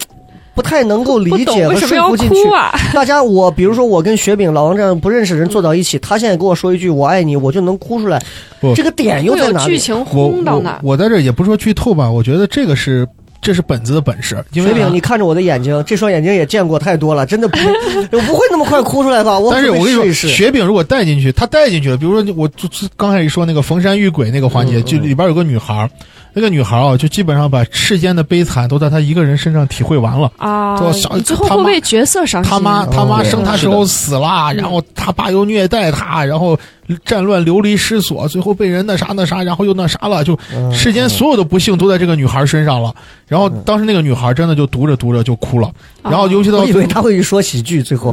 Speaker 3: 不太能够
Speaker 5: 不
Speaker 3: 理
Speaker 5: 懂
Speaker 3: 解和
Speaker 5: 为什么
Speaker 3: 说
Speaker 5: 要
Speaker 3: 服 进去。
Speaker 5: 哭啊？
Speaker 3: 大家，我比如说我跟雪饼、老王这样不认识的人坐到一起，他现在跟我说一句“我爱你”，我就能哭出来
Speaker 4: 不。
Speaker 3: 这个点又
Speaker 5: 会
Speaker 3: 在
Speaker 5: 有
Speaker 3: 哪
Speaker 5: 剧
Speaker 3: 里？
Speaker 5: 情啊
Speaker 4: 我
Speaker 5: 轰到那
Speaker 4: 我
Speaker 5: 儿，
Speaker 4: 我在这儿也不说剧透吧，我觉得这个是这是本子的本事，因为
Speaker 3: 雪饼，你看着我的眼睛，这双眼睛也见过太多了，真的不，我不会 那么快哭出来吧？我
Speaker 4: 但是
Speaker 3: 会
Speaker 4: 我跟你说，
Speaker 3: 试一试
Speaker 4: 雪饼如果带进去，他带进去了，比如说我就就刚开始说那个逢山遇鬼那个环节，
Speaker 3: 嗯
Speaker 4: 就里边有个女孩儿，那个女孩儿啊，就基本上把世间的悲惨都在她一个人身上体会完了。
Speaker 5: 啊
Speaker 4: 就小，
Speaker 5: 你最后会为角色伤心。
Speaker 4: 他妈他妈
Speaker 3: 哦嗯
Speaker 4: 生他
Speaker 6: 是
Speaker 4: 时
Speaker 6: 的
Speaker 4: 候死了，然后他爸又虐待他，然后战乱流离失所，最后被人那啥那啥，然后又那啥了，就
Speaker 3: 嗯
Speaker 4: 世间所有的不幸都在这个女孩身上了。然后当时那个女孩真的就读着读着就哭了，然
Speaker 5: 啊
Speaker 4: 后尤其到
Speaker 3: 哦我以为
Speaker 4: 最
Speaker 3: 他会说喜剧，最后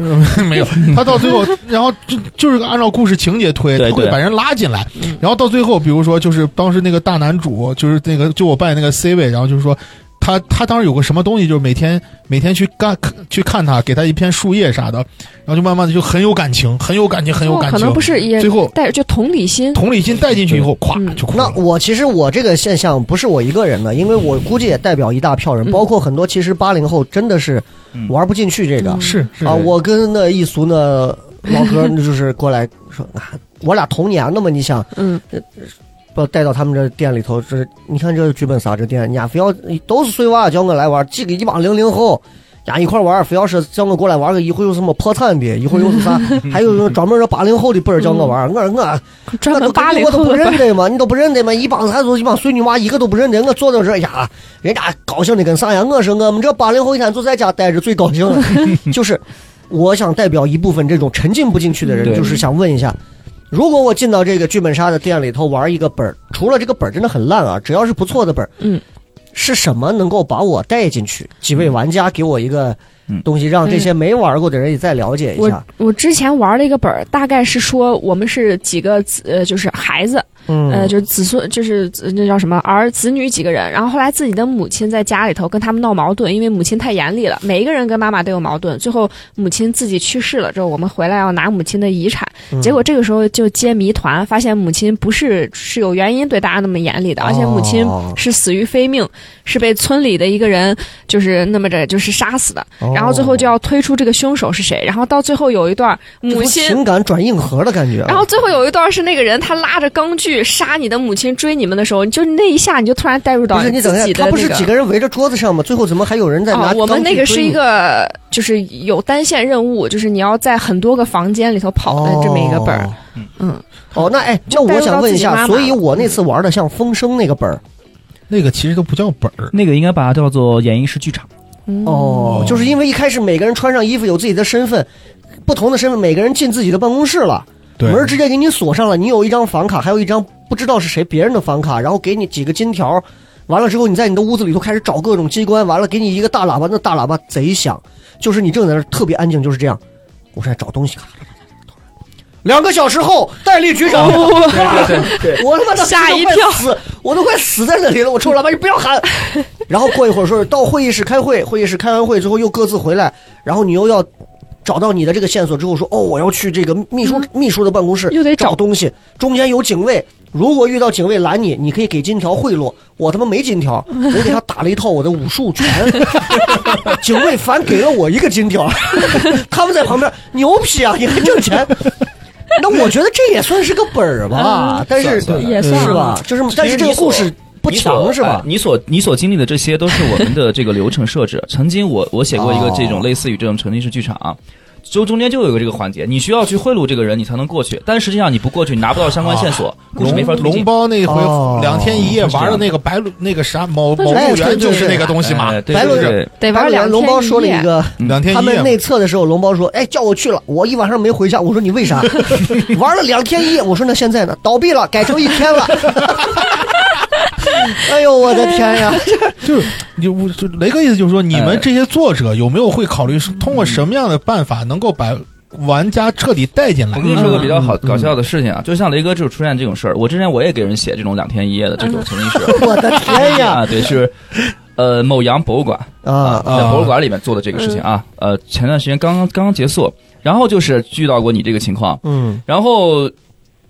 Speaker 4: 没有， 他到最后，然后就就是按照故事情节推，
Speaker 6: 对
Speaker 4: 他会
Speaker 6: 对
Speaker 4: 把人拉进来，然后到最后，比如说就是当时那个大男主，就是那个就我扮演那个 C 位，然后就是说。他他当时有个什么东西，就是每天每天去干去看他，给他一片树叶啥的，然后就慢慢的就很有感情，很有感情，很有
Speaker 5: 哦
Speaker 4: 感
Speaker 5: 可
Speaker 4: 情
Speaker 5: 能不。是也
Speaker 4: 最后
Speaker 5: 带就同理心，
Speaker 4: 同理心带进去以后，咵
Speaker 5: 嗯
Speaker 4: 就哭
Speaker 3: 那
Speaker 4: 了。
Speaker 3: 我其实我这个现象不是我一个人的，因为我估计也代表一大票人，
Speaker 5: 嗯
Speaker 3: 包括很多其实八零后真的是
Speaker 6: 嗯
Speaker 3: 玩不进去这个
Speaker 5: 嗯
Speaker 4: 是是
Speaker 3: 啊。我跟那一俗呢老 哥那就是过来说，啊我俩同年的嘛，你想
Speaker 5: 嗯，
Speaker 3: 不带到他们这店里头，这你看这剧本杀这店，伢非要都是碎娃叫我来玩，几个一帮零零后。伢一块玩，非要是叫我过来玩个，一会儿又什么破产的，一会儿又是 啥，还有专门的八零后的本儿叫我
Speaker 4: 嗯
Speaker 3: 玩，我我
Speaker 5: 专门八零
Speaker 3: 我都
Speaker 5: 后
Speaker 3: 不
Speaker 5: 的
Speaker 3: 认得嘛，你都不认得嘛，一帮啥都一帮孙女娃，一个都不认得。我坐到这儿哎呀，人家高兴的跟啥呀？我说我们这八零后一天就在家待着最高 兴了。就是，我想代表一部分这种沉浸不进去的人，
Speaker 6: 对
Speaker 3: 就是想问一下，如果我进到这个剧本杀的店里头玩一个本儿，除了这个本儿真的很烂啊，只要是不错的本儿，
Speaker 5: 嗯，
Speaker 3: 是什么能够把我带进去？几位玩家给我一个
Speaker 6: 嗯
Speaker 3: 东西，让这些没玩过的人也再了解一
Speaker 5: 我
Speaker 3: 下。
Speaker 5: 我之前玩了一个本儿，大概是说我们是几个子，呃，就是孩子，
Speaker 3: 嗯，
Speaker 5: 呃，就是子孙，就是子那叫什么儿子女几个人。然后后来自己的母亲在家里头跟他们闹矛盾，因为母亲太严厉了，每一个人跟妈妈都有矛盾。最后母亲自己去世了之后，我们回来要拿母亲的遗产，
Speaker 3: 嗯
Speaker 5: 结果这个时候就揭谜团，发现母亲不是是有原因对大家那么严厉的，而且母亲
Speaker 3: 哦
Speaker 5: 是死于非命，是被村里的一个人就是那么着就是杀死的。
Speaker 3: 哦
Speaker 5: 然后最后就要推出这个凶手是谁，然后到最后有一段母亲
Speaker 3: 情感转硬核的感觉啊。
Speaker 5: 然后最后有一段是那个人他拉着钢锯杀你的母亲追你们的时候，你就那一下你就突然带入到
Speaker 3: 不是
Speaker 5: 你
Speaker 3: 你
Speaker 5: 自
Speaker 3: 等一
Speaker 5: 己
Speaker 3: 下，
Speaker 5: 的
Speaker 3: 他
Speaker 5: 那
Speaker 3: 不是几
Speaker 5: 个。
Speaker 3: 个人围着桌子上吗？最后怎么还有人在拿、
Speaker 5: 啊、
Speaker 3: 钢
Speaker 5: 我们
Speaker 3: 锯
Speaker 5: 那个
Speaker 3: 追
Speaker 5: 是一
Speaker 3: 你
Speaker 5: 个，就是有单线任务，就是你要在很多个房间里头跑的哎这么一个本儿
Speaker 3: 哦。
Speaker 5: 嗯，
Speaker 3: 哦，那哎，那
Speaker 5: 带
Speaker 3: 我
Speaker 5: 入
Speaker 3: 想
Speaker 5: 到
Speaker 3: 问
Speaker 5: 自
Speaker 3: 一
Speaker 5: 己
Speaker 3: 下，
Speaker 5: 妈嗯
Speaker 3: 所
Speaker 5: 妈
Speaker 3: 以我那次玩的像《风声》那个本儿，
Speaker 4: 那个其实都不叫本儿，
Speaker 6: 那个应该把它叫做演艺式剧场。
Speaker 5: 嗯
Speaker 3: 哦，
Speaker 4: 嗯
Speaker 3: 就是因为一开始每个人穿上衣服，有自己的身份，不同的身份，每个人进自己的办公室了，
Speaker 4: 对
Speaker 3: 门儿直接给你锁上了，你有一张房卡，还有一张不知道是谁别人的房卡，然后给你几个金条，完了之后你在你的屋子里头开始找各种机关，完了给你一个大喇叭，那大喇叭贼响，就是你正在那儿特别安静，就是这样，我在找东西，咔两个小时后，戴笠局长。
Speaker 6: 对对对，
Speaker 3: 我他妈的
Speaker 5: 吓一
Speaker 3: 快
Speaker 5: 跳
Speaker 3: 死，我都快死在那里了！我冲我老板，你不要 喊。然后过一会儿说是到会议室开会，会议室开完会之后又各自回来，然后你又要找到你的这个线索之后说哦，我要去这个秘书、秘书的办公室，
Speaker 5: 嗯又得
Speaker 3: 找
Speaker 5: 找
Speaker 3: 东西。中间有警卫，如果遇到警卫拦你，你可以给金条贿赂。我他妈没金 条，我给他打了一套我的武术拳， 警卫反给了我一个金条， 他们在旁边牛批啊，你还挣 钱。那我觉得这也算是个本儿吧，但是
Speaker 6: 算
Speaker 5: 嗯也
Speaker 3: 是
Speaker 5: 算
Speaker 3: 吧？就是，但是这
Speaker 6: 其实
Speaker 3: 个
Speaker 6: 你所
Speaker 3: 故事不
Speaker 6: 你所
Speaker 3: 强是
Speaker 6: 哎
Speaker 3: 吧？
Speaker 6: 你所你所经历的这些都是我们的这个流程设 置。曾经我我写过一个这种类似于这种沉浸式剧场啊。就中间就有一个这个环节，你需要去贿赂这个人，你才能过去。但实际上你不过去，你拿不到相关线索，故事没法
Speaker 4: 龙
Speaker 6: 推进
Speaker 4: 龙。包那
Speaker 3: 哦
Speaker 4: 回两天一夜
Speaker 6: 是这样
Speaker 4: 玩的那个白鹿那个啥某某
Speaker 3: 哎
Speaker 4: 公
Speaker 3: 对对
Speaker 4: 园就是那个东西嘛
Speaker 6: 哎，对
Speaker 3: 白鹿
Speaker 6: 对
Speaker 3: 原
Speaker 5: 得
Speaker 6: 对，
Speaker 5: 玩两天
Speaker 3: 龙包说了
Speaker 5: 一夜
Speaker 3: 一个，
Speaker 4: 两天
Speaker 3: 他
Speaker 4: 一
Speaker 3: 们
Speaker 4: 夜
Speaker 3: 内测的时候，龙包说：“哎，叫我去了，我一晚上没回家。”我说：“你为啥？” 玩了两天一夜。我说：“那现在呢？倒闭了，改成一天了。” 哎呦，我的天呀！
Speaker 4: 就是你我就雷哥意思就是说，你们这些作者有没有会考虑是通过什么样的办法能够把玩家彻底带进来
Speaker 6: 我？跟你说个比较
Speaker 3: 嗯
Speaker 6: 好搞笑的事情啊，就像雷哥就出现这种事儿，我之前我也给人写这种两天一夜的这种沉浸式。
Speaker 3: 我的天嗯哎呀！
Speaker 6: 啊，对，是呃某洋博物馆
Speaker 3: 啊
Speaker 6: 在博物馆里面做的这个事情啊，呃前段时间刚刚刚刚结束，然后就是遇到过你这个情况，
Speaker 3: 嗯，
Speaker 6: 然后。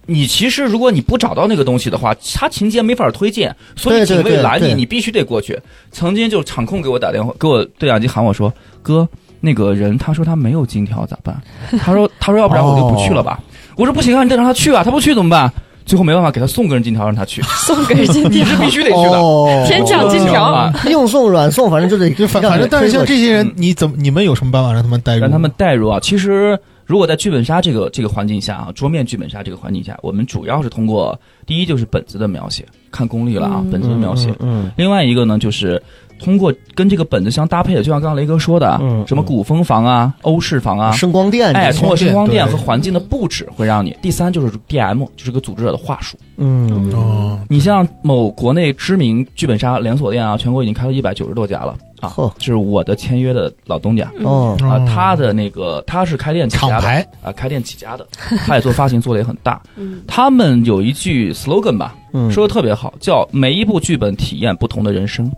Speaker 6: 你其实，如果你不找到那个东西的话，它情节没法推进，所以
Speaker 3: 对对
Speaker 6: 警卫
Speaker 3: 对
Speaker 6: 拦你，
Speaker 3: 对
Speaker 6: 你必须得过去。曾经就场控给我打电话，给我对讲机喊我说：“哥，那个人他说他没有金条咋办？” 他说：“他说要不然我就不去了
Speaker 3: 哦
Speaker 6: 吧。我说：“不行啊，你得让他去啊，他不去怎么办？”最后没办法，给他送个人金条让他去，
Speaker 5: 送给人金
Speaker 6: 你
Speaker 5: 条
Speaker 6: 是，必须得去的。
Speaker 3: 哦，
Speaker 5: 天降金条
Speaker 6: 啊，
Speaker 3: 硬送软送，反正就得
Speaker 4: 就反反正，但是像这
Speaker 3: 嗯
Speaker 4: 些人，你怎么你们有什么办法让他们
Speaker 3: 哎
Speaker 4: 带入？
Speaker 6: 让他们带入啊。其实，如果在剧本杀这个这个环境下啊，桌面剧本杀这个环境下，我们主要是通过第一就是本子的描写，看功力了啊，
Speaker 5: 嗯
Speaker 6: 本子的描写。
Speaker 3: 嗯
Speaker 6: 另外一个呢，就是通过跟这个本子相搭配的，就像刚刚雷哥说的啊，
Speaker 3: 嗯
Speaker 6: 什么古风房啊、欧式房啊
Speaker 3: 嗯，，声光电，
Speaker 6: 哎，
Speaker 3: 这
Speaker 6: 通过
Speaker 3: 种
Speaker 6: 声光电
Speaker 4: 对
Speaker 6: 和环境的布置，会让你。第三就是 DM，就是个组织者的话术。
Speaker 3: 嗯
Speaker 4: 哦，
Speaker 6: 你像某国内知名剧本杀连锁店啊，全国已经开了一百九十多家了啊
Speaker 3: 呵，
Speaker 6: 这是我的签约的老东家。
Speaker 5: 嗯
Speaker 3: 哦
Speaker 6: 啊
Speaker 4: 哦，
Speaker 6: 他的那个他是开店起
Speaker 4: 厂
Speaker 6: 家的
Speaker 4: 牌
Speaker 6: 啊，开店起家的，他也做发行做的也很大。
Speaker 5: 嗯
Speaker 6: 他们有一句 slogan 吧，
Speaker 3: 嗯
Speaker 5: 嗯
Speaker 6: 说的特别好，叫“每一部剧本体验不同的人生”。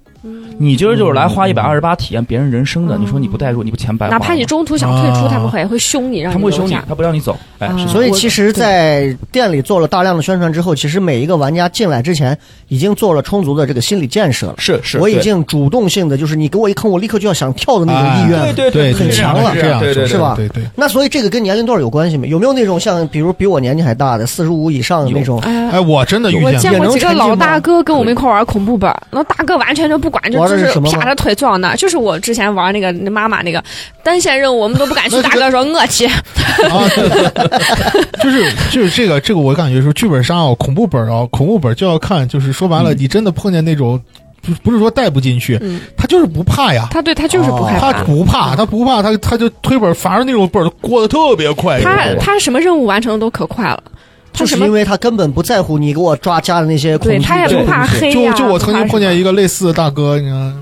Speaker 6: 你今儿就是来花一百二十八体验别人人生的，你说你不代入，你不钱白花
Speaker 5: 哪
Speaker 6: 吗？
Speaker 5: 怕你中途想退出，
Speaker 4: 啊
Speaker 5: 他们会会凶你，让
Speaker 6: 他们会
Speaker 5: 留
Speaker 6: 凶你
Speaker 5: 下，
Speaker 6: 他不让你走。哎，
Speaker 5: 啊
Speaker 6: 是
Speaker 3: 所以
Speaker 5: 我
Speaker 3: 其实，在店里做了大量的宣传之后，其实每一个玩家进来之前，已经做了充足的这个心理建设了。
Speaker 6: 是是，
Speaker 3: 我已
Speaker 6: 对
Speaker 3: 经主动性的，就是你给我一坑，我立刻就要想跳的那种意愿。
Speaker 4: 哎
Speaker 6: 对
Speaker 4: 对，
Speaker 6: 对
Speaker 3: 很强了
Speaker 4: 是这样
Speaker 6: 对对对
Speaker 4: 是
Speaker 3: 是吧
Speaker 4: 对对，
Speaker 3: 那所以这个跟年龄段有关系吗？有没有那种像比如比我年纪还大的四十五以上的那种？
Speaker 5: 哎
Speaker 4: 哎，我真的遇
Speaker 5: 我
Speaker 4: 见
Speaker 5: 见
Speaker 4: 过
Speaker 5: 过几个老大哥跟我们
Speaker 6: 对
Speaker 5: 一块玩恐怖本儿，那大哥完全就不管，就
Speaker 3: 玩
Speaker 5: 就
Speaker 3: 的是
Speaker 5: 是
Speaker 3: 什么吗
Speaker 5: 啪着腿坐到那儿。就是我之前玩那个那妈妈那个单线任务，我们都不敢去大哥说我去，
Speaker 4: 啊，对 就是就是这个这个，我感觉说剧本杀哦，恐怖本哦，恐怖本就要看，就是说白了，你真的碰见那种，不不是说带不进去，
Speaker 5: 嗯，
Speaker 4: 他就是不怕呀。
Speaker 5: 他对他就是不害
Speaker 4: 他
Speaker 5: 怕。
Speaker 4: 不怕，他不怕，他他就推本，反而那种本儿过得特别快。
Speaker 5: 他
Speaker 4: 你知道吗
Speaker 5: 他什么任务完成的都可快了，他
Speaker 3: 就是
Speaker 5: 什么
Speaker 3: 因为他根本不在乎你给我抓加的那些恐
Speaker 5: 对
Speaker 3: 惧
Speaker 5: 他也
Speaker 3: 症
Speaker 5: 不怕 黑
Speaker 4: 就
Speaker 5: 呀。
Speaker 4: 就我
Speaker 5: 不
Speaker 4: 曾
Speaker 5: 怕
Speaker 4: 经
Speaker 5: 什
Speaker 4: 碰
Speaker 5: 么
Speaker 4: 见一个类似的大哥，你看，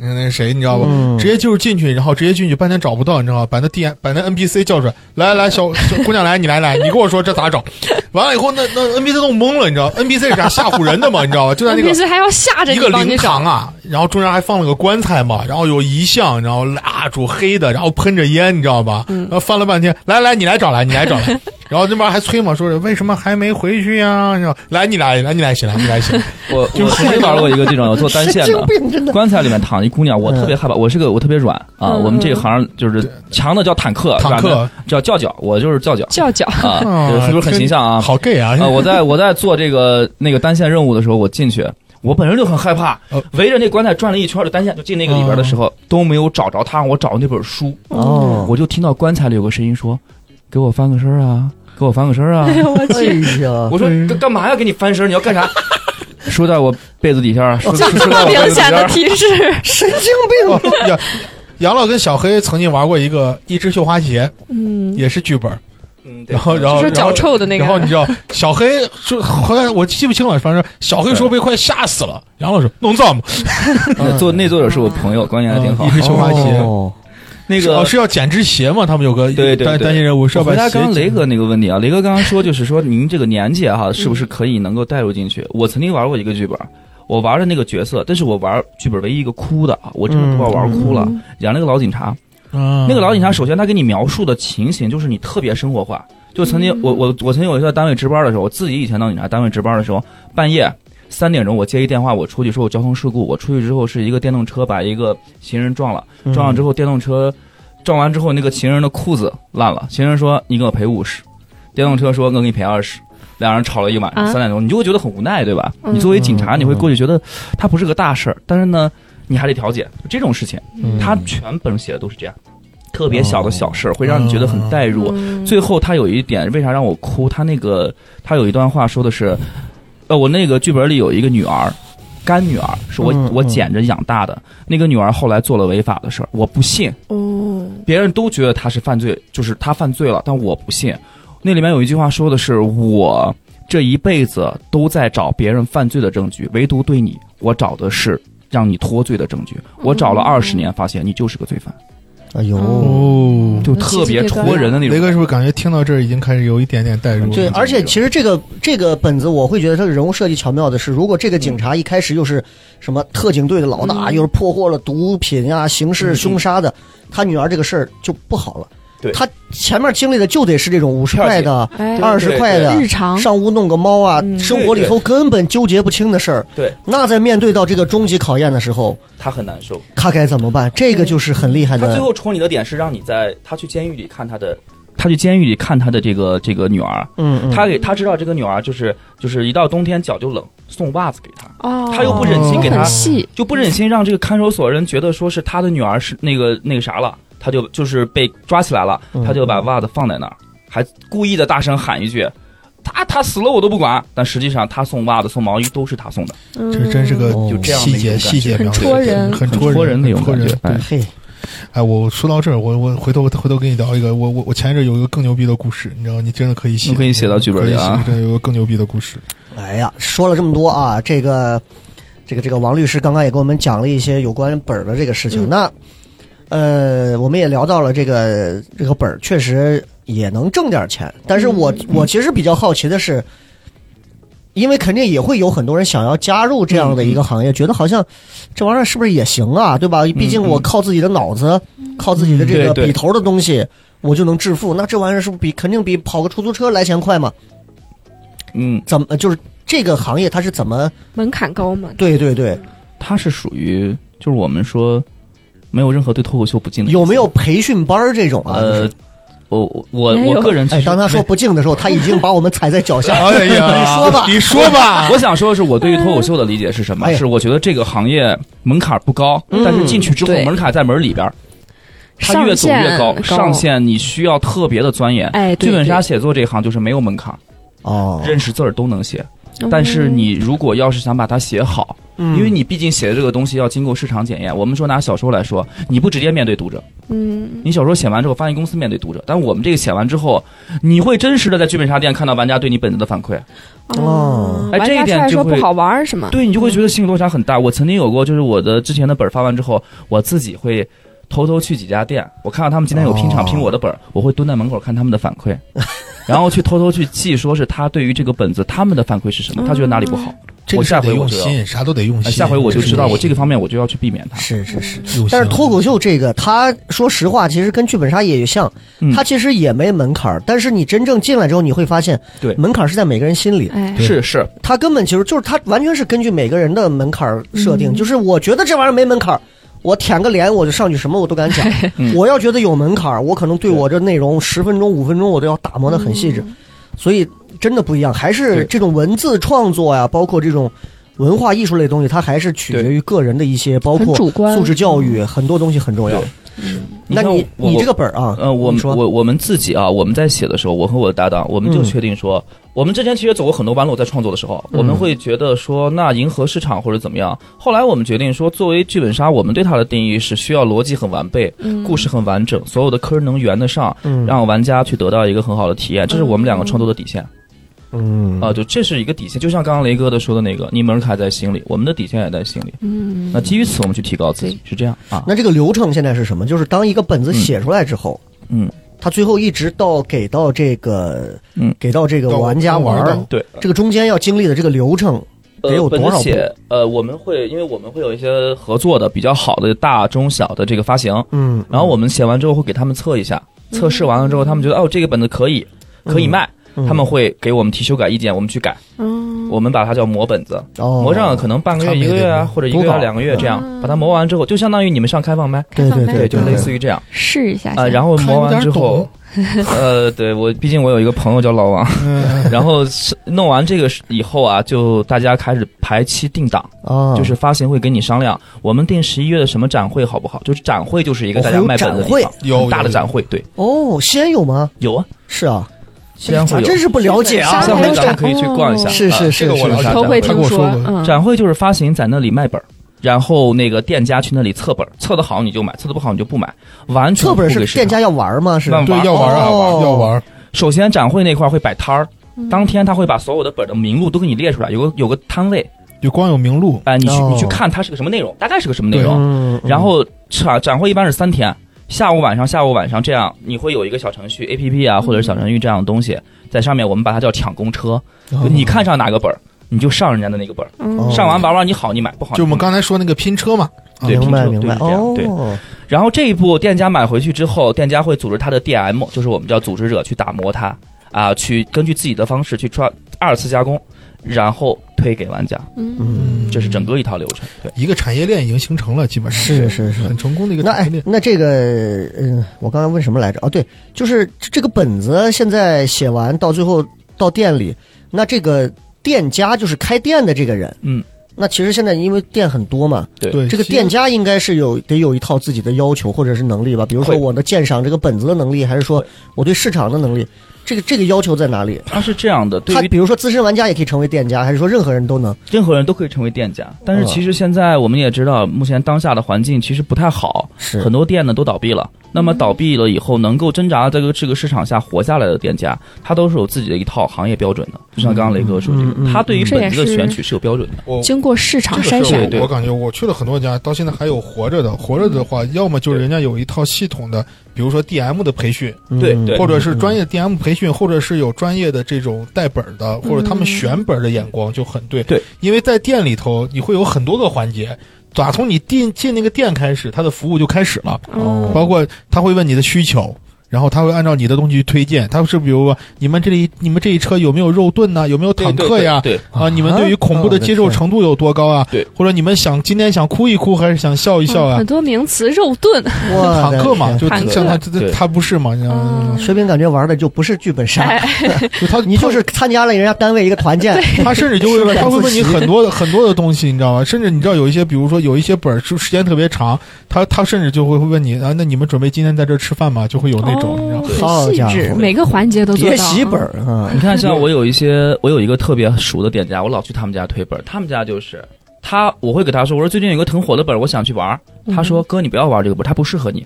Speaker 4: 那那谁，你知道吧？
Speaker 3: 嗯
Speaker 4: 直接就是进去，然后直接进去，半天找不到，你知道吧？把那 D N 把那 N P C 叫出来，来来，小小姑娘来，你来来，你跟我说这咋整？完了以后，那那 N P C 都懵了，你知道？N P C 是啥吓唬人的嘛？你知道吧？就在那个
Speaker 5: NPC 还要吓着
Speaker 4: 一
Speaker 5: 你
Speaker 4: 个
Speaker 5: 帮你
Speaker 4: 灵
Speaker 5: 找
Speaker 4: 堂，啊，然后中间还放了个棺材嘛，然后有遗像，然后蜡烛黑的，然后喷着烟，你知道吧？
Speaker 5: 嗯
Speaker 4: 然后翻了半天，来来，你来找来，你来找来，然后那边还催嘛，说是为什么还没回去呀？然后来你来，来你来，起来，你来 起来。
Speaker 6: 我我曾经玩过一个 这种做单线
Speaker 3: 神经
Speaker 6: 的。
Speaker 3: 病 嗯真的。
Speaker 6: 棺材里面躺一姑娘，我特别害怕。我是个我特别软啊，
Speaker 5: 嗯
Speaker 6: 我们这行就是强的叫坦克，
Speaker 4: 坦克
Speaker 6: 软的叫叫脚，我就是 叫脚
Speaker 5: 叫叫。
Speaker 6: 啊，
Speaker 4: 啊
Speaker 6: 是不是很
Speaker 4: 真
Speaker 6: 形象啊？
Speaker 4: 好 gay 啊！
Speaker 6: 啊，我在我在做这个那个单线任务的时候，我进去，我本身就很害怕
Speaker 4: 呃，
Speaker 6: 围着那棺材转了一圈儿的单线，就进那个里边的时候都没有找着他，我找那本书，
Speaker 5: 嗯
Speaker 3: 哦，
Speaker 6: 我就听到棺材里有个声音说：“给我翻个身儿啊，给我翻个身儿啊
Speaker 5: 哎呦我
Speaker 3: 哎
Speaker 5: 去，
Speaker 3: 呀！”
Speaker 6: 我说：“干干嘛呀？给你翻身儿？你要干啥？” 说在我被子底下，说
Speaker 5: 这
Speaker 6: 说在
Speaker 5: 么
Speaker 6: 我 被
Speaker 5: 明
Speaker 6: 子底
Speaker 5: 显的
Speaker 6: 下。
Speaker 5: 提示，嗯
Speaker 3: 神经病！
Speaker 4: 哦杨杨老跟小黑曾经玩过一个一只绣花鞋，
Speaker 5: 嗯，
Speaker 4: 也是剧本，
Speaker 6: 嗯对
Speaker 4: 然后然
Speaker 5: 就
Speaker 4: 后
Speaker 5: 是
Speaker 4: 然后
Speaker 5: 脚臭的那个。
Speaker 4: 然后你知道小黑说，好像我记不清了，反正小黑说被快吓死了。杨老师弄这么
Speaker 6: 那做内作者是我朋友，关系还挺好
Speaker 4: 一。只绣花鞋，
Speaker 3: 哦
Speaker 6: 那
Speaker 4: 是哦
Speaker 6: 个
Speaker 4: 是要剪只鞋嘛？他们有个
Speaker 6: 对对
Speaker 4: 单
Speaker 6: 对
Speaker 4: 单线任务是
Speaker 6: 我
Speaker 4: 要把
Speaker 6: 回答
Speaker 4: 鞋
Speaker 6: 刚刚雷
Speaker 4: 剪
Speaker 6: 哥那个问题啊，雷哥刚刚说就是说您这个年纪啊哈、是不
Speaker 4: 嗯
Speaker 6: 是可以能够带入进去？我曾经玩过一个剧本，我玩的那个角色，但是我玩剧本唯一一个哭的啊，我真的不把我玩哭了。演了个老警察，
Speaker 4: 嗯
Speaker 6: 那个老警察首先他给你描述的情形就是你特别生活化，就曾经我我我曾经有一次在单位值班的时候，我自己以前当警察单位值班的时候，半夜。三点钟，我接一电话，我出去说我交通事故，我出去之后是一个电动车把一个行人撞了，
Speaker 5: 嗯
Speaker 6: 撞了之后，电动车撞完之后，那个行人的裤子烂了。行人说：“你给我赔五十。”电动车说：“我给你赔二十。”两人吵了一晚上，
Speaker 5: 啊
Speaker 6: 三点钟，你就会觉得很无奈，对吧？
Speaker 5: 嗯
Speaker 6: 你作为警察，你会过去觉得它不是个大事儿，但是呢，你还得调解就这种事情。
Speaker 3: 嗯
Speaker 6: 他全本写的都是这样，特别
Speaker 5: 哦
Speaker 6: 小的小事儿，会让你觉得很代入。
Speaker 5: 嗯
Speaker 6: 最后他有一点，为啥让我哭？他那个他有一段话说的是，呃，我那个剧本里有一个女儿，干女儿，是我、
Speaker 3: 嗯
Speaker 6: 我
Speaker 3: 嗯
Speaker 6: 捡着养大的。那个女儿后来做了违法的事儿，我不信，
Speaker 5: 哦，
Speaker 6: 别人都觉得她是犯罪，就是她犯罪了，但我不信。那里面有一句话说的是我。这一辈子都在找别人犯罪的证据，唯独对你，我找的是让你脱罪的证据。我找了二十年，发现你就是个罪犯，
Speaker 3: 哎呦，
Speaker 5: 嗯
Speaker 4: 哦，
Speaker 6: 就特别戳人的那
Speaker 4: 雷
Speaker 6: 种。
Speaker 4: 哥是不是感觉听到这儿已经开始有一点点代入了？
Speaker 5: 嗯
Speaker 3: 对，而且其实这个这个本子，我会觉得它的人物设计巧妙的是，如果这个警察一开始又是什么特警队的老大，
Speaker 5: 嗯
Speaker 3: 又是破获了毒品啊、刑事
Speaker 6: 嗯
Speaker 3: 凶杀的，他女儿这个事儿就不好了。
Speaker 6: 对
Speaker 3: 他前面经历的就得是这种五十
Speaker 6: 票
Speaker 3: 块
Speaker 6: 钱
Speaker 3: 的、
Speaker 5: 哎，
Speaker 3: 二十
Speaker 6: 对
Speaker 3: 块的
Speaker 5: 日常
Speaker 3: 上屋弄个猫啊，
Speaker 5: 嗯
Speaker 3: 生活里头根本纠结不清的事儿。
Speaker 6: 对，
Speaker 3: 那在面对到这个终极考验的时候，
Speaker 6: 他很难受。
Speaker 3: 他该怎么办？这个就是很厉害
Speaker 6: 他最
Speaker 3: 的。
Speaker 6: 后戳你的点是让你在他去监狱里看他的，他去监狱里看他的这个这个女儿，
Speaker 3: 嗯，嗯
Speaker 6: 他给他知道这个女儿就是就是一到冬天脚就冷，送袜子给她，
Speaker 5: 哦，
Speaker 6: 他又不忍心给
Speaker 5: 很
Speaker 6: 她，
Speaker 5: 细，
Speaker 6: 就不忍心让这个看守所人觉得说是他的女儿是那个那个啥了，他就就是被抓起来了，
Speaker 4: 嗯
Speaker 6: 他就把袜子放在那儿，还故意的大声喊一句。他他死了我都不管，但实际上他送袜子送毛衣都是他送的，
Speaker 4: 这真是个
Speaker 3: 哦
Speaker 6: 就这样的
Speaker 4: 细
Speaker 6: 一种
Speaker 4: 节
Speaker 6: 感
Speaker 4: 细节
Speaker 6: 觉
Speaker 4: 描
Speaker 5: 很
Speaker 4: 写，
Speaker 5: 戳人
Speaker 4: 很
Speaker 6: 很
Speaker 4: 戳
Speaker 6: 戳人的一种
Speaker 4: 很戳
Speaker 6: 感觉
Speaker 4: 人。。
Speaker 6: 哎，
Speaker 3: 嘿，
Speaker 4: 哎，我说到这儿，我我回头回头跟你聊一个，我我我前一阵有一个更牛逼的故事，你知道，你真的可以写，
Speaker 6: 你可以写到剧本里啊
Speaker 4: 对，有个更牛逼的故事，
Speaker 3: 哎呀，说了这么多啊，这个，这个，这个王律师刚刚也给我们讲了一些有关本儿的这个事情。
Speaker 6: 嗯
Speaker 3: 那，呃，我们也聊到了这个这个本儿，确
Speaker 6: 嗯
Speaker 3: 实也能挣点钱。但是我、我其实比较好奇的是，因为肯定也会有很多人想要加入这样的
Speaker 6: 嗯
Speaker 3: 一个行业，觉得好像这玩意儿是不是也行啊，对吧？毕竟我靠自己的脑子，靠自己的这
Speaker 6: 嗯
Speaker 3: 个
Speaker 6: 对对
Speaker 3: 笔头的东西，我就能致富。那这玩意儿是不是比肯定比跑个出租车来钱快嘛？
Speaker 6: 嗯，
Speaker 3: 怎么就是这个行业它是怎么？
Speaker 5: 嗯门槛高嘛。
Speaker 3: 对对对，
Speaker 6: 它是属于就是我们说没有任何对脱口秀不敬的意思，
Speaker 3: 有没有培训班儿这种啊？就
Speaker 6: 呃
Speaker 3: 是，
Speaker 6: 我我
Speaker 5: 没有
Speaker 6: 我个人其
Speaker 3: 哎，
Speaker 6: 实
Speaker 3: 当他说不敬的时候，他已经把我们踩在脚 下。
Speaker 4: 哎呀，
Speaker 3: 你说吧
Speaker 4: 你说吧，
Speaker 6: 我想说的是，我对于脱口秀的理解是什么？
Speaker 3: 哎呀
Speaker 6: 是我觉得这个行业门槛不高，
Speaker 3: 嗯
Speaker 6: 但是进去之后
Speaker 5: 对
Speaker 6: 门槛在门里边儿，它
Speaker 5: 上
Speaker 6: 越走越
Speaker 5: 限
Speaker 6: 高，
Speaker 5: 高
Speaker 6: 上限你需要特别的钻研。
Speaker 5: 哎，对
Speaker 6: 剧本杀
Speaker 5: 对
Speaker 6: 写作这一行就是没有门槛，
Speaker 3: 哦，
Speaker 6: 认识字儿都能写。
Speaker 5: 嗯
Speaker 6: 但是你如果要是想把它写好，因
Speaker 3: 因
Speaker 6: 为你毕竟写的这个东西要经过市场检验。我们说拿小说来说，你不直接面对读者，
Speaker 5: 嗯，
Speaker 6: 你小说写完之后发现公司面对读者，但我们这个写完之后，你会真实的在剧本杀店看到玩家对你本子的反馈，啊
Speaker 3: 哦
Speaker 6: 哎
Speaker 5: 嗯玩
Speaker 6: 这
Speaker 5: 家
Speaker 6: 一
Speaker 5: 出
Speaker 6: 点
Speaker 5: 来
Speaker 6: 就
Speaker 5: 说不
Speaker 6: 会
Speaker 5: 好玩儿是吗？
Speaker 6: 对你就会觉得心理落差很大。我曾经有过，就是我的之前的本儿发完之后，我自己会。偷偷去几家店，我看到他们今天有拼场
Speaker 3: 哦
Speaker 6: 拼我的本儿，我会蹲在门口看他们的反馈， 然后去偷偷去记，说是他对于这个本子他们的反馈是什么，他觉得哪里不好。
Speaker 4: 这个
Speaker 6: 我
Speaker 4: 事
Speaker 6: 下
Speaker 4: 儿得
Speaker 6: 回我
Speaker 4: 用
Speaker 6: 就要
Speaker 4: 心，啥都得用
Speaker 6: 哎
Speaker 4: 心。
Speaker 6: 下回我就知道，我这
Speaker 4: 个，
Speaker 6: 个方面我就要去避免它。
Speaker 3: 是是是。
Speaker 4: 用心啊
Speaker 3: 但是脱口秀这个，它说实话，其实跟剧本杀也像
Speaker 6: 嗯，
Speaker 3: 它其实也没门槛儿。但是你真正进来之后，你会发现，
Speaker 6: 对
Speaker 3: 门槛儿是在每个人心里。
Speaker 5: 哎，
Speaker 4: 对
Speaker 6: 是是，
Speaker 3: 它根本其实就是它完全是根据每个人的门槛儿设
Speaker 5: 嗯
Speaker 3: 定。就是我觉得这玩意儿没门槛儿，我舔个脸我就上去，什么我都敢讲
Speaker 6: 嗯。
Speaker 3: 我要觉得有门槛儿，我可能对我这内容十分钟、五分钟我都要打磨的很细致。
Speaker 5: 嗯
Speaker 3: 所以真的不一样，还是
Speaker 6: 对
Speaker 3: 这种文字创作呀，包括这种。文化艺术类的东西，它还是取决于个人的一些，包
Speaker 5: 很
Speaker 3: 括
Speaker 5: 主观
Speaker 3: 素质教育，很多东西很重要
Speaker 6: 对。
Speaker 3: 那
Speaker 6: 看
Speaker 3: 你
Speaker 6: 我
Speaker 3: 你
Speaker 6: 我
Speaker 3: 这个本儿啊，
Speaker 6: 呃，我
Speaker 3: 你
Speaker 6: 们
Speaker 3: 说
Speaker 6: 我我们自己啊，我们在写的时候，我和我的搭档，我们
Speaker 3: 嗯
Speaker 6: 就确定说，我们之前其实走过很多弯路，在创作的时候，我们会觉得说，那迎合市场或者怎么样。后来我们决定说，作为剧本杀，我们对它的定义是需要逻辑很完备，故事很完整，所有的坑能圆得上，
Speaker 3: 嗯
Speaker 6: 让玩家去得到一个很好的体验，这是我们两个创作的底线
Speaker 3: 嗯
Speaker 6: 啊，就这是一个底线。就像刚刚雷哥的说的那个，你门槛在心里，我们的底线也在心里。
Speaker 5: 嗯，
Speaker 6: 那基于此，我们去提高自己，是这样啊。
Speaker 3: 那这个流程现在是什么？就是当一个本子写出来之后，
Speaker 6: 嗯，
Speaker 3: 它最后一直到给到这个，
Speaker 6: 嗯
Speaker 3: 给到这个
Speaker 4: 到
Speaker 3: 玩家
Speaker 4: 到
Speaker 3: 玩儿
Speaker 4: 玩的，
Speaker 6: 对，
Speaker 3: 这个中间要经历的这个流程得有多
Speaker 6: 呃、本
Speaker 3: 少
Speaker 6: 子
Speaker 3: 步？
Speaker 6: 写呃，我们会因为我们会有一些合作的比较好的大中小的这个发行，
Speaker 3: 嗯，
Speaker 6: 然后我们写完之后会给他们测一下，测试完了之后他们觉得哦这个本子可以可以卖，
Speaker 3: 嗯
Speaker 6: 啊他们会给我们提修改意见，我们去改，
Speaker 5: 嗯
Speaker 6: 我们把它叫磨本子，
Speaker 3: 哦
Speaker 6: 磨上可能半个
Speaker 4: 差
Speaker 6: 月
Speaker 4: 别
Speaker 6: 一个月
Speaker 4: 得
Speaker 6: 啊，
Speaker 4: 磨
Speaker 6: 或者一个
Speaker 3: 多
Speaker 6: 月
Speaker 3: 搞
Speaker 6: 两个月这样，
Speaker 5: 嗯
Speaker 6: 把它磨完之后就相当于你们上开放麦，
Speaker 3: 对对
Speaker 6: 对，就
Speaker 3: 对
Speaker 6: 类似于这样
Speaker 5: 试一下
Speaker 6: 啊、然后
Speaker 4: 哎看
Speaker 6: 磨
Speaker 4: 有
Speaker 6: 完
Speaker 4: 点
Speaker 6: 之后
Speaker 4: 懂，
Speaker 6: 呃，对我毕竟我有一个朋友叫老王，
Speaker 4: 嗯，
Speaker 6: 然后是弄完这个以后啊，就大家开始排期定档。
Speaker 3: 啊，
Speaker 6: 就是发行会跟你商量，我们定十一月的什么展会好不好？就是展会就是一个大家卖本的地
Speaker 3: 哦还有
Speaker 6: 方
Speaker 3: 展，
Speaker 4: 有
Speaker 6: 很大的
Speaker 4: 有
Speaker 6: 展会，对，
Speaker 3: 哦，西安有吗？
Speaker 6: 有啊，
Speaker 3: 是啊，
Speaker 6: 西安会
Speaker 3: 咋
Speaker 6: 有，
Speaker 3: 真是不了解啊
Speaker 5: 西
Speaker 6: 下
Speaker 5: 安
Speaker 6: 回
Speaker 5: 有
Speaker 6: 咱
Speaker 5: 展
Speaker 6: 们可以去逛一下，
Speaker 5: 哦
Speaker 3: 是是
Speaker 6: 啊
Speaker 3: 是
Speaker 4: 这个
Speaker 3: 是
Speaker 4: 我了
Speaker 6: 是
Speaker 4: 解，
Speaker 5: 头会
Speaker 4: 他
Speaker 5: 听
Speaker 4: 跟我说过
Speaker 5: 嗯，
Speaker 6: 展会就是发行在那里卖本儿。然后那个店家去那里测本儿，测的好你就买，测的不好你就不买，完全
Speaker 3: 课本
Speaker 6: 不给
Speaker 3: 是
Speaker 6: 市
Speaker 3: 店
Speaker 6: 场。
Speaker 3: 家要玩吗？是
Speaker 6: 那
Speaker 4: 对，要玩啊，
Speaker 3: 哦
Speaker 4: 要玩。
Speaker 6: 首先展会那块儿会摆摊儿，当天他会把所有的本儿的名录都给你列出来，有个有个摊位，
Speaker 4: 就光有名录，
Speaker 6: 哎，你去
Speaker 3: 哦
Speaker 6: 你去看它是个什么内容，大概是个什么内
Speaker 4: 对
Speaker 6: 容，
Speaker 3: 嗯，
Speaker 6: 然后展展会一般是三天，下午、晚上、下午、晚上这样，你会有一个小程序 A P P 啊，或者是小程序这样的东西，在上面我们把它叫抢公车，
Speaker 4: 哦
Speaker 6: 就哦你看上哪个本儿，你就上人家的那个本儿，
Speaker 5: 嗯
Speaker 3: 哦
Speaker 6: 上完玩玩你好你买，不好
Speaker 4: 就我们
Speaker 6: 你不买
Speaker 4: 刚才说那个拼车嘛，
Speaker 6: 对
Speaker 3: 明白
Speaker 6: 拼
Speaker 3: 明
Speaker 6: 车
Speaker 3: 白
Speaker 6: 对
Speaker 3: 哦
Speaker 6: 是，这样然后这一步店家买回去之后，店家会组织他的 D M，就是我们叫组织者去打磨它啊，去根据自己的方式去抓二次加工，然后推给玩家，
Speaker 3: 嗯，
Speaker 6: 这是整个一套流程。对，
Speaker 4: 一个产业链已经形成了，基本上
Speaker 3: 是是是
Speaker 4: 很成功的一个
Speaker 3: 那
Speaker 4: 产业
Speaker 3: 哎
Speaker 4: 链，。
Speaker 3: 那这个，嗯，我刚才问什么来着？哦，对，就是这这个本子现在写完到最后到店里，那这个店家就是开店的这个人，
Speaker 6: 嗯，
Speaker 3: 那其实现在因为店很多嘛，
Speaker 4: 对
Speaker 3: 这个
Speaker 4: 其实
Speaker 3: 店家应该是有得有一套自己的要求或者是能力吧，比如说
Speaker 6: 会
Speaker 3: 我的鉴赏这个本子的能力，还是说我对市场的能力，这个这个要求在哪里？
Speaker 6: 它是这样的，对
Speaker 3: 他
Speaker 6: 于
Speaker 3: 比如说资深玩家也可以成为店家，还是说任何人都能？
Speaker 6: 任何人都可以成为店家，但是
Speaker 3: 嗯
Speaker 6: 其实现在我们也知道，目前当下的环境其实不太好，
Speaker 3: 是
Speaker 6: 很多店呢都倒闭了。那
Speaker 4: 嗯
Speaker 6: 么倒闭了以后，能够挣扎在这个这个市场下活下来的店家，他都是有自己的一套行业标准的。就像刚刚雷哥说这
Speaker 3: 嗯嗯
Speaker 6: 个，
Speaker 3: 嗯
Speaker 6: 他对于本子
Speaker 5: 这也
Speaker 6: 的
Speaker 5: 是
Speaker 6: 选取是有标准的。
Speaker 4: 我
Speaker 5: 经过市场
Speaker 4: 这
Speaker 5: 筛
Speaker 4: 个事
Speaker 5: 选
Speaker 4: 儿
Speaker 6: 对
Speaker 4: 我
Speaker 6: 嗯
Speaker 4: 我感觉我去了很多家，到现在还有活着的，活着的话，要么就是人家有一套系统的，比如说 DM 的培训，
Speaker 6: 对对嗯
Speaker 4: 或者是专业 DM 培训，或者是有专业的这种带本儿的，或者他们选本儿的眼光就很对。
Speaker 6: 嗯对，
Speaker 4: 因为在店里头你会有很多个环节，打从你进进那个店开始，他的服务就开始了，
Speaker 5: 哦
Speaker 4: 包括他会问你的需求。然后他会按照你的东西去推荐，他是比如说你们这里你们这一车有没有肉盾呐、有没有坦克 呀？
Speaker 6: 对，
Speaker 4: 啊，你们对于恐怖的接受程度有多高啊？
Speaker 6: 对，
Speaker 4: 或者你们想今天想哭一哭还是想笑一笑啊
Speaker 5: 很？多名词肉盾，
Speaker 3: 我的
Speaker 4: 坦克嘛，
Speaker 3: 天
Speaker 4: 就
Speaker 5: 嗯坦克
Speaker 4: 像他这
Speaker 6: 对
Speaker 4: 他不是嘛，你知道吗？
Speaker 5: 嗯
Speaker 3: 水饼感觉玩的就不是剧本杀，
Speaker 4: 就 他
Speaker 3: 你就是参加了人家单位一个团建，
Speaker 4: 他甚至 就会问，
Speaker 3: 是
Speaker 4: 他会问你很多的很多的东西，你知道吗？甚至你知道有一些，比如说有一些本儿就时间特别长，他他甚至就会问你啊，那你们准备今天在这儿吃饭吗？就会有那种，你知道吗？
Speaker 3: 好
Speaker 5: 哦很细
Speaker 3: 家伙
Speaker 5: 致，每个环节都做
Speaker 3: 叠
Speaker 5: 到。
Speaker 3: 席本儿啊
Speaker 6: 你，看，像我有一些，我有一个特别熟的店家，我老去他们家推本儿，他们家就是他，我会给他说，我说最近有一个挺火的本儿，我想去玩儿。他
Speaker 4: 嗯
Speaker 6: 说哥，你不要玩这个本儿，它不适合你。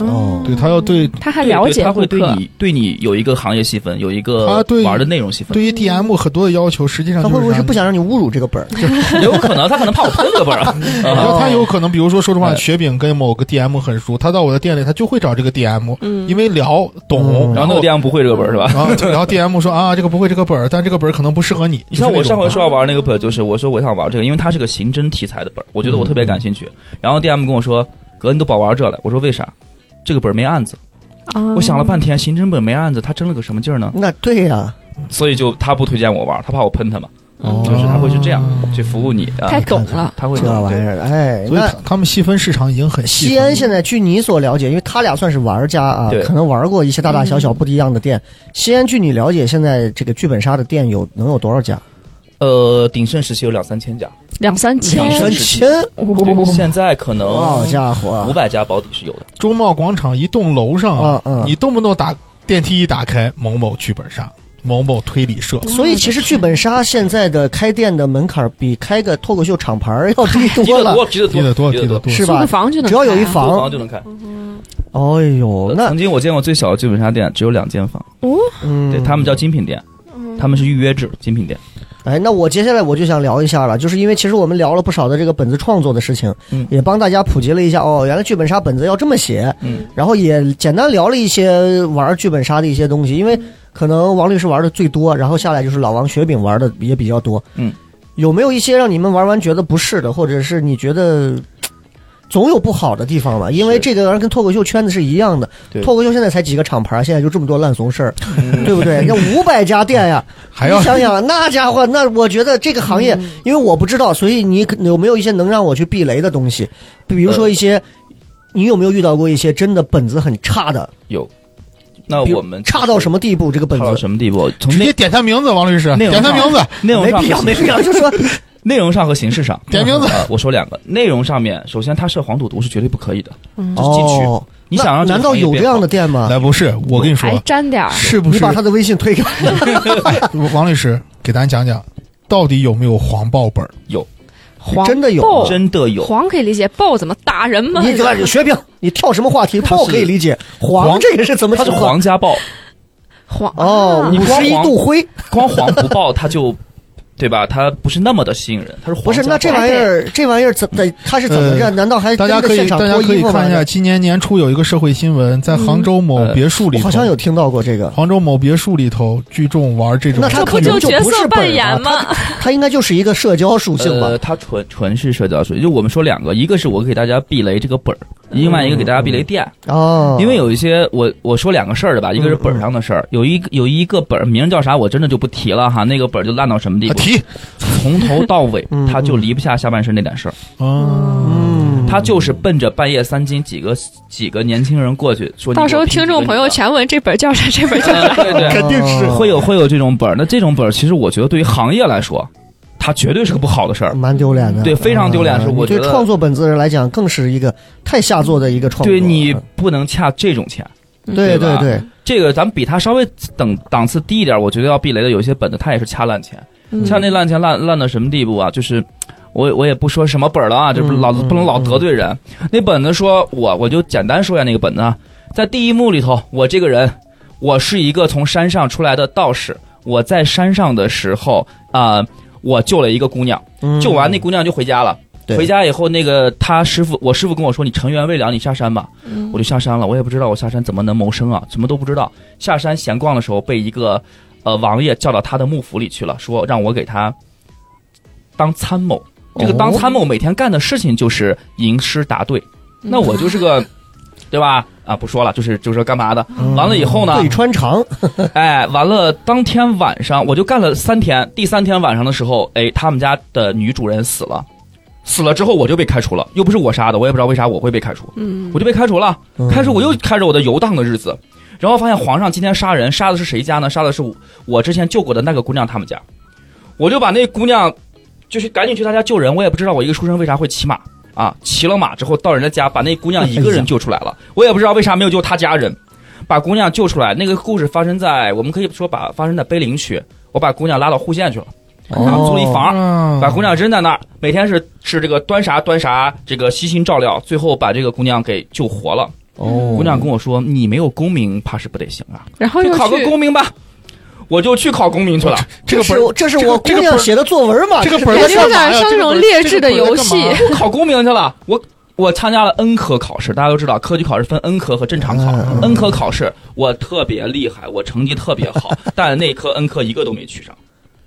Speaker 3: 哦
Speaker 4: 对他要对
Speaker 5: 嗯他还
Speaker 6: 对
Speaker 5: 了
Speaker 6: 对
Speaker 5: 解
Speaker 6: 他
Speaker 5: 顾
Speaker 6: 会对
Speaker 5: 客，
Speaker 6: 你对你有一个行业细分，有一
Speaker 4: 他
Speaker 6: 个
Speaker 4: 对
Speaker 6: 玩的内容细分。
Speaker 4: 对于 DM 很多的要求，实际上
Speaker 3: 他
Speaker 4: 就是
Speaker 3: 会不会是
Speaker 4: 啥
Speaker 3: 不想让你侮辱这个本儿？就
Speaker 6: 有可能他可能怕我推这个本儿啊。
Speaker 4: 然
Speaker 6: 啊
Speaker 3: 哦
Speaker 4: 后他有可能，比如说，说实话，
Speaker 6: 哎
Speaker 4: 雪饼跟某个 DM 很熟，他到我的店里，他就会找这个 DM，
Speaker 5: 嗯
Speaker 4: 因为聊懂，
Speaker 3: 嗯
Speaker 6: 然后那个
Speaker 4: 后
Speaker 6: 地方不会这个本儿是吧？
Speaker 4: 然后然后 DM 说啊，这个不会这个本儿，但这个本儿可能不适合你。
Speaker 6: 你像
Speaker 4: 就是
Speaker 6: 我
Speaker 4: 那
Speaker 6: 上
Speaker 4: 种
Speaker 6: 回说要玩那个本儿，就是我说我想玩这个，因为它是个刑侦题材的本儿，我觉得我特别感兴趣。然后 DM 跟我说：“哥，你都保玩这了。”我说：“为啥？这个本儿没案子。”我想了
Speaker 5: 哦
Speaker 6: 半天，刑侦本没案子，他争了个什么劲儿呢？
Speaker 3: 那对呀，
Speaker 6: 所以就他不推荐我玩儿，他怕我喷他嘛，
Speaker 3: 哦
Speaker 6: 就是他会是这样去服务你的。
Speaker 5: 太懂了，
Speaker 6: 他会
Speaker 3: 这玩意儿，哎，
Speaker 4: 所以
Speaker 3: 那
Speaker 4: 他他们细分市场已经很细分
Speaker 3: 西
Speaker 4: 了。
Speaker 3: 安现在，据你所了解，因为他俩算是玩家啊
Speaker 6: 对，
Speaker 3: 可能玩过一些大大小小不一样的店。西安，据你了解，现在这个剧本杀的店有能有多少家？
Speaker 6: 呃，鼎盛时期有两三千家，
Speaker 5: 两三
Speaker 6: 两
Speaker 5: 千
Speaker 6: 三，
Speaker 3: 千，
Speaker 6: 对现在可
Speaker 3: 好
Speaker 4: 嗯
Speaker 6: 能
Speaker 3: 家伙嗯
Speaker 6: 五！百家保底是有的。
Speaker 4: 中贸广场一栋楼上
Speaker 3: 啊啊
Speaker 4: 你动不动打电梯一打开，某某剧本杀，某某推理社，
Speaker 3: 所以其实剧本杀现在的开店的门槛比开个脱口秀厂牌儿要 低
Speaker 6: 提
Speaker 3: 多
Speaker 6: 得
Speaker 3: 了，
Speaker 6: 多，提得
Speaker 4: 提得多，
Speaker 6: 多，
Speaker 4: 提得
Speaker 6: 得
Speaker 4: 多。
Speaker 3: 是
Speaker 5: 租
Speaker 3: 吧
Speaker 5: 个？房就能
Speaker 3: 只要有一
Speaker 5: 开啊
Speaker 6: 租
Speaker 3: 房
Speaker 6: 房，就能开。
Speaker 3: 哎呦，那
Speaker 6: 曾经我见过最小的剧本杀店只有两间房，
Speaker 5: 哦，
Speaker 3: 嗯，
Speaker 6: 对他们叫精品店，
Speaker 1: 嗯
Speaker 6: 他们是预约制精品店。
Speaker 3: 哎，那我接下来我就想聊一下了，就是因为其实我们聊了不少的这个本子创作的事情，
Speaker 6: 嗯
Speaker 3: 也帮大家普及了一下哦，原来剧本杀本子要这么写，
Speaker 6: 嗯，
Speaker 3: 然后也简单聊了一些玩剧本杀的一些东西，因为可能王律师玩的最多，然后下来就是老王雪饼玩的也比较多，
Speaker 6: 嗯，
Speaker 3: 有没有一些让你们玩完觉得不是的，或者是你觉得嘖总有不好的地方吧？因为
Speaker 6: 是
Speaker 3: 这个玩意儿跟脱口秀圈子是一样的，
Speaker 6: 对嗯
Speaker 3: 脱口秀现在才几个厂牌，现在就这么多烂怂事儿，对不对？那五百家店呀。
Speaker 4: 还要
Speaker 3: 你想想，那家伙，那我觉得这个行业，
Speaker 6: 嗯
Speaker 3: 因为我不知道，所以你可有没有一些能让我去避雷的东西？比如
Speaker 6: 呃
Speaker 3: 说一些，你有没有遇到过一些真的本子很差的？
Speaker 6: 有，那
Speaker 3: 比如
Speaker 6: 我们
Speaker 3: 差到什么地步？这个本
Speaker 6: 差到
Speaker 3: 子
Speaker 6: 什么地步？从
Speaker 4: 直
Speaker 6: 内
Speaker 4: 接点他名字，王律师，
Speaker 6: 内容
Speaker 4: 点他
Speaker 6: 上啊
Speaker 4: 名字，
Speaker 6: 内容
Speaker 3: 没
Speaker 6: 上
Speaker 3: 必要，
Speaker 6: 和
Speaker 3: 没
Speaker 6: 形
Speaker 3: 必
Speaker 6: 式
Speaker 3: 要，就说
Speaker 6: 内容上和形式上，
Speaker 4: 点名字
Speaker 6: 呃，我说两个，内容上面，首先他设黄赌毒是绝对不可以的。是禁区
Speaker 3: 哦，
Speaker 6: 你想
Speaker 3: 那
Speaker 6: 让这
Speaker 3: 难
Speaker 6: 个
Speaker 3: 道
Speaker 6: 行业
Speaker 3: 有这
Speaker 6: 变
Speaker 3: 样
Speaker 6: 好
Speaker 3: 的？店吗？
Speaker 4: 哎来不是，我跟你说
Speaker 5: 还，沾点儿，
Speaker 4: 是不
Speaker 3: 你
Speaker 4: 是
Speaker 3: 把他的微信 推给我，
Speaker 4: 王律师给咱讲讲，到底有没有黄报本儿？
Speaker 5: 黄
Speaker 3: 真的有
Speaker 5: 豹
Speaker 6: 真的有，
Speaker 5: 黄可以理解，豹怎么打人吗？
Speaker 3: 你对雪饼，你跳什么话题？
Speaker 6: 它
Speaker 3: 炮
Speaker 6: 是
Speaker 3: 可以理解，黄
Speaker 4: 黄
Speaker 3: 这个是怎么
Speaker 6: 它是
Speaker 3: 情况
Speaker 6: 皇家暴，
Speaker 5: 黄
Speaker 3: 哦，
Speaker 5: 啊
Speaker 6: 你
Speaker 3: 五
Speaker 6: 光
Speaker 3: 十一
Speaker 6: 黄
Speaker 3: 度灰
Speaker 6: 光黄不报它就，对吧？它不是那么的吸引人，它是
Speaker 3: 不
Speaker 6: 皇
Speaker 3: 是？
Speaker 6: 家
Speaker 3: 那
Speaker 6: 暴。
Speaker 3: 这玩意儿，这玩意儿怎怎他是怎么着？
Speaker 4: 呃
Speaker 3: 难道还
Speaker 4: 大家
Speaker 3: 哎真
Speaker 4: 可
Speaker 3: 的
Speaker 4: 以，
Speaker 3: 现场
Speaker 4: 大家
Speaker 3: 脱
Speaker 4: 可以
Speaker 3: 衣服吗
Speaker 4: 看一下，今年年初有一个社会新闻，在杭州某
Speaker 6: 嗯
Speaker 4: 别墅里
Speaker 3: 我
Speaker 4: 头，
Speaker 3: 好像有听到过这个。
Speaker 4: 杭州某别墅里头聚众玩这种，
Speaker 3: 那他
Speaker 5: 这
Speaker 3: 可
Speaker 5: 不
Speaker 3: 能
Speaker 4: 啊
Speaker 5: 就
Speaker 3: 就
Speaker 5: 角
Speaker 3: 不是
Speaker 5: 色
Speaker 3: 本
Speaker 5: 扮
Speaker 3: 儿
Speaker 5: 演
Speaker 3: 吧
Speaker 5: 吗？
Speaker 3: 它应该就是一个社交属性吧
Speaker 6: 呃，？它纯纯是社交属性。就我们说两个，一个是我给大家避雷这个本儿，另外一个给大家避雷店。
Speaker 3: 嗯哦，
Speaker 6: 呃
Speaker 3: 嗯
Speaker 6: 因为有一些我我说两个事儿的吧，一个是本儿上的事儿，有一个有一个本儿名叫啥，我真的就不提了哈，那个本儿就烂到什么地
Speaker 4: 啊
Speaker 6: 步，
Speaker 4: 提，
Speaker 6: 从头到尾
Speaker 3: 嗯
Speaker 6: 他就离不下下半身那点事儿，啊
Speaker 4: 嗯，
Speaker 3: 嗯，
Speaker 6: 他就是奔着半夜三更几个几个年轻人过去说，
Speaker 5: 到时候听众朋友
Speaker 6: 全。
Speaker 5: 全问这本叫啥，这本叫啥。
Speaker 6: 啊对 对，
Speaker 4: 肯定是
Speaker 6: 会有会有这种本儿。那这种本儿，其实我觉得对于行业来说，它绝对是个不好的事儿。
Speaker 3: 哦蛮丢脸的，
Speaker 6: 对非常丢脸是
Speaker 3: 嗯
Speaker 6: 我觉
Speaker 3: 对
Speaker 6: 得
Speaker 3: 创作本子人来讲，更是一个太下作的一个创作。
Speaker 6: 对你不能恰这种钱，
Speaker 3: 对
Speaker 6: 对吧
Speaker 3: 对，
Speaker 6: 这个咱们比它稍微等档次低一点，我觉得要避雷的有些本子，它也是掐烂钱，
Speaker 3: 嗯
Speaker 6: 掐那烂钱烂烂到什么地步啊？就是。我我也不说什么本儿了啊，这不
Speaker 3: 嗯
Speaker 6: 老
Speaker 3: 嗯
Speaker 6: 不能老得罪人。那本子说我我就简单说一下那个本子啊，在第一幕里头，我这个人，我是一个从山上出来的道士，我在山上的时候啊、呃我救了一个姑娘，
Speaker 3: 嗯
Speaker 6: 救完那姑娘就回家了。
Speaker 3: 对
Speaker 6: 回家以后，那个他师傅，我师傅跟我说，你尘缘未了，你下山吧。
Speaker 5: 嗯
Speaker 6: 我就下山了，我也不知道我下山怎么能谋生啊，什么都不知道。下山闲逛的时候，被一个呃王爷叫到他的幕府里去了，说让我给他当参谋。这个当参谋每天干的事情就是吟诗答对，那我就是个，对吧？啊，不说了，就是就是说干嘛的。完了以后呢，
Speaker 3: 嗯对穿肠，
Speaker 6: 哎，完了，当天晚上我就干了三天，第三天晚上的时候，哎，他们家的女主人死了，死了之后我就被开除了，又不是我杀的，我也不知道为啥我会被开除，
Speaker 5: 嗯
Speaker 6: 我就被开除了，
Speaker 3: 嗯
Speaker 6: 开始我又开始我的游荡的日子，然后发现皇上今天杀人，杀的是谁家呢？杀的是我我之前救过的那个姑娘他们家，我就把那姑娘，就是赶紧去她家救人，我也不知道我一个书生为啥会骑马啊，骑了马之后到人家家把那姑娘一个人救出来了，我也不知道为啥没有救她家人，把姑娘救出来。那个故事发生在我们可以说把发生在碑林区，我把姑娘拉到户县去了，给她租了一房。
Speaker 4: 啊
Speaker 6: 把姑娘扔在那儿，每天是是这个端啥端啥，这个悉心照料，最后把这个姑娘给救活了。
Speaker 4: 嗯
Speaker 3: 哦
Speaker 6: 姑娘跟我说：“你没有功名，怕是不得行啊，
Speaker 5: 然后
Speaker 6: 去
Speaker 5: 又
Speaker 6: 考个
Speaker 5: 哎去
Speaker 6: 功名吧。”我就去考功名去了。
Speaker 4: 哦这个
Speaker 3: 是
Speaker 4: 本儿
Speaker 3: 这是
Speaker 4: 这个
Speaker 3: 我
Speaker 4: 这
Speaker 3: 姑
Speaker 4: 个
Speaker 3: 娘
Speaker 4: 本儿
Speaker 3: 写的作文嘛？
Speaker 4: 这个
Speaker 3: 是
Speaker 4: 本儿
Speaker 5: 感
Speaker 4: 在
Speaker 5: 觉
Speaker 4: 干
Speaker 5: 有
Speaker 4: 嘛呀
Speaker 5: 点
Speaker 4: 这个
Speaker 5: 像那
Speaker 4: 本
Speaker 5: 种
Speaker 4: 儿
Speaker 5: 劣
Speaker 4: 这个
Speaker 5: 质的
Speaker 4: 本儿
Speaker 5: 游
Speaker 4: 在干
Speaker 5: 戏
Speaker 4: 嘛。
Speaker 6: 我考公民去了，我我参加了 N 科考试，大家都知道科举考试分 N 科和正常考。
Speaker 3: 嗯
Speaker 6: N 科考试我特别厉害，我成绩特 别好，但那科 N 科一个都没取上，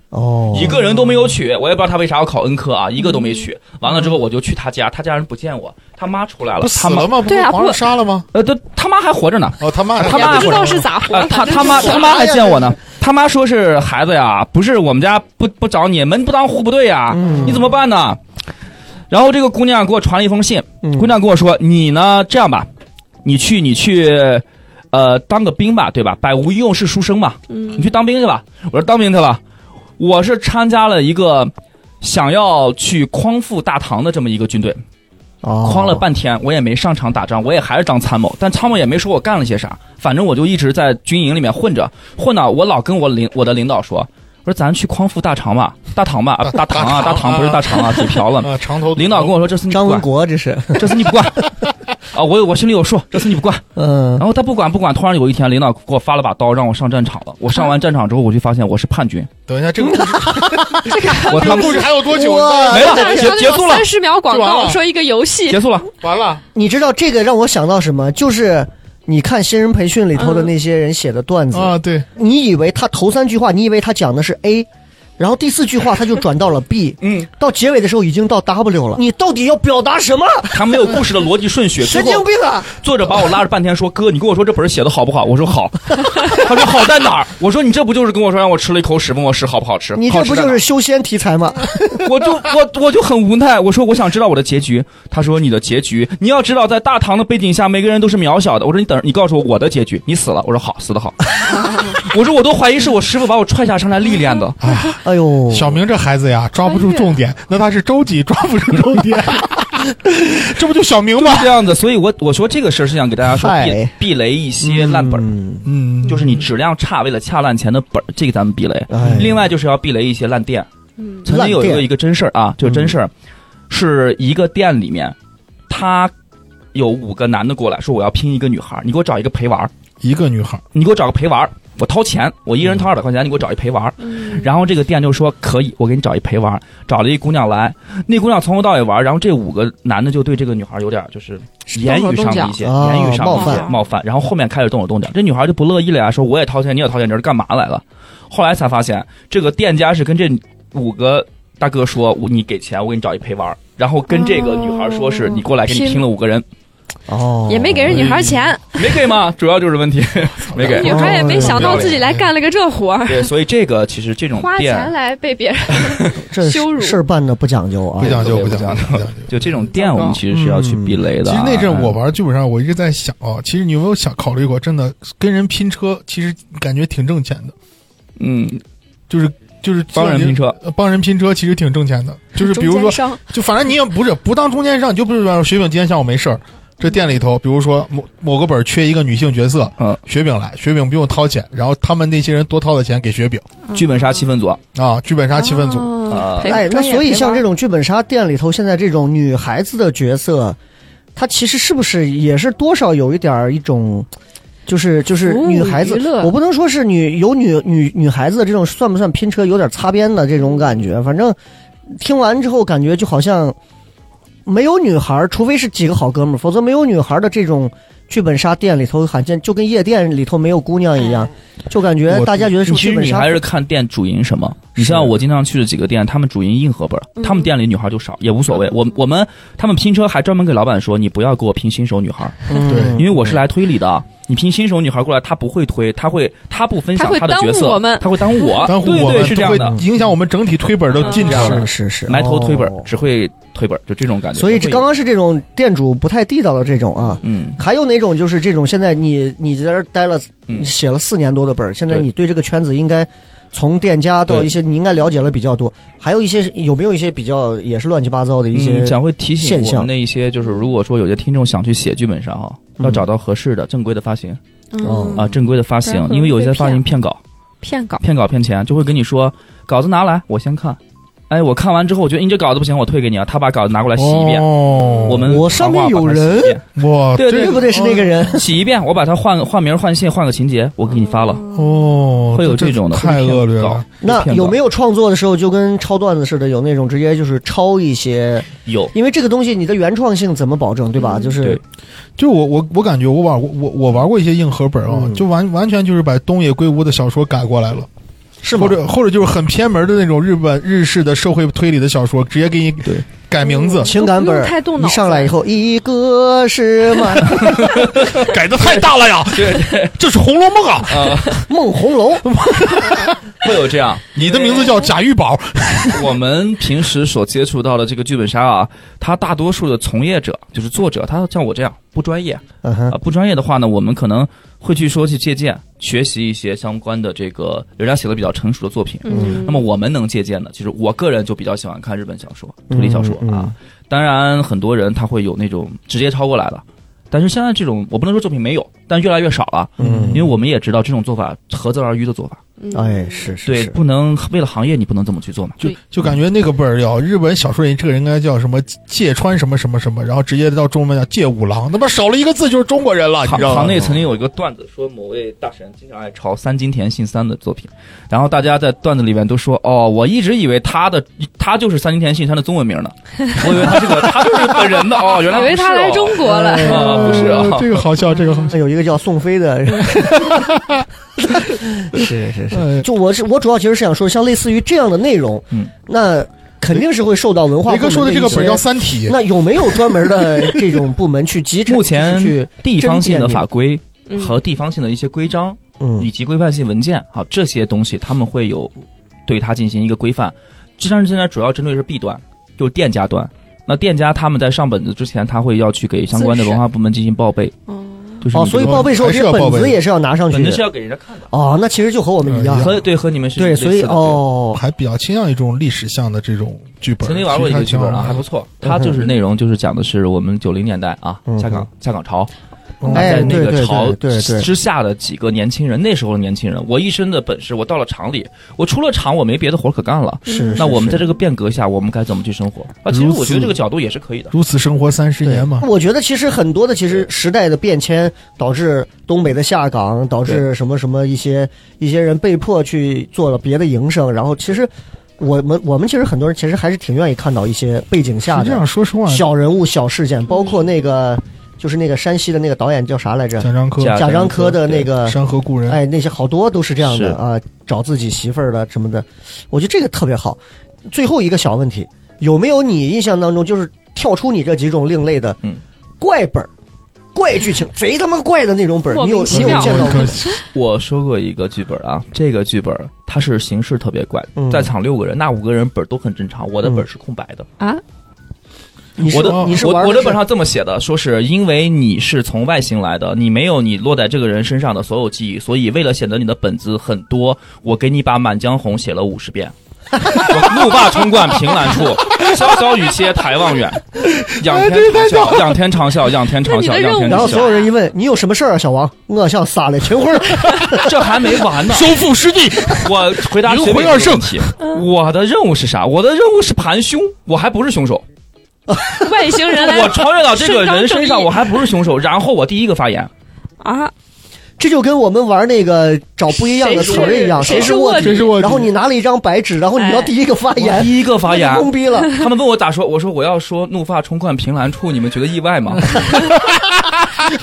Speaker 3: 哦，
Speaker 6: 一个人都没有取。啊我也不知道他为啥要考 N 科啊，一个都没取。完了之后我就去他家，他家人不见我，他妈出来了
Speaker 4: 嗯不，
Speaker 6: 他
Speaker 4: 死
Speaker 6: 妈
Speaker 4: 了吗？不
Speaker 5: 对
Speaker 4: 被
Speaker 5: 啊
Speaker 4: 皇上
Speaker 5: 不
Speaker 4: 杀了吗？
Speaker 6: 呃，他他妈还活着呢。
Speaker 4: 哦，他妈，
Speaker 6: 他
Speaker 5: 也
Speaker 6: 妈
Speaker 5: 不知道是咋活
Speaker 6: 啊，
Speaker 5: 的，
Speaker 6: 他
Speaker 5: 就是
Speaker 6: 他妈
Speaker 5: 死
Speaker 6: 他妈
Speaker 5: 了
Speaker 6: 还见我呢，他妈说是孩子呀，不是我们家不不找你，门不当户不对呀，
Speaker 3: 嗯哦
Speaker 6: 你怎么办呢？然后这个姑娘给我传了一封信，
Speaker 3: 嗯
Speaker 6: 姑娘跟我说，你呢这样吧，你去你去，呃，当个兵吧，对吧？百无一用是书生嘛，你
Speaker 5: 嗯
Speaker 6: 去当兵去吧。我说当兵去了，我是参加了一个想要去匡复大唐的这么一个军队，
Speaker 3: 诓
Speaker 6: 框了半天，我也没上场打仗，我也还是当参谋，但参谋也没说我干了些啥，反正我就一直在军营里面混着，混到我老跟我领我的领导说，我说咱去匡复大唐吧，大唐吧，啊大唐啊，
Speaker 4: 大
Speaker 6: 大
Speaker 4: 唐
Speaker 6: 唐不是大唐啊，嘴瓢了。
Speaker 4: 啊，长头
Speaker 6: 领导跟我说这次你
Speaker 3: 张
Speaker 6: 不
Speaker 3: 文
Speaker 6: 管，
Speaker 3: 国这是，
Speaker 6: 这次你不管，啊，我有我心里有数，这次你 不管。
Speaker 3: 嗯
Speaker 6: 然后他不管不管，突然有一天领导给我发了把刀，让我上战场了。我上完战场之后，我就发现我是叛军，
Speaker 4: 等一下，这个故事
Speaker 6: 我
Speaker 4: 这个
Speaker 6: 他妈
Speaker 4: 故事还有多久呢？
Speaker 3: 哇
Speaker 6: 没了，
Speaker 5: 就像
Speaker 6: 结
Speaker 5: 那
Speaker 6: 结
Speaker 5: 种
Speaker 6: 束了，
Speaker 5: 三十秒广
Speaker 4: 就完
Speaker 5: 告
Speaker 4: 了
Speaker 5: 说一个游戏
Speaker 6: 结，束了。
Speaker 4: 完了，
Speaker 3: 你知道这个让我想到什么？就是你看新人培训里头的那些人写的段
Speaker 5: 嗯
Speaker 3: 子，
Speaker 4: 啊，对，
Speaker 3: 你以为他头三句话，你以为他讲的是 A，然后第四句话他就转到了 B，
Speaker 6: 嗯，
Speaker 3: 到结尾的时候已经到 W 了。你到底要表达什么？
Speaker 6: 他没有故事的逻辑顺序，最
Speaker 3: 神
Speaker 6: 后
Speaker 3: 经病啊！
Speaker 6: 作者把我拉着半天说：“哥，你跟我说这本儿写的好不好？”我 说：“好。”他说：“好在哪儿？”我说：“你这不就是跟我说让我吃了一口屎，问我屎好不好吃？”
Speaker 3: 你这
Speaker 6: 好吃
Speaker 3: 不
Speaker 6: 在
Speaker 3: 就
Speaker 6: 哪
Speaker 3: 是修仙题材吗？
Speaker 6: 儿？我就我我就很无奈，我说我想知道我的结局。他说：“你的结局，你要知道，在大唐的背景下，每个人都是渺小的。”我说：“你等，你告诉我我的结局，你死了。”我说：“好，死的好。”我说：“我都怀疑是我师傅把我踹下山来历练的。
Speaker 3: 哎呦，
Speaker 6: 哦
Speaker 5: 嗯
Speaker 4: 小明这孩子呀，抓不
Speaker 5: 啊
Speaker 4: 住重点，那他是周几抓不住重 点？这不就小明”吗？
Speaker 6: 这样子，所以我我说这个事儿是想给大家说避
Speaker 3: 嗨
Speaker 6: 避雷一些烂本儿。
Speaker 3: 嗯，
Speaker 4: 嗯，
Speaker 6: 就是你质量差，为了恰烂钱的本儿，这个咱们避雷。
Speaker 3: 哎
Speaker 6: 另外就是要避雷一些烂店。
Speaker 5: 嗯
Speaker 6: 曾经
Speaker 3: 烂
Speaker 6: 有一个
Speaker 3: 店
Speaker 6: 一个真事儿啊，就是真事儿，是一个店里面，他有五个男的过来说我要拼一个女孩儿，你给我找一个陪玩儿，
Speaker 4: 一个女孩，
Speaker 6: 你给我找个陪玩儿，我掏钱，我一人掏二百块钱，你给我找一陪玩儿。
Speaker 5: 嗯
Speaker 6: 然后这个店就说可以，我给你找一陪玩儿，找了一姑娘来，那姑娘从头到尾玩儿，然后这五个男的就对这个女孩儿有点儿就是言语上的一些
Speaker 3: 动手动脚
Speaker 6: 言语
Speaker 3: 哦
Speaker 6: 上的一
Speaker 3: 冒
Speaker 6: 些
Speaker 5: 犯
Speaker 6: 冒犯，然后后面开始动手动脚，这女孩就不乐意了呀，说我也掏钱，你也掏钱，你这是干嘛来了？后来才发现，这个店家是跟这五个大哥说，我你给钱，我给你找一陪玩儿，然后跟这个女孩说是
Speaker 5: 哦
Speaker 6: 你过来给你
Speaker 5: 拼
Speaker 6: 拼了五个人，
Speaker 3: 哦，
Speaker 5: 也没给人女孩钱，
Speaker 6: 没给吗？主要就是问题没 给。
Speaker 5: 女孩也没想到自己来干了个这活儿，
Speaker 6: 对，所以这个其实这种
Speaker 5: 花钱
Speaker 6: 店，
Speaker 5: 来被别人
Speaker 3: 这
Speaker 5: 羞辱
Speaker 3: 事儿办的不讲究啊
Speaker 4: 不。讲究，
Speaker 6: 对
Speaker 4: 不
Speaker 6: 不
Speaker 4: 讲究，
Speaker 6: 讲究
Speaker 4: 不讲究。
Speaker 6: 就这种店，我们其实是要去避雷
Speaker 4: 嗯其
Speaker 6: 的啊。
Speaker 4: 实那阵我玩剧本杀，我一直在想啊，其实你有没有想考虑过，真的跟人拼车，其实感觉挺挣钱的，
Speaker 6: 嗯，
Speaker 4: 就是就是
Speaker 6: 帮人拼。车，
Speaker 4: 呃帮人拼车其实挺挣钱的，就是比
Speaker 5: 中
Speaker 4: 如
Speaker 5: 间
Speaker 4: 说，
Speaker 5: 商，
Speaker 4: 就反正你也不是不当中间商，你就不是说雪饼今天下午没事儿，这店里头，比如说某某个本儿缺一个女性角色，
Speaker 6: 嗯，
Speaker 4: 雪饼来，雪饼不用掏钱，然后他们那些人多掏的钱给雪饼
Speaker 5: 嗯
Speaker 6: 剧本杀气氛组
Speaker 4: 啊，剧本杀气氛组，
Speaker 5: 哦
Speaker 6: 啊
Speaker 5: 陪
Speaker 3: 哎，那
Speaker 5: 专业
Speaker 3: 所以
Speaker 5: 陪
Speaker 3: 像
Speaker 5: 玩
Speaker 3: 这种剧本杀店里头，现在这种女孩子的角色，她其实是不是也是多少有一点儿一种，就是就是
Speaker 5: 服务
Speaker 3: 女孩子
Speaker 5: 娱，乐
Speaker 3: 我不能说是女有女女女孩子的这种算不算拼车有点擦边的这种感觉，反正听完之后感觉就好像没有女孩儿，除非是几个好哥们儿，否则没有女孩儿的这种剧本杀店里头罕见，就跟夜店里头没有姑娘一样，
Speaker 5: 哎
Speaker 3: 就感觉
Speaker 4: 我
Speaker 3: 大家觉得是不是
Speaker 6: 其
Speaker 3: 剧
Speaker 6: 实
Speaker 3: 本
Speaker 6: 你
Speaker 3: 杀
Speaker 6: 还是看店主营什么。你像我经常去的几个店，他们主营硬核本儿，他们店里女孩就少，也无所谓。我我们他们拼车还专门给老板说，你不要给我拼新手女孩儿，
Speaker 3: 嗯
Speaker 4: 对
Speaker 6: 因为我是来推理的。你拼新手女孩过来，她不会推，她会她不分享
Speaker 5: 她会
Speaker 6: 她的角
Speaker 5: 耽误
Speaker 6: 色
Speaker 5: 我们，
Speaker 6: 她会耽 误我，
Speaker 4: 耽误
Speaker 6: 啊对
Speaker 4: 我们
Speaker 6: 对是这
Speaker 4: 就
Speaker 6: 样
Speaker 4: 会
Speaker 6: 的，
Speaker 4: 影响我们整体推本的进
Speaker 5: 这
Speaker 4: 展
Speaker 5: 样
Speaker 4: 了。
Speaker 3: 是是是，
Speaker 6: 埋头推本儿
Speaker 3: 哦
Speaker 6: 只会推本儿，就这种感觉。
Speaker 3: 所以
Speaker 6: 不
Speaker 3: 这
Speaker 6: 会
Speaker 3: 刚刚是这种店主不太地道的这种啊。
Speaker 6: 嗯，
Speaker 3: 还有哪种就是这种？现在你你在这儿待了，
Speaker 6: 嗯
Speaker 3: 写了四年多的本儿，现在
Speaker 6: 对
Speaker 3: 你对这个圈子应该从店家到
Speaker 6: 对
Speaker 3: 一些你应该了解了比较多。还有一些有没有一些比较也是乱七八糟的一些
Speaker 6: 嗯、想会提醒
Speaker 3: 现
Speaker 6: 我
Speaker 3: 象
Speaker 6: 们的一些，就是如果说有些听众想去写剧本杀哈，
Speaker 3: 嗯
Speaker 6: 要找到合适的正规的发行
Speaker 3: 哦
Speaker 6: 啊，正规的发
Speaker 5: 不然
Speaker 6: 行
Speaker 5: 可，能
Speaker 6: 因为有
Speaker 5: 会
Speaker 6: 些发
Speaker 5: 骗
Speaker 6: 行骗稿，
Speaker 5: 嗯骗稿，
Speaker 6: 骗稿骗钱，就会跟你说稿子拿来，我先看。哎，我看完之后，我觉得你这稿子不行，我退给你啊。他把稿子拿过来洗一遍，
Speaker 4: 哦，
Speaker 6: 我们
Speaker 3: 我上面
Speaker 6: 行话
Speaker 3: 有
Speaker 6: 把它
Speaker 3: 人
Speaker 6: 洗一遍
Speaker 4: 哇，
Speaker 6: 对
Speaker 4: 这
Speaker 3: 对不对？是那个人，
Speaker 6: 洗一遍，我把它换换名、换姓、换个情节，我给你发了。
Speaker 3: 嗯
Speaker 4: 哦，
Speaker 6: 会有这种的
Speaker 4: 太恶劣了。
Speaker 3: 那有没
Speaker 6: 有
Speaker 3: 有创作的时候就跟抄段子似的，有那种直接就是抄一些？
Speaker 6: 有？
Speaker 3: 因为这个东西你的原创性怎么保证，对吧？就是
Speaker 6: 嗯对
Speaker 4: 就我我我感觉我玩我我我玩过一些硬核本啊，
Speaker 3: 嗯
Speaker 4: 就完完全就是把东野圭吾的小说改过来了，
Speaker 3: 是吗
Speaker 4: 或？者或者就是很偏门的那种日本日式的社会推理的小说，直接给你
Speaker 6: 对
Speaker 4: 改名字，
Speaker 3: 情感本
Speaker 5: 不
Speaker 3: 儿
Speaker 5: 用太动脑
Speaker 3: 一
Speaker 5: 子
Speaker 3: 上来以后，一个是 满
Speaker 4: 改的太大了呀！
Speaker 6: 嗯对对，
Speaker 4: 这是《红楼梦》啊，
Speaker 3: 梦红 楼，
Speaker 6: 会有这样。
Speaker 4: 你的名字叫贾玉宝，
Speaker 6: 我们平时所接触到的这个剧本杀啊，它大多数的从业者就是作者，他像我这样不专业啊、
Speaker 3: 嗯哼，
Speaker 6: 不专业的话呢，我们可能会去说去借鉴、学习一些相关的这个人家写的比较成熟的作品。
Speaker 5: 嗯
Speaker 6: 那么我们能借鉴的，其实我个人就比较喜欢看日本小说、推理小说
Speaker 3: 嗯嗯
Speaker 6: 啊。当然，很多人他会有那种直接抄过来的，但是现在这种我不能说作品没有，但越来越少了，因
Speaker 3: 嗯
Speaker 6: 为我们也知道这种做法合则而渔的做法，
Speaker 5: 嗯
Speaker 3: 哎，是是
Speaker 6: 对，
Speaker 3: 是，
Speaker 6: 不能为了行业你不能这么去做嘛。
Speaker 4: 就
Speaker 5: 对
Speaker 4: 就感觉那个本儿叫日本小说人，这个人应该叫什么芥川什么什么什么，然后直接到中文叫芥五郎，他妈少了一个字就是中国人了，你
Speaker 6: 行
Speaker 4: 知道吗
Speaker 6: 行？内
Speaker 3: 哦
Speaker 6: 曾经有一个段子，说某位大神经常爱抄三金田信三的作品，然后大家在段子里面都说：“哦，我一直以为他的他就是三金田信三的中文名呢，我以为他这个 他就是本人的哦，原来
Speaker 5: 以
Speaker 6: 不
Speaker 5: 为
Speaker 6: 是
Speaker 5: 他来
Speaker 6: 哦
Speaker 5: 中国了，
Speaker 3: 哎
Speaker 6: 啊，不是啊，
Speaker 4: 这个好笑，这个好笑。
Speaker 3: 有一个叫宋飞 的，是是是。
Speaker 4: 呃，
Speaker 3: 哎就我是我主要其实是想说，像类似于这样的内容，
Speaker 6: 嗯，
Speaker 3: 那肯定是会受到文化
Speaker 4: 雷
Speaker 3: 部
Speaker 4: 哥
Speaker 3: 门
Speaker 4: 说的这个
Speaker 3: 一些
Speaker 4: 本儿叫《三体》，
Speaker 3: 那有没有专门的这种部门去 集成
Speaker 6: 目前
Speaker 3: 去
Speaker 6: 地方性的
Speaker 3: 真见你
Speaker 6: 法规
Speaker 5: 嗯
Speaker 6: 和地方性的一些规章以
Speaker 3: 嗯
Speaker 6: 及规范性文件，好，这些东西他们会有对它进行一个规范。这但是现在主要针对是 B 端，就是店家端。那店家他们在上本子之前，他会要去给相关的文化部门进行报备，
Speaker 5: 嗯
Speaker 6: 就是
Speaker 3: 哦，
Speaker 6: 你
Speaker 3: 所以
Speaker 6: 这个
Speaker 3: 报备时候
Speaker 4: 还是
Speaker 3: 这
Speaker 4: 要报
Speaker 3: 本
Speaker 4: 备
Speaker 3: 子也是要拿上去
Speaker 6: 本子是
Speaker 3: 的
Speaker 6: 要给人家看的，
Speaker 3: 哦，那其实就和我们一样
Speaker 4: 嗯，
Speaker 6: 和对和你们是
Speaker 3: 对，
Speaker 6: 类似
Speaker 3: 所以
Speaker 6: 的。
Speaker 3: 哦
Speaker 4: 我，还比较倾向一种历史向的这种剧
Speaker 6: 对
Speaker 4: 本。
Speaker 6: 曾经玩过一个剧本啊，还不
Speaker 4: 不
Speaker 6: 错。它就是内容就是讲的是我们九零年代啊
Speaker 3: 嗯，
Speaker 6: 下岗下岗潮，
Speaker 4: 嗯
Speaker 6: 啊
Speaker 3: 哎，
Speaker 6: 在那
Speaker 3: 对
Speaker 6: 个
Speaker 3: 对
Speaker 6: 潮
Speaker 3: 对对对
Speaker 6: 之下的几个年轻人，那时候的年轻人，我一身的本事，我到了厂里，我除了厂我没别的活可干了。
Speaker 3: 是。
Speaker 6: 那
Speaker 3: 是
Speaker 6: 我们
Speaker 3: 是
Speaker 6: 在这个变革下，我们该怎么去生活？啊，其实
Speaker 4: 如此
Speaker 6: 我觉得这个角度也是可以的。
Speaker 4: 如此生活三十
Speaker 3: 对
Speaker 4: 年嘛，
Speaker 3: 我觉得其实很多的，其实时代的变迁导致东北的下岗，导致什么什么一些一些人被迫去做了别的营生，然后其实我们我们其实很多人其实还是挺愿意看到一些背景下
Speaker 4: 实际上
Speaker 3: 的
Speaker 4: 说实话，
Speaker 3: 小人物、小事件，包括那个就是那个山西的那个导演叫啥来着？
Speaker 4: 贾樟柯
Speaker 6: 贾
Speaker 4: 《
Speaker 3: 贾樟柯的那个。
Speaker 4: 山河故人》
Speaker 3: 哎，那些好多都是这样
Speaker 6: 是
Speaker 3: 的啊，找自己媳妇儿的什么的，我觉得这个特别好。最后一个小问题，有没有你印象当中就是跳出你这几种另类的，
Speaker 6: 嗯
Speaker 3: 怪本儿、怪剧情、贼他妈怪的那种本儿，
Speaker 5: 莫
Speaker 3: 你有
Speaker 5: 名
Speaker 3: 你
Speaker 5: 其
Speaker 3: 有
Speaker 5: 妙
Speaker 3: 见到过
Speaker 4: 可
Speaker 3: 吗？
Speaker 6: 我说过一个剧本啊，这个剧本它是形式特别怪
Speaker 3: 嗯，
Speaker 6: 在场六个人，那五个人本都很正常，我的本是空白的。
Speaker 5: 啊，
Speaker 3: 你是
Speaker 6: 我的
Speaker 4: 哦
Speaker 3: 你是
Speaker 6: 我
Speaker 3: 玩
Speaker 6: 我
Speaker 3: 的
Speaker 6: 的本上这么写的，说是因为你是从外星来的，你没有你落在这个人身上的所有记忆，所以为了显得你的本子很多，我给你把《满江红》写了五十遍。我怒发冲冠，凭栏处，潇潇雨歇台望远，仰天长啸，仰天长啸，仰天长
Speaker 5: 那你
Speaker 6: 啸，
Speaker 5: 的
Speaker 6: 仰
Speaker 5: 任务
Speaker 6: 天
Speaker 3: 然后
Speaker 6: 长
Speaker 5: 是
Speaker 3: 所
Speaker 6: 啸。
Speaker 3: 有人一问你有什么事儿啊，小王，我想杀了秦 桧儿。
Speaker 6: 这还没完呢，
Speaker 4: 收复失地，
Speaker 6: 我回答
Speaker 4: 灵
Speaker 6: 学妹
Speaker 4: 魂二
Speaker 6: 这个问题。我的任务是啥？我的任务是盘凶，我还不是凶手。
Speaker 5: 外星人来
Speaker 6: 我穿越到这个
Speaker 5: 伸
Speaker 6: 人身
Speaker 5: 张正
Speaker 6: 上，
Speaker 5: 义
Speaker 6: 我还不是凶手。然后我第一个发言，
Speaker 5: 啊，
Speaker 3: 这就跟我们玩那个找不一样的词儿一样，
Speaker 5: 谁
Speaker 3: 谁
Speaker 5: 是
Speaker 3: 是
Speaker 5: 卧
Speaker 3: 卧
Speaker 5: 底哎
Speaker 3: 底，
Speaker 4: 谁是卧底
Speaker 3: 然后你拿了一张白纸，然后你要第一个发
Speaker 6: 我
Speaker 3: 言，
Speaker 6: 第一个发言
Speaker 3: 那就，懵逼 了。
Speaker 6: 他们问我咋说，我说我要说怒发冲冠凭栏处，你们觉得意外 吗？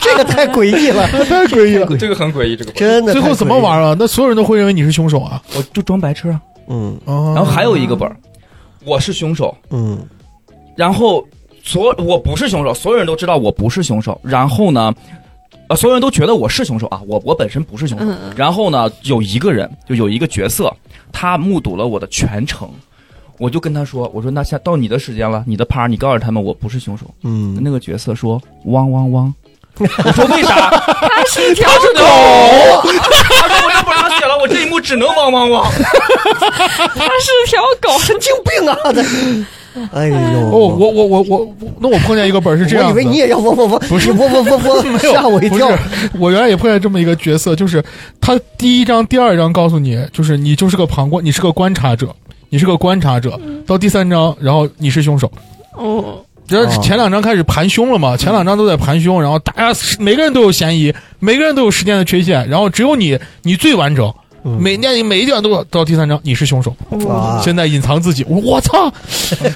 Speaker 3: 这个太诡异了，
Speaker 4: 太诡异了。
Speaker 6: 这个很诡异，这个
Speaker 3: 真的。
Speaker 4: 最后怎么？玩啊？那所有人都会认为你是凶手啊。
Speaker 6: 我就装白痴啊。
Speaker 3: 嗯
Speaker 4: 然
Speaker 6: 然后还有一个本儿，我是凶手，
Speaker 3: 嗯
Speaker 6: 然后所我不是凶手，所有人都知道我不是凶手。然后呢，呃，所有人都觉得我是凶手啊，我我本身不是凶手。
Speaker 5: 嗯，
Speaker 6: 然后呢，有一个人就有一个角色，他目睹了我的全程。我就跟他说：“我说那下到你的时间了，你的趴，你告诉他们我不是凶手。”
Speaker 3: 嗯，
Speaker 6: 那个角色说：“汪汪汪。” 我说：“为啥？
Speaker 5: 他是一条
Speaker 6: 他是狗。” 他说：“我这本上写了，我这一幕只能汪汪汪。
Speaker 5: 他是一条狗，
Speaker 3: 神经病 啊！这哎呦，
Speaker 4: 哦，我我我我，我那我碰见一个本儿是这样
Speaker 3: 我
Speaker 4: 的，
Speaker 3: 以为你也要嗡嗡嗡，
Speaker 4: 不是
Speaker 3: 嗡嗡嗡嗡，
Speaker 4: 没有
Speaker 3: 吓我一跳
Speaker 4: 不。是我原来也碰见这么一个角色，就是他第一章、第二章告诉你，就是你就是个旁观，你是个观察者，你是个观察者。到第三章，然后你是凶手。
Speaker 5: 哦，
Speaker 4: 就是
Speaker 3: 哦
Speaker 4: 前两章开始盘凶了嘛，前两章都在盘凶，然后大家每个人都有嫌疑，每个人都有时间的缺陷，然后只有你，你最完整。
Speaker 3: 嗯
Speaker 4: 每那你每一段都有到第三章，你是凶手，
Speaker 3: 哇
Speaker 4: 现在隐藏自己。我我操！”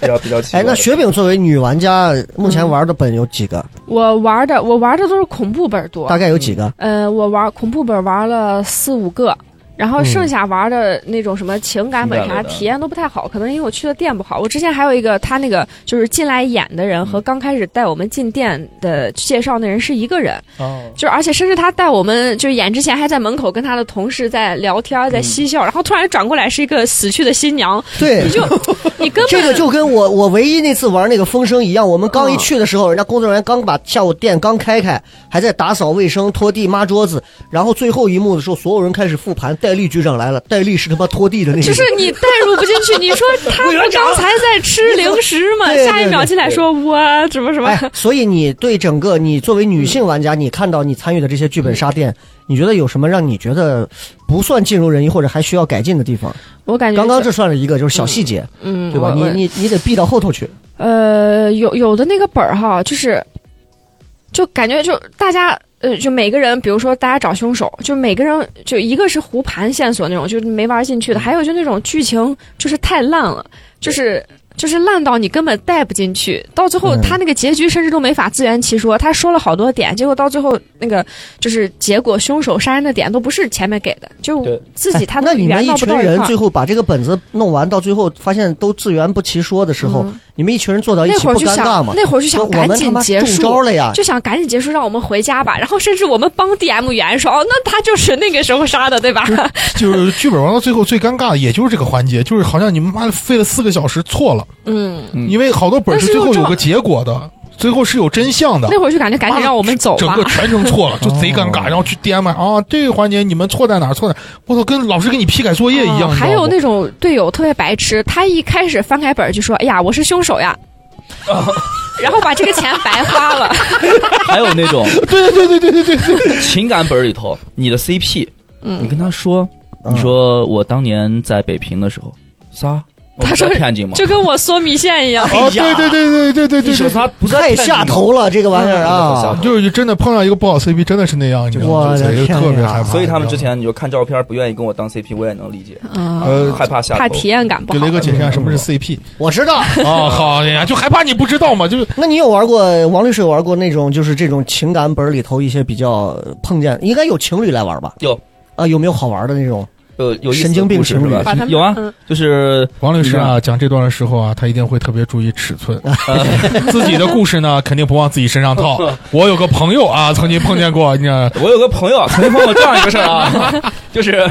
Speaker 6: 比较比较奇
Speaker 3: 啊哎，那雪饼作为女玩家，目前玩的本有几个？
Speaker 5: 我玩的我玩的都是恐怖本多
Speaker 3: 大，概有几个？
Speaker 5: 呃，我玩恐怖本玩了四五个，然后
Speaker 3: 嗯
Speaker 5: 剩下玩的那种什么情感本
Speaker 6: 情感
Speaker 5: 啥
Speaker 6: 类的
Speaker 5: 体验都不太好，可能因为我去的店不好。我之前还有一个他那个就是进来演的人和刚开始带我们进店的介绍那人是一个人，
Speaker 3: 嗯
Speaker 4: 哦，
Speaker 5: 就是而且甚至他带我们就是演之前还在门口跟他的同事在聊天在嬉笑，然后突然转过来是一个死去的新娘，
Speaker 3: 对
Speaker 5: 你，就你根本
Speaker 3: 这个就跟我我唯一那次玩那个风声一样，我们刚一去的时候，人家工作人员刚把下午店刚开开，还在打扫卫生、拖地、抹桌子，然后最后一幕的时候，所有人开始复盘。戴笠局长来了，戴笠是他妈拖地的那个，
Speaker 5: 就是你代入不进去，你说他不刚才在吃零食吗？
Speaker 3: 对
Speaker 5: 下一秒进来说我什么什么，
Speaker 3: 哎，所以你对整个你作为女性玩家，你看到你参与的这些剧本杀
Speaker 5: 嗯
Speaker 3: 店，你觉得有什么让你觉得不算尽如人意，或者还需要改进的地方？
Speaker 5: 我感觉
Speaker 3: 刚刚这算是一个，就是小细节，
Speaker 5: 嗯，
Speaker 3: 对吧？
Speaker 5: 我
Speaker 3: 你
Speaker 5: 我
Speaker 3: 你你得避到后头去。
Speaker 5: 呃，有有的那个本儿哈，就是就感觉就大家。呃，就每个人，比如说大家找凶手，就每个人就一个是胡盘线索那种，就是没玩进去的；还有就那种剧情就是太烂了，就是就是烂到你根本带不进去。到最后
Speaker 3: 嗯
Speaker 5: 他那个结局甚至都没法自圆其说，他说了好多点，结果到最后那个就是结果凶手杀人的点都不是前面给的，就
Speaker 6: 对
Speaker 5: 自己他
Speaker 3: 哎那你们
Speaker 5: 圆
Speaker 3: 一
Speaker 5: 到不
Speaker 3: 群
Speaker 5: 到一
Speaker 3: 人
Speaker 5: 块
Speaker 3: 最
Speaker 5: 儿。
Speaker 3: 后把这个本子弄完，到最后发现都自圆不齐说的时候，
Speaker 5: 嗯
Speaker 3: 你们一群人呃坐到一
Speaker 5: 那
Speaker 3: 起
Speaker 5: 会
Speaker 3: 不
Speaker 5: 儿就
Speaker 3: 尴尬
Speaker 5: 想
Speaker 3: 吗，？
Speaker 5: 那会儿就
Speaker 3: 说
Speaker 5: 想
Speaker 3: 我
Speaker 5: 赶
Speaker 3: 们他
Speaker 5: 紧
Speaker 3: 妈
Speaker 5: 结
Speaker 3: 中
Speaker 5: 束，
Speaker 3: 招了呀！
Speaker 5: 就想赶紧结束，让我们回家吧。然后甚至我们帮 DM 圆说，哦，那他就是那个时候杀的，对吧？
Speaker 4: 就是剧本玩到最后最尴尬的，也就是这个环节，就是好像你们妈的费了四个小时错了。
Speaker 5: 嗯，
Speaker 6: 嗯
Speaker 4: 因为好多本儿是最后有个结果的，最后是有真相的。
Speaker 5: 那会儿就感觉赶紧让我们走
Speaker 4: 整
Speaker 5: 吧
Speaker 4: 个。全程错了， 就贼尴尬。
Speaker 3: 哦
Speaker 4: 然后去 DM 啊，这个环节你们错在哪儿？错在哪儿我操，跟老师给你批改作业一样。
Speaker 5: 嗯
Speaker 4: 你知道
Speaker 5: 还有
Speaker 4: 不
Speaker 5: 那种队友特别白痴，他一开始翻开本儿就说：“哎呀，我是凶手呀。”
Speaker 4: 啊
Speaker 5: 然后把这个钱白花 了，
Speaker 6: 还有那种
Speaker 4: 对对对对对对对，
Speaker 6: 情感本里头，你的 CP，你跟他说，
Speaker 3: 嗯
Speaker 6: 你说我当年在北平的时候，仨，我
Speaker 5: 他说
Speaker 6: 不是天津吗？
Speaker 5: 就跟我缩米线一样。啊
Speaker 4: 哦，对对对对对对
Speaker 6: 你
Speaker 4: 对
Speaker 6: 说
Speaker 4: 对，
Speaker 6: 仨不在
Speaker 3: 太
Speaker 6: 天津吗
Speaker 3: 下。头了，这个玩意儿啊！
Speaker 6: 嗯
Speaker 4: 就是真的碰到一个不好 CP，真的是那样，你知道吗？
Speaker 3: 我的
Speaker 4: 就
Speaker 3: 天呀
Speaker 4: 特别害怕。
Speaker 6: 所以他们之
Speaker 4: 你知道吗
Speaker 3: 嗯
Speaker 6: 前你就看照片，不愿意跟我当 CP，我也能理解，
Speaker 5: 嗯，
Speaker 4: 呃
Speaker 6: 害怕下 头。
Speaker 5: 怕体验感不
Speaker 4: 给
Speaker 5: 好
Speaker 4: 雷。哥
Speaker 6: 啊
Speaker 4: 解释一下什么是 CP
Speaker 3: 我知道，
Speaker 4: 啊？好呀，就害怕你不知道嘛，就是
Speaker 3: 那你有玩过王律师有玩过那种就是这种情感本里头一些比较呃碰见，应该有情侣来玩吧？
Speaker 6: 有
Speaker 3: 啊，有没有好玩的那种？
Speaker 6: 有有意思
Speaker 3: 神经病
Speaker 6: 故事是
Speaker 3: 情侣
Speaker 5: 把
Speaker 6: 吧
Speaker 5: 他？们
Speaker 6: 有啊，
Speaker 5: 嗯
Speaker 6: 就是
Speaker 4: 王律师
Speaker 6: 你
Speaker 4: 啊，讲这段的时候啊，他一定会特别注意尺 寸，
Speaker 6: 啊
Speaker 4: 自己的故事呢，肯定不往自己身上套。我有个朋友啊，曾经碰见 过，你知道，
Speaker 6: 我有个朋友啊曾经碰到这样一个事儿啊， 就是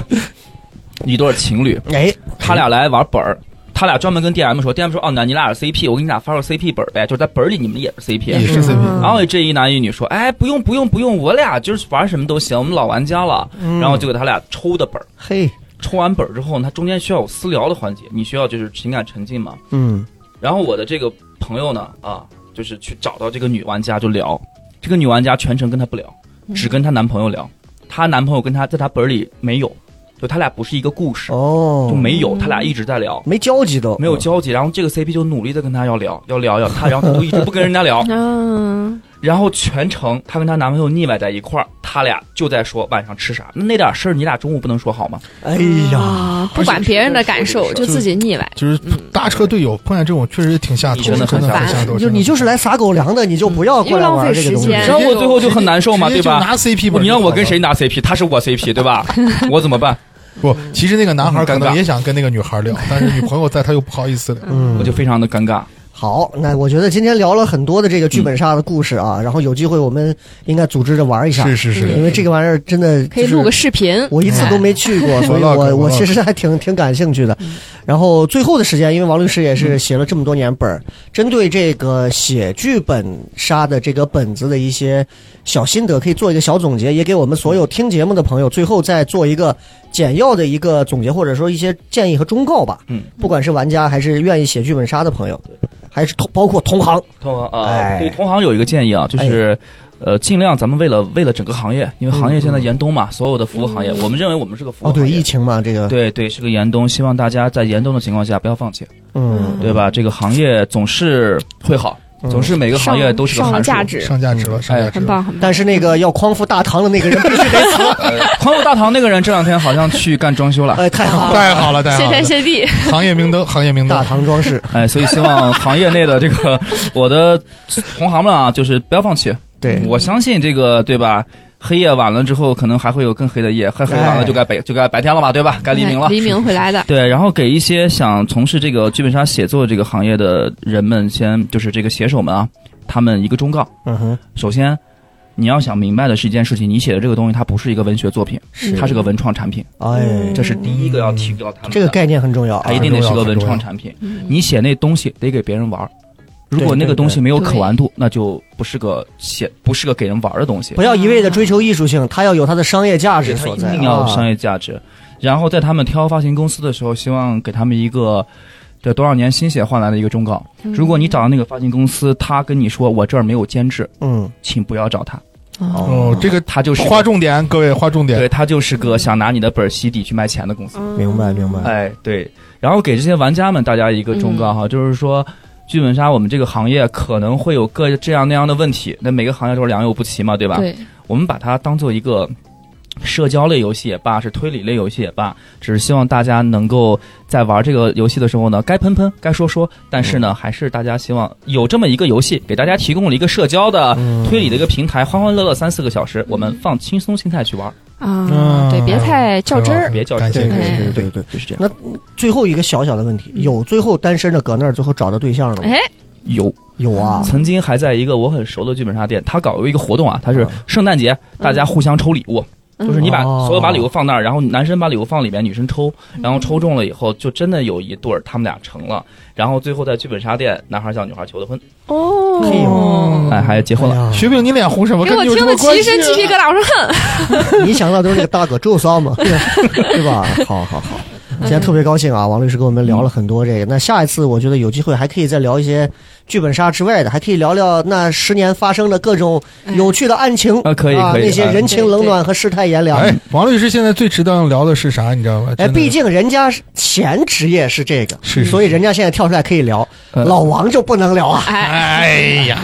Speaker 6: 一对情侣，
Speaker 3: 哎，
Speaker 6: 他俩来玩本儿。他俩专门跟 DM 说，DM 说哦，那你俩是 CP，我给你俩发个 CP 本儿呗，就是在本儿里你们也是 CP，
Speaker 4: 也是 CP。
Speaker 6: 然后这一男一女说：“哎，不用不用不用，我俩就是玩什么都行，我们老玩家了。
Speaker 4: 嗯
Speaker 6: 嗯然后就给他俩抽的本儿，
Speaker 3: 嗯嘿，
Speaker 6: 抽完本儿之后呢，他中间需要有私聊的环节，你需要就是情感沉浸嘛。
Speaker 3: 嗯，
Speaker 6: 然后我的这个朋友呢，啊，就是去找到这个女玩家就聊，这个女玩家全程跟他不聊，
Speaker 4: 嗯
Speaker 6: 只跟她男朋友聊，她男朋友跟她在她本儿里没有，就他俩不是一个故事，
Speaker 3: 哦，
Speaker 6: 就没有，他俩一直在聊。”
Speaker 3: 没交集都
Speaker 5: ，
Speaker 6: 没有交集，然后这个 CP 就努力的跟他要聊，要聊要他，然后他就一直不跟人家聊
Speaker 5: 嗯，
Speaker 6: 然后全程她跟她男朋友腻歪在一块儿，他俩就在说晚上吃啥。那那点事儿，你俩中午不能说好吗？
Speaker 3: 哎呀，
Speaker 5: 啊，不管别人的感受，就自己腻歪。
Speaker 4: 就是搭车队友碰见这种，确实挺下头，
Speaker 6: 嗯真的很
Speaker 4: 真的很
Speaker 5: 烦
Speaker 4: 下头。
Speaker 3: 就你就是来撒狗粮的，你就不要过来
Speaker 5: 嗯又浪
Speaker 3: 玩
Speaker 5: 费
Speaker 3: 这个东
Speaker 5: 时
Speaker 3: 西
Speaker 5: 间。
Speaker 6: 然后我最后就很难受嘛，
Speaker 4: 直
Speaker 6: 对
Speaker 4: 接就
Speaker 6: 吧？
Speaker 4: 拿 CP 本，
Speaker 6: 你让我跟谁？拿 CP？他是我 CP，对 吧？我怎么办？
Speaker 4: 不，其实那个男孩可
Speaker 6: 很尴
Speaker 4: 能
Speaker 6: 尬
Speaker 4: 也想跟那个女孩聊，但是女朋友在，他又不好意思聊。
Speaker 6: 我
Speaker 3: 嗯，
Speaker 6: 就非常的尴尬。
Speaker 3: 好，那我觉得今天聊了很多的这个剧本杀的故事啊，然后有机会我们应该组织着玩一下，
Speaker 4: 是是是，
Speaker 6: 嗯
Speaker 3: 因为这个玩意儿真的
Speaker 5: 可以
Speaker 3: 就是
Speaker 5: 录个视频，哎
Speaker 3: 我一次都没去 过，所以
Speaker 4: 我
Speaker 3: 我
Speaker 4: log，我
Speaker 3: 我
Speaker 4: log
Speaker 3: 其实还挺挺感兴趣的。然后最后的时间，因为王律师也是写了这么多年本儿，针对这个写剧本杀的这个本子的一些小心得，可以做一个小总结，也给我们所有听节目的朋友最后再做一个简要的一个总结，或者说一些建议和忠告吧。
Speaker 6: 嗯，
Speaker 3: 不管是玩家还是愿意写剧本杀的朋友，还是同包括同行，
Speaker 6: 同行啊，
Speaker 3: 哎
Speaker 6: 对同行有一个建议啊，就是。呃，尽量咱们为了为了整个行业，因为行业现在严冬嘛，所有的服务行业，我们认为我们是个服务
Speaker 3: 嗯哦，
Speaker 6: 行
Speaker 3: 对
Speaker 6: 业
Speaker 3: 疫，情嘛，这个，
Speaker 6: 对对是个严冬，希望大家在严冬的情况下不要放弃，
Speaker 3: 嗯，
Speaker 6: 对吧？这个行业总是会好，
Speaker 3: 嗯
Speaker 6: 总是每个行业都是个
Speaker 5: 上了
Speaker 6: 函数。
Speaker 5: 价 值，
Speaker 4: 上价值
Speaker 6: 嗯
Speaker 4: 了，上价值
Speaker 5: 很
Speaker 6: 哎
Speaker 4: 了。
Speaker 5: 棒很棒。
Speaker 3: 但是那个要匡扶大唐的那个人必 须得死，
Speaker 6: 呃，宽入大堂那个人这两天好像去干装 修了，
Speaker 3: 哎，太好了，
Speaker 4: 太好
Speaker 6: 啊
Speaker 4: 了，太
Speaker 5: 谢
Speaker 4: 好
Speaker 5: 天
Speaker 4: 了！
Speaker 5: 谢地，
Speaker 4: 行业明灯，行业明
Speaker 3: 大
Speaker 4: 灯，
Speaker 3: 唐装饰，
Speaker 6: 哎，所以希望行业内的这个我的同行们啊，就是不要放弃，
Speaker 3: 对。
Speaker 6: 我相信这个对吧？黑夜晚了之后，可能还会有更黑的夜，黑黑完了就该白就该白天了吧，对吧？该黎明了。
Speaker 5: 黎明会来的。
Speaker 6: 对，然后给一些想从事这个剧本杀写作这个行业的人们，先就是这个写手们啊，他们一个忠告。
Speaker 3: 嗯哼，
Speaker 6: 首先，你要想明白的是一件事情，你写的这个东西它不是一个文学作品，
Speaker 5: 是
Speaker 6: 它是个文创产品，
Speaker 3: 哎，
Speaker 6: 这是第一个要提到他们的。
Speaker 3: 这个概念很重要啊
Speaker 6: 它一。定得是个
Speaker 4: 很重要
Speaker 6: 文创产品。
Speaker 5: 嗯
Speaker 6: 你写那东西得给别人玩儿，如果
Speaker 3: 对
Speaker 6: 那个
Speaker 3: 对
Speaker 6: 东西
Speaker 3: 对
Speaker 6: 没有
Speaker 5: 对
Speaker 6: 可玩度，那就不是个写，不是个给人玩儿的东西
Speaker 3: 不。要一味的追求艺术性，它要有它的商业价
Speaker 6: 对
Speaker 3: 值
Speaker 6: 它
Speaker 3: 所
Speaker 6: 一
Speaker 3: 在啊。
Speaker 6: 定要有商业价值。然后在他们挑发行公司的时候，希望给他们一个这多少年心血换来的一个忠告。
Speaker 5: 嗯
Speaker 6: 如果你找到那个发行公司，他跟你说我这儿没有监制，
Speaker 3: 嗯，
Speaker 6: 请不要找他，
Speaker 4: 哦，这个
Speaker 6: 他就是
Speaker 4: 划重点，各位划重点
Speaker 6: 对。他就是个想拿你的本儿洗底去卖钱的公司。
Speaker 3: 明白明白。
Speaker 6: 哎，对。然后给这些玩家们大家一个忠告哈，就是说。剧本杀，我们这个行业可能会有各这样那样的问题，那每个行业都是良莠不齐嘛，对吧？
Speaker 5: 对，
Speaker 6: 我们把它当做一个社交类游戏也罢，是推理类游戏也罢，只是希望大家能够在玩这个游戏的时候呢，该喷喷，该说说，但是呢，还是大家希望有这么一个游戏，给大家提供了一个社交的。
Speaker 3: 嗯
Speaker 6: 啊推理的一个平台，欢欢乐乐三四个小时，我们放轻松心态去玩，
Speaker 5: 啊，对，别太较真儿。
Speaker 6: 别较
Speaker 4: 感
Speaker 6: 真
Speaker 4: 谢
Speaker 3: 对
Speaker 4: 感谢
Speaker 5: 哎
Speaker 3: 对对对。
Speaker 6: 就是这样。
Speaker 3: 那最后一个小小的问
Speaker 6: 嗯
Speaker 3: 题，有最后单身的搁那儿最后找到对象了吗？
Speaker 5: 哎，
Speaker 6: 有
Speaker 3: 有啊，
Speaker 6: 曾经还在一个我很熟的剧本杀店，他搞过一个活动啊，他是圣诞节大家互相抽礼物，
Speaker 5: 嗯
Speaker 6: 就是你把
Speaker 3: 哦
Speaker 6: 所有把礼物放那儿，然后男生把礼物放里面，女生抽，然后抽中了以后，就真的有一对儿他们俩成了，然后最后在剧本杀店，男孩向女孩求的婚，
Speaker 4: 嗯
Speaker 3: 嘿
Speaker 5: 哦
Speaker 3: 呦，
Speaker 6: 哎，还结婚了。
Speaker 3: 了
Speaker 4: 雪饼，你脸红什么？
Speaker 5: 给
Speaker 4: 跟
Speaker 5: 我
Speaker 4: 你有
Speaker 5: 听
Speaker 4: 什
Speaker 5: 得
Speaker 4: 么关
Speaker 5: 起
Speaker 4: 系啊
Speaker 5: 一身鸡皮疙瘩，我说哼，
Speaker 3: 你想到都是那个大哥，只有骚 嘛，对吧？好好好，今天特别高兴啊，王律师跟我们聊了很多这个。那下一次我觉得有机会还可以再聊一些剧本杀之外的，还可以聊聊那十年发生的各种有趣的案情
Speaker 4: 嗯
Speaker 6: 啊可以
Speaker 3: 啊
Speaker 6: 可以
Speaker 3: 那些
Speaker 6: 啊
Speaker 3: 人情冷暖和世态炎凉。
Speaker 4: 哎，王律师现在最值得聊的是啥？你知道吗？
Speaker 3: 哎，
Speaker 4: 真的
Speaker 3: 毕竟人家是前职业是这个，
Speaker 4: 是
Speaker 3: 啊
Speaker 4: 嗯
Speaker 3: 所以人家现在跳出来可以聊，
Speaker 6: 呃
Speaker 3: 老王就不能聊啊。
Speaker 5: 哎，
Speaker 4: 哎呀，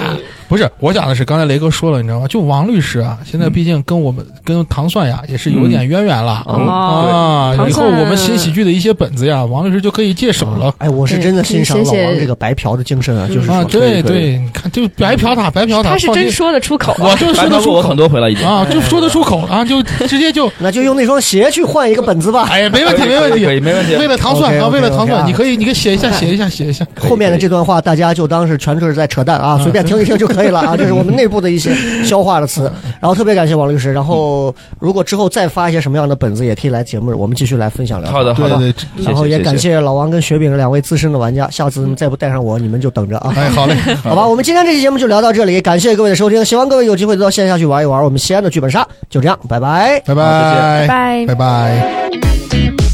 Speaker 4: 不是，我讲的是刚才雷哥说了，你知道吗？就王律师啊，现在毕竟跟我们、跟糖蒜呀也是有点渊源了、
Speaker 6: 嗯
Speaker 4: 啊。
Speaker 5: 哦糖蒜
Speaker 4: 以后我们新喜剧的一些本子呀，王律师就可以接手了。
Speaker 3: 哎，我是真的欣赏
Speaker 5: 对
Speaker 3: 老
Speaker 5: 谢谢
Speaker 3: 王这个白嫖的精神啊，就是
Speaker 4: 啊，
Speaker 3: 说，
Speaker 4: 对对，你看，就白嫖他，白嫖
Speaker 5: 嗯他是
Speaker 4: 放
Speaker 5: 真
Speaker 4: 心，
Speaker 5: 说得出口啊
Speaker 4: 我，就说
Speaker 6: 白嫖
Speaker 4: 得
Speaker 6: 过
Speaker 4: 出
Speaker 6: 我很
Speaker 4: 口
Speaker 6: 多回了已经。
Speaker 4: 啊，就说得出口啊，就直接就，
Speaker 3: 那就用那双鞋去换一个本子吧。
Speaker 4: 哎呀，没问题，
Speaker 6: 可以
Speaker 4: 没问
Speaker 6: 可以可
Speaker 4: 题。
Speaker 6: 以没问
Speaker 4: 为
Speaker 6: 题。
Speaker 4: 了糖蒜
Speaker 3: OK，OK，OK，
Speaker 4: 啊，
Speaker 3: 啊
Speaker 4: 为了糖蒜，你可以，你可以写一下，写一下，写一下。
Speaker 3: 后面的这段话，大家就当是全是在扯淡啊，
Speaker 4: 嗯
Speaker 3: 随便听一听就可以了 啊。这是我们内部的一些消化的词。
Speaker 6: 嗯
Speaker 3: 然后特别感谢王律师。然后如果之后再发一些什么样的本子，也可以来节目，我们继续来分享聊。
Speaker 6: 好的好
Speaker 4: 对
Speaker 6: 的，
Speaker 4: 对，
Speaker 6: 谢谢
Speaker 3: 然后也
Speaker 6: 谢谢
Speaker 3: 感谢老王跟雪饼两位资深的玩家，下次再不带上我，你们就等着啊。
Speaker 4: 哎，好嘞，
Speaker 3: 好
Speaker 6: 嗯
Speaker 3: 吧，我们今天这期节目就聊到这里，感谢各位的收听。希望各位有机会到线下去玩一玩我们西安的剧本杀。就这样，拜拜。
Speaker 4: 拜
Speaker 6: 再
Speaker 4: 拜，
Speaker 5: 拜
Speaker 4: 拜拜。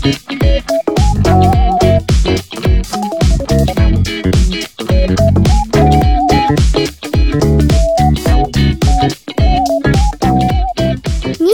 Speaker 1: 你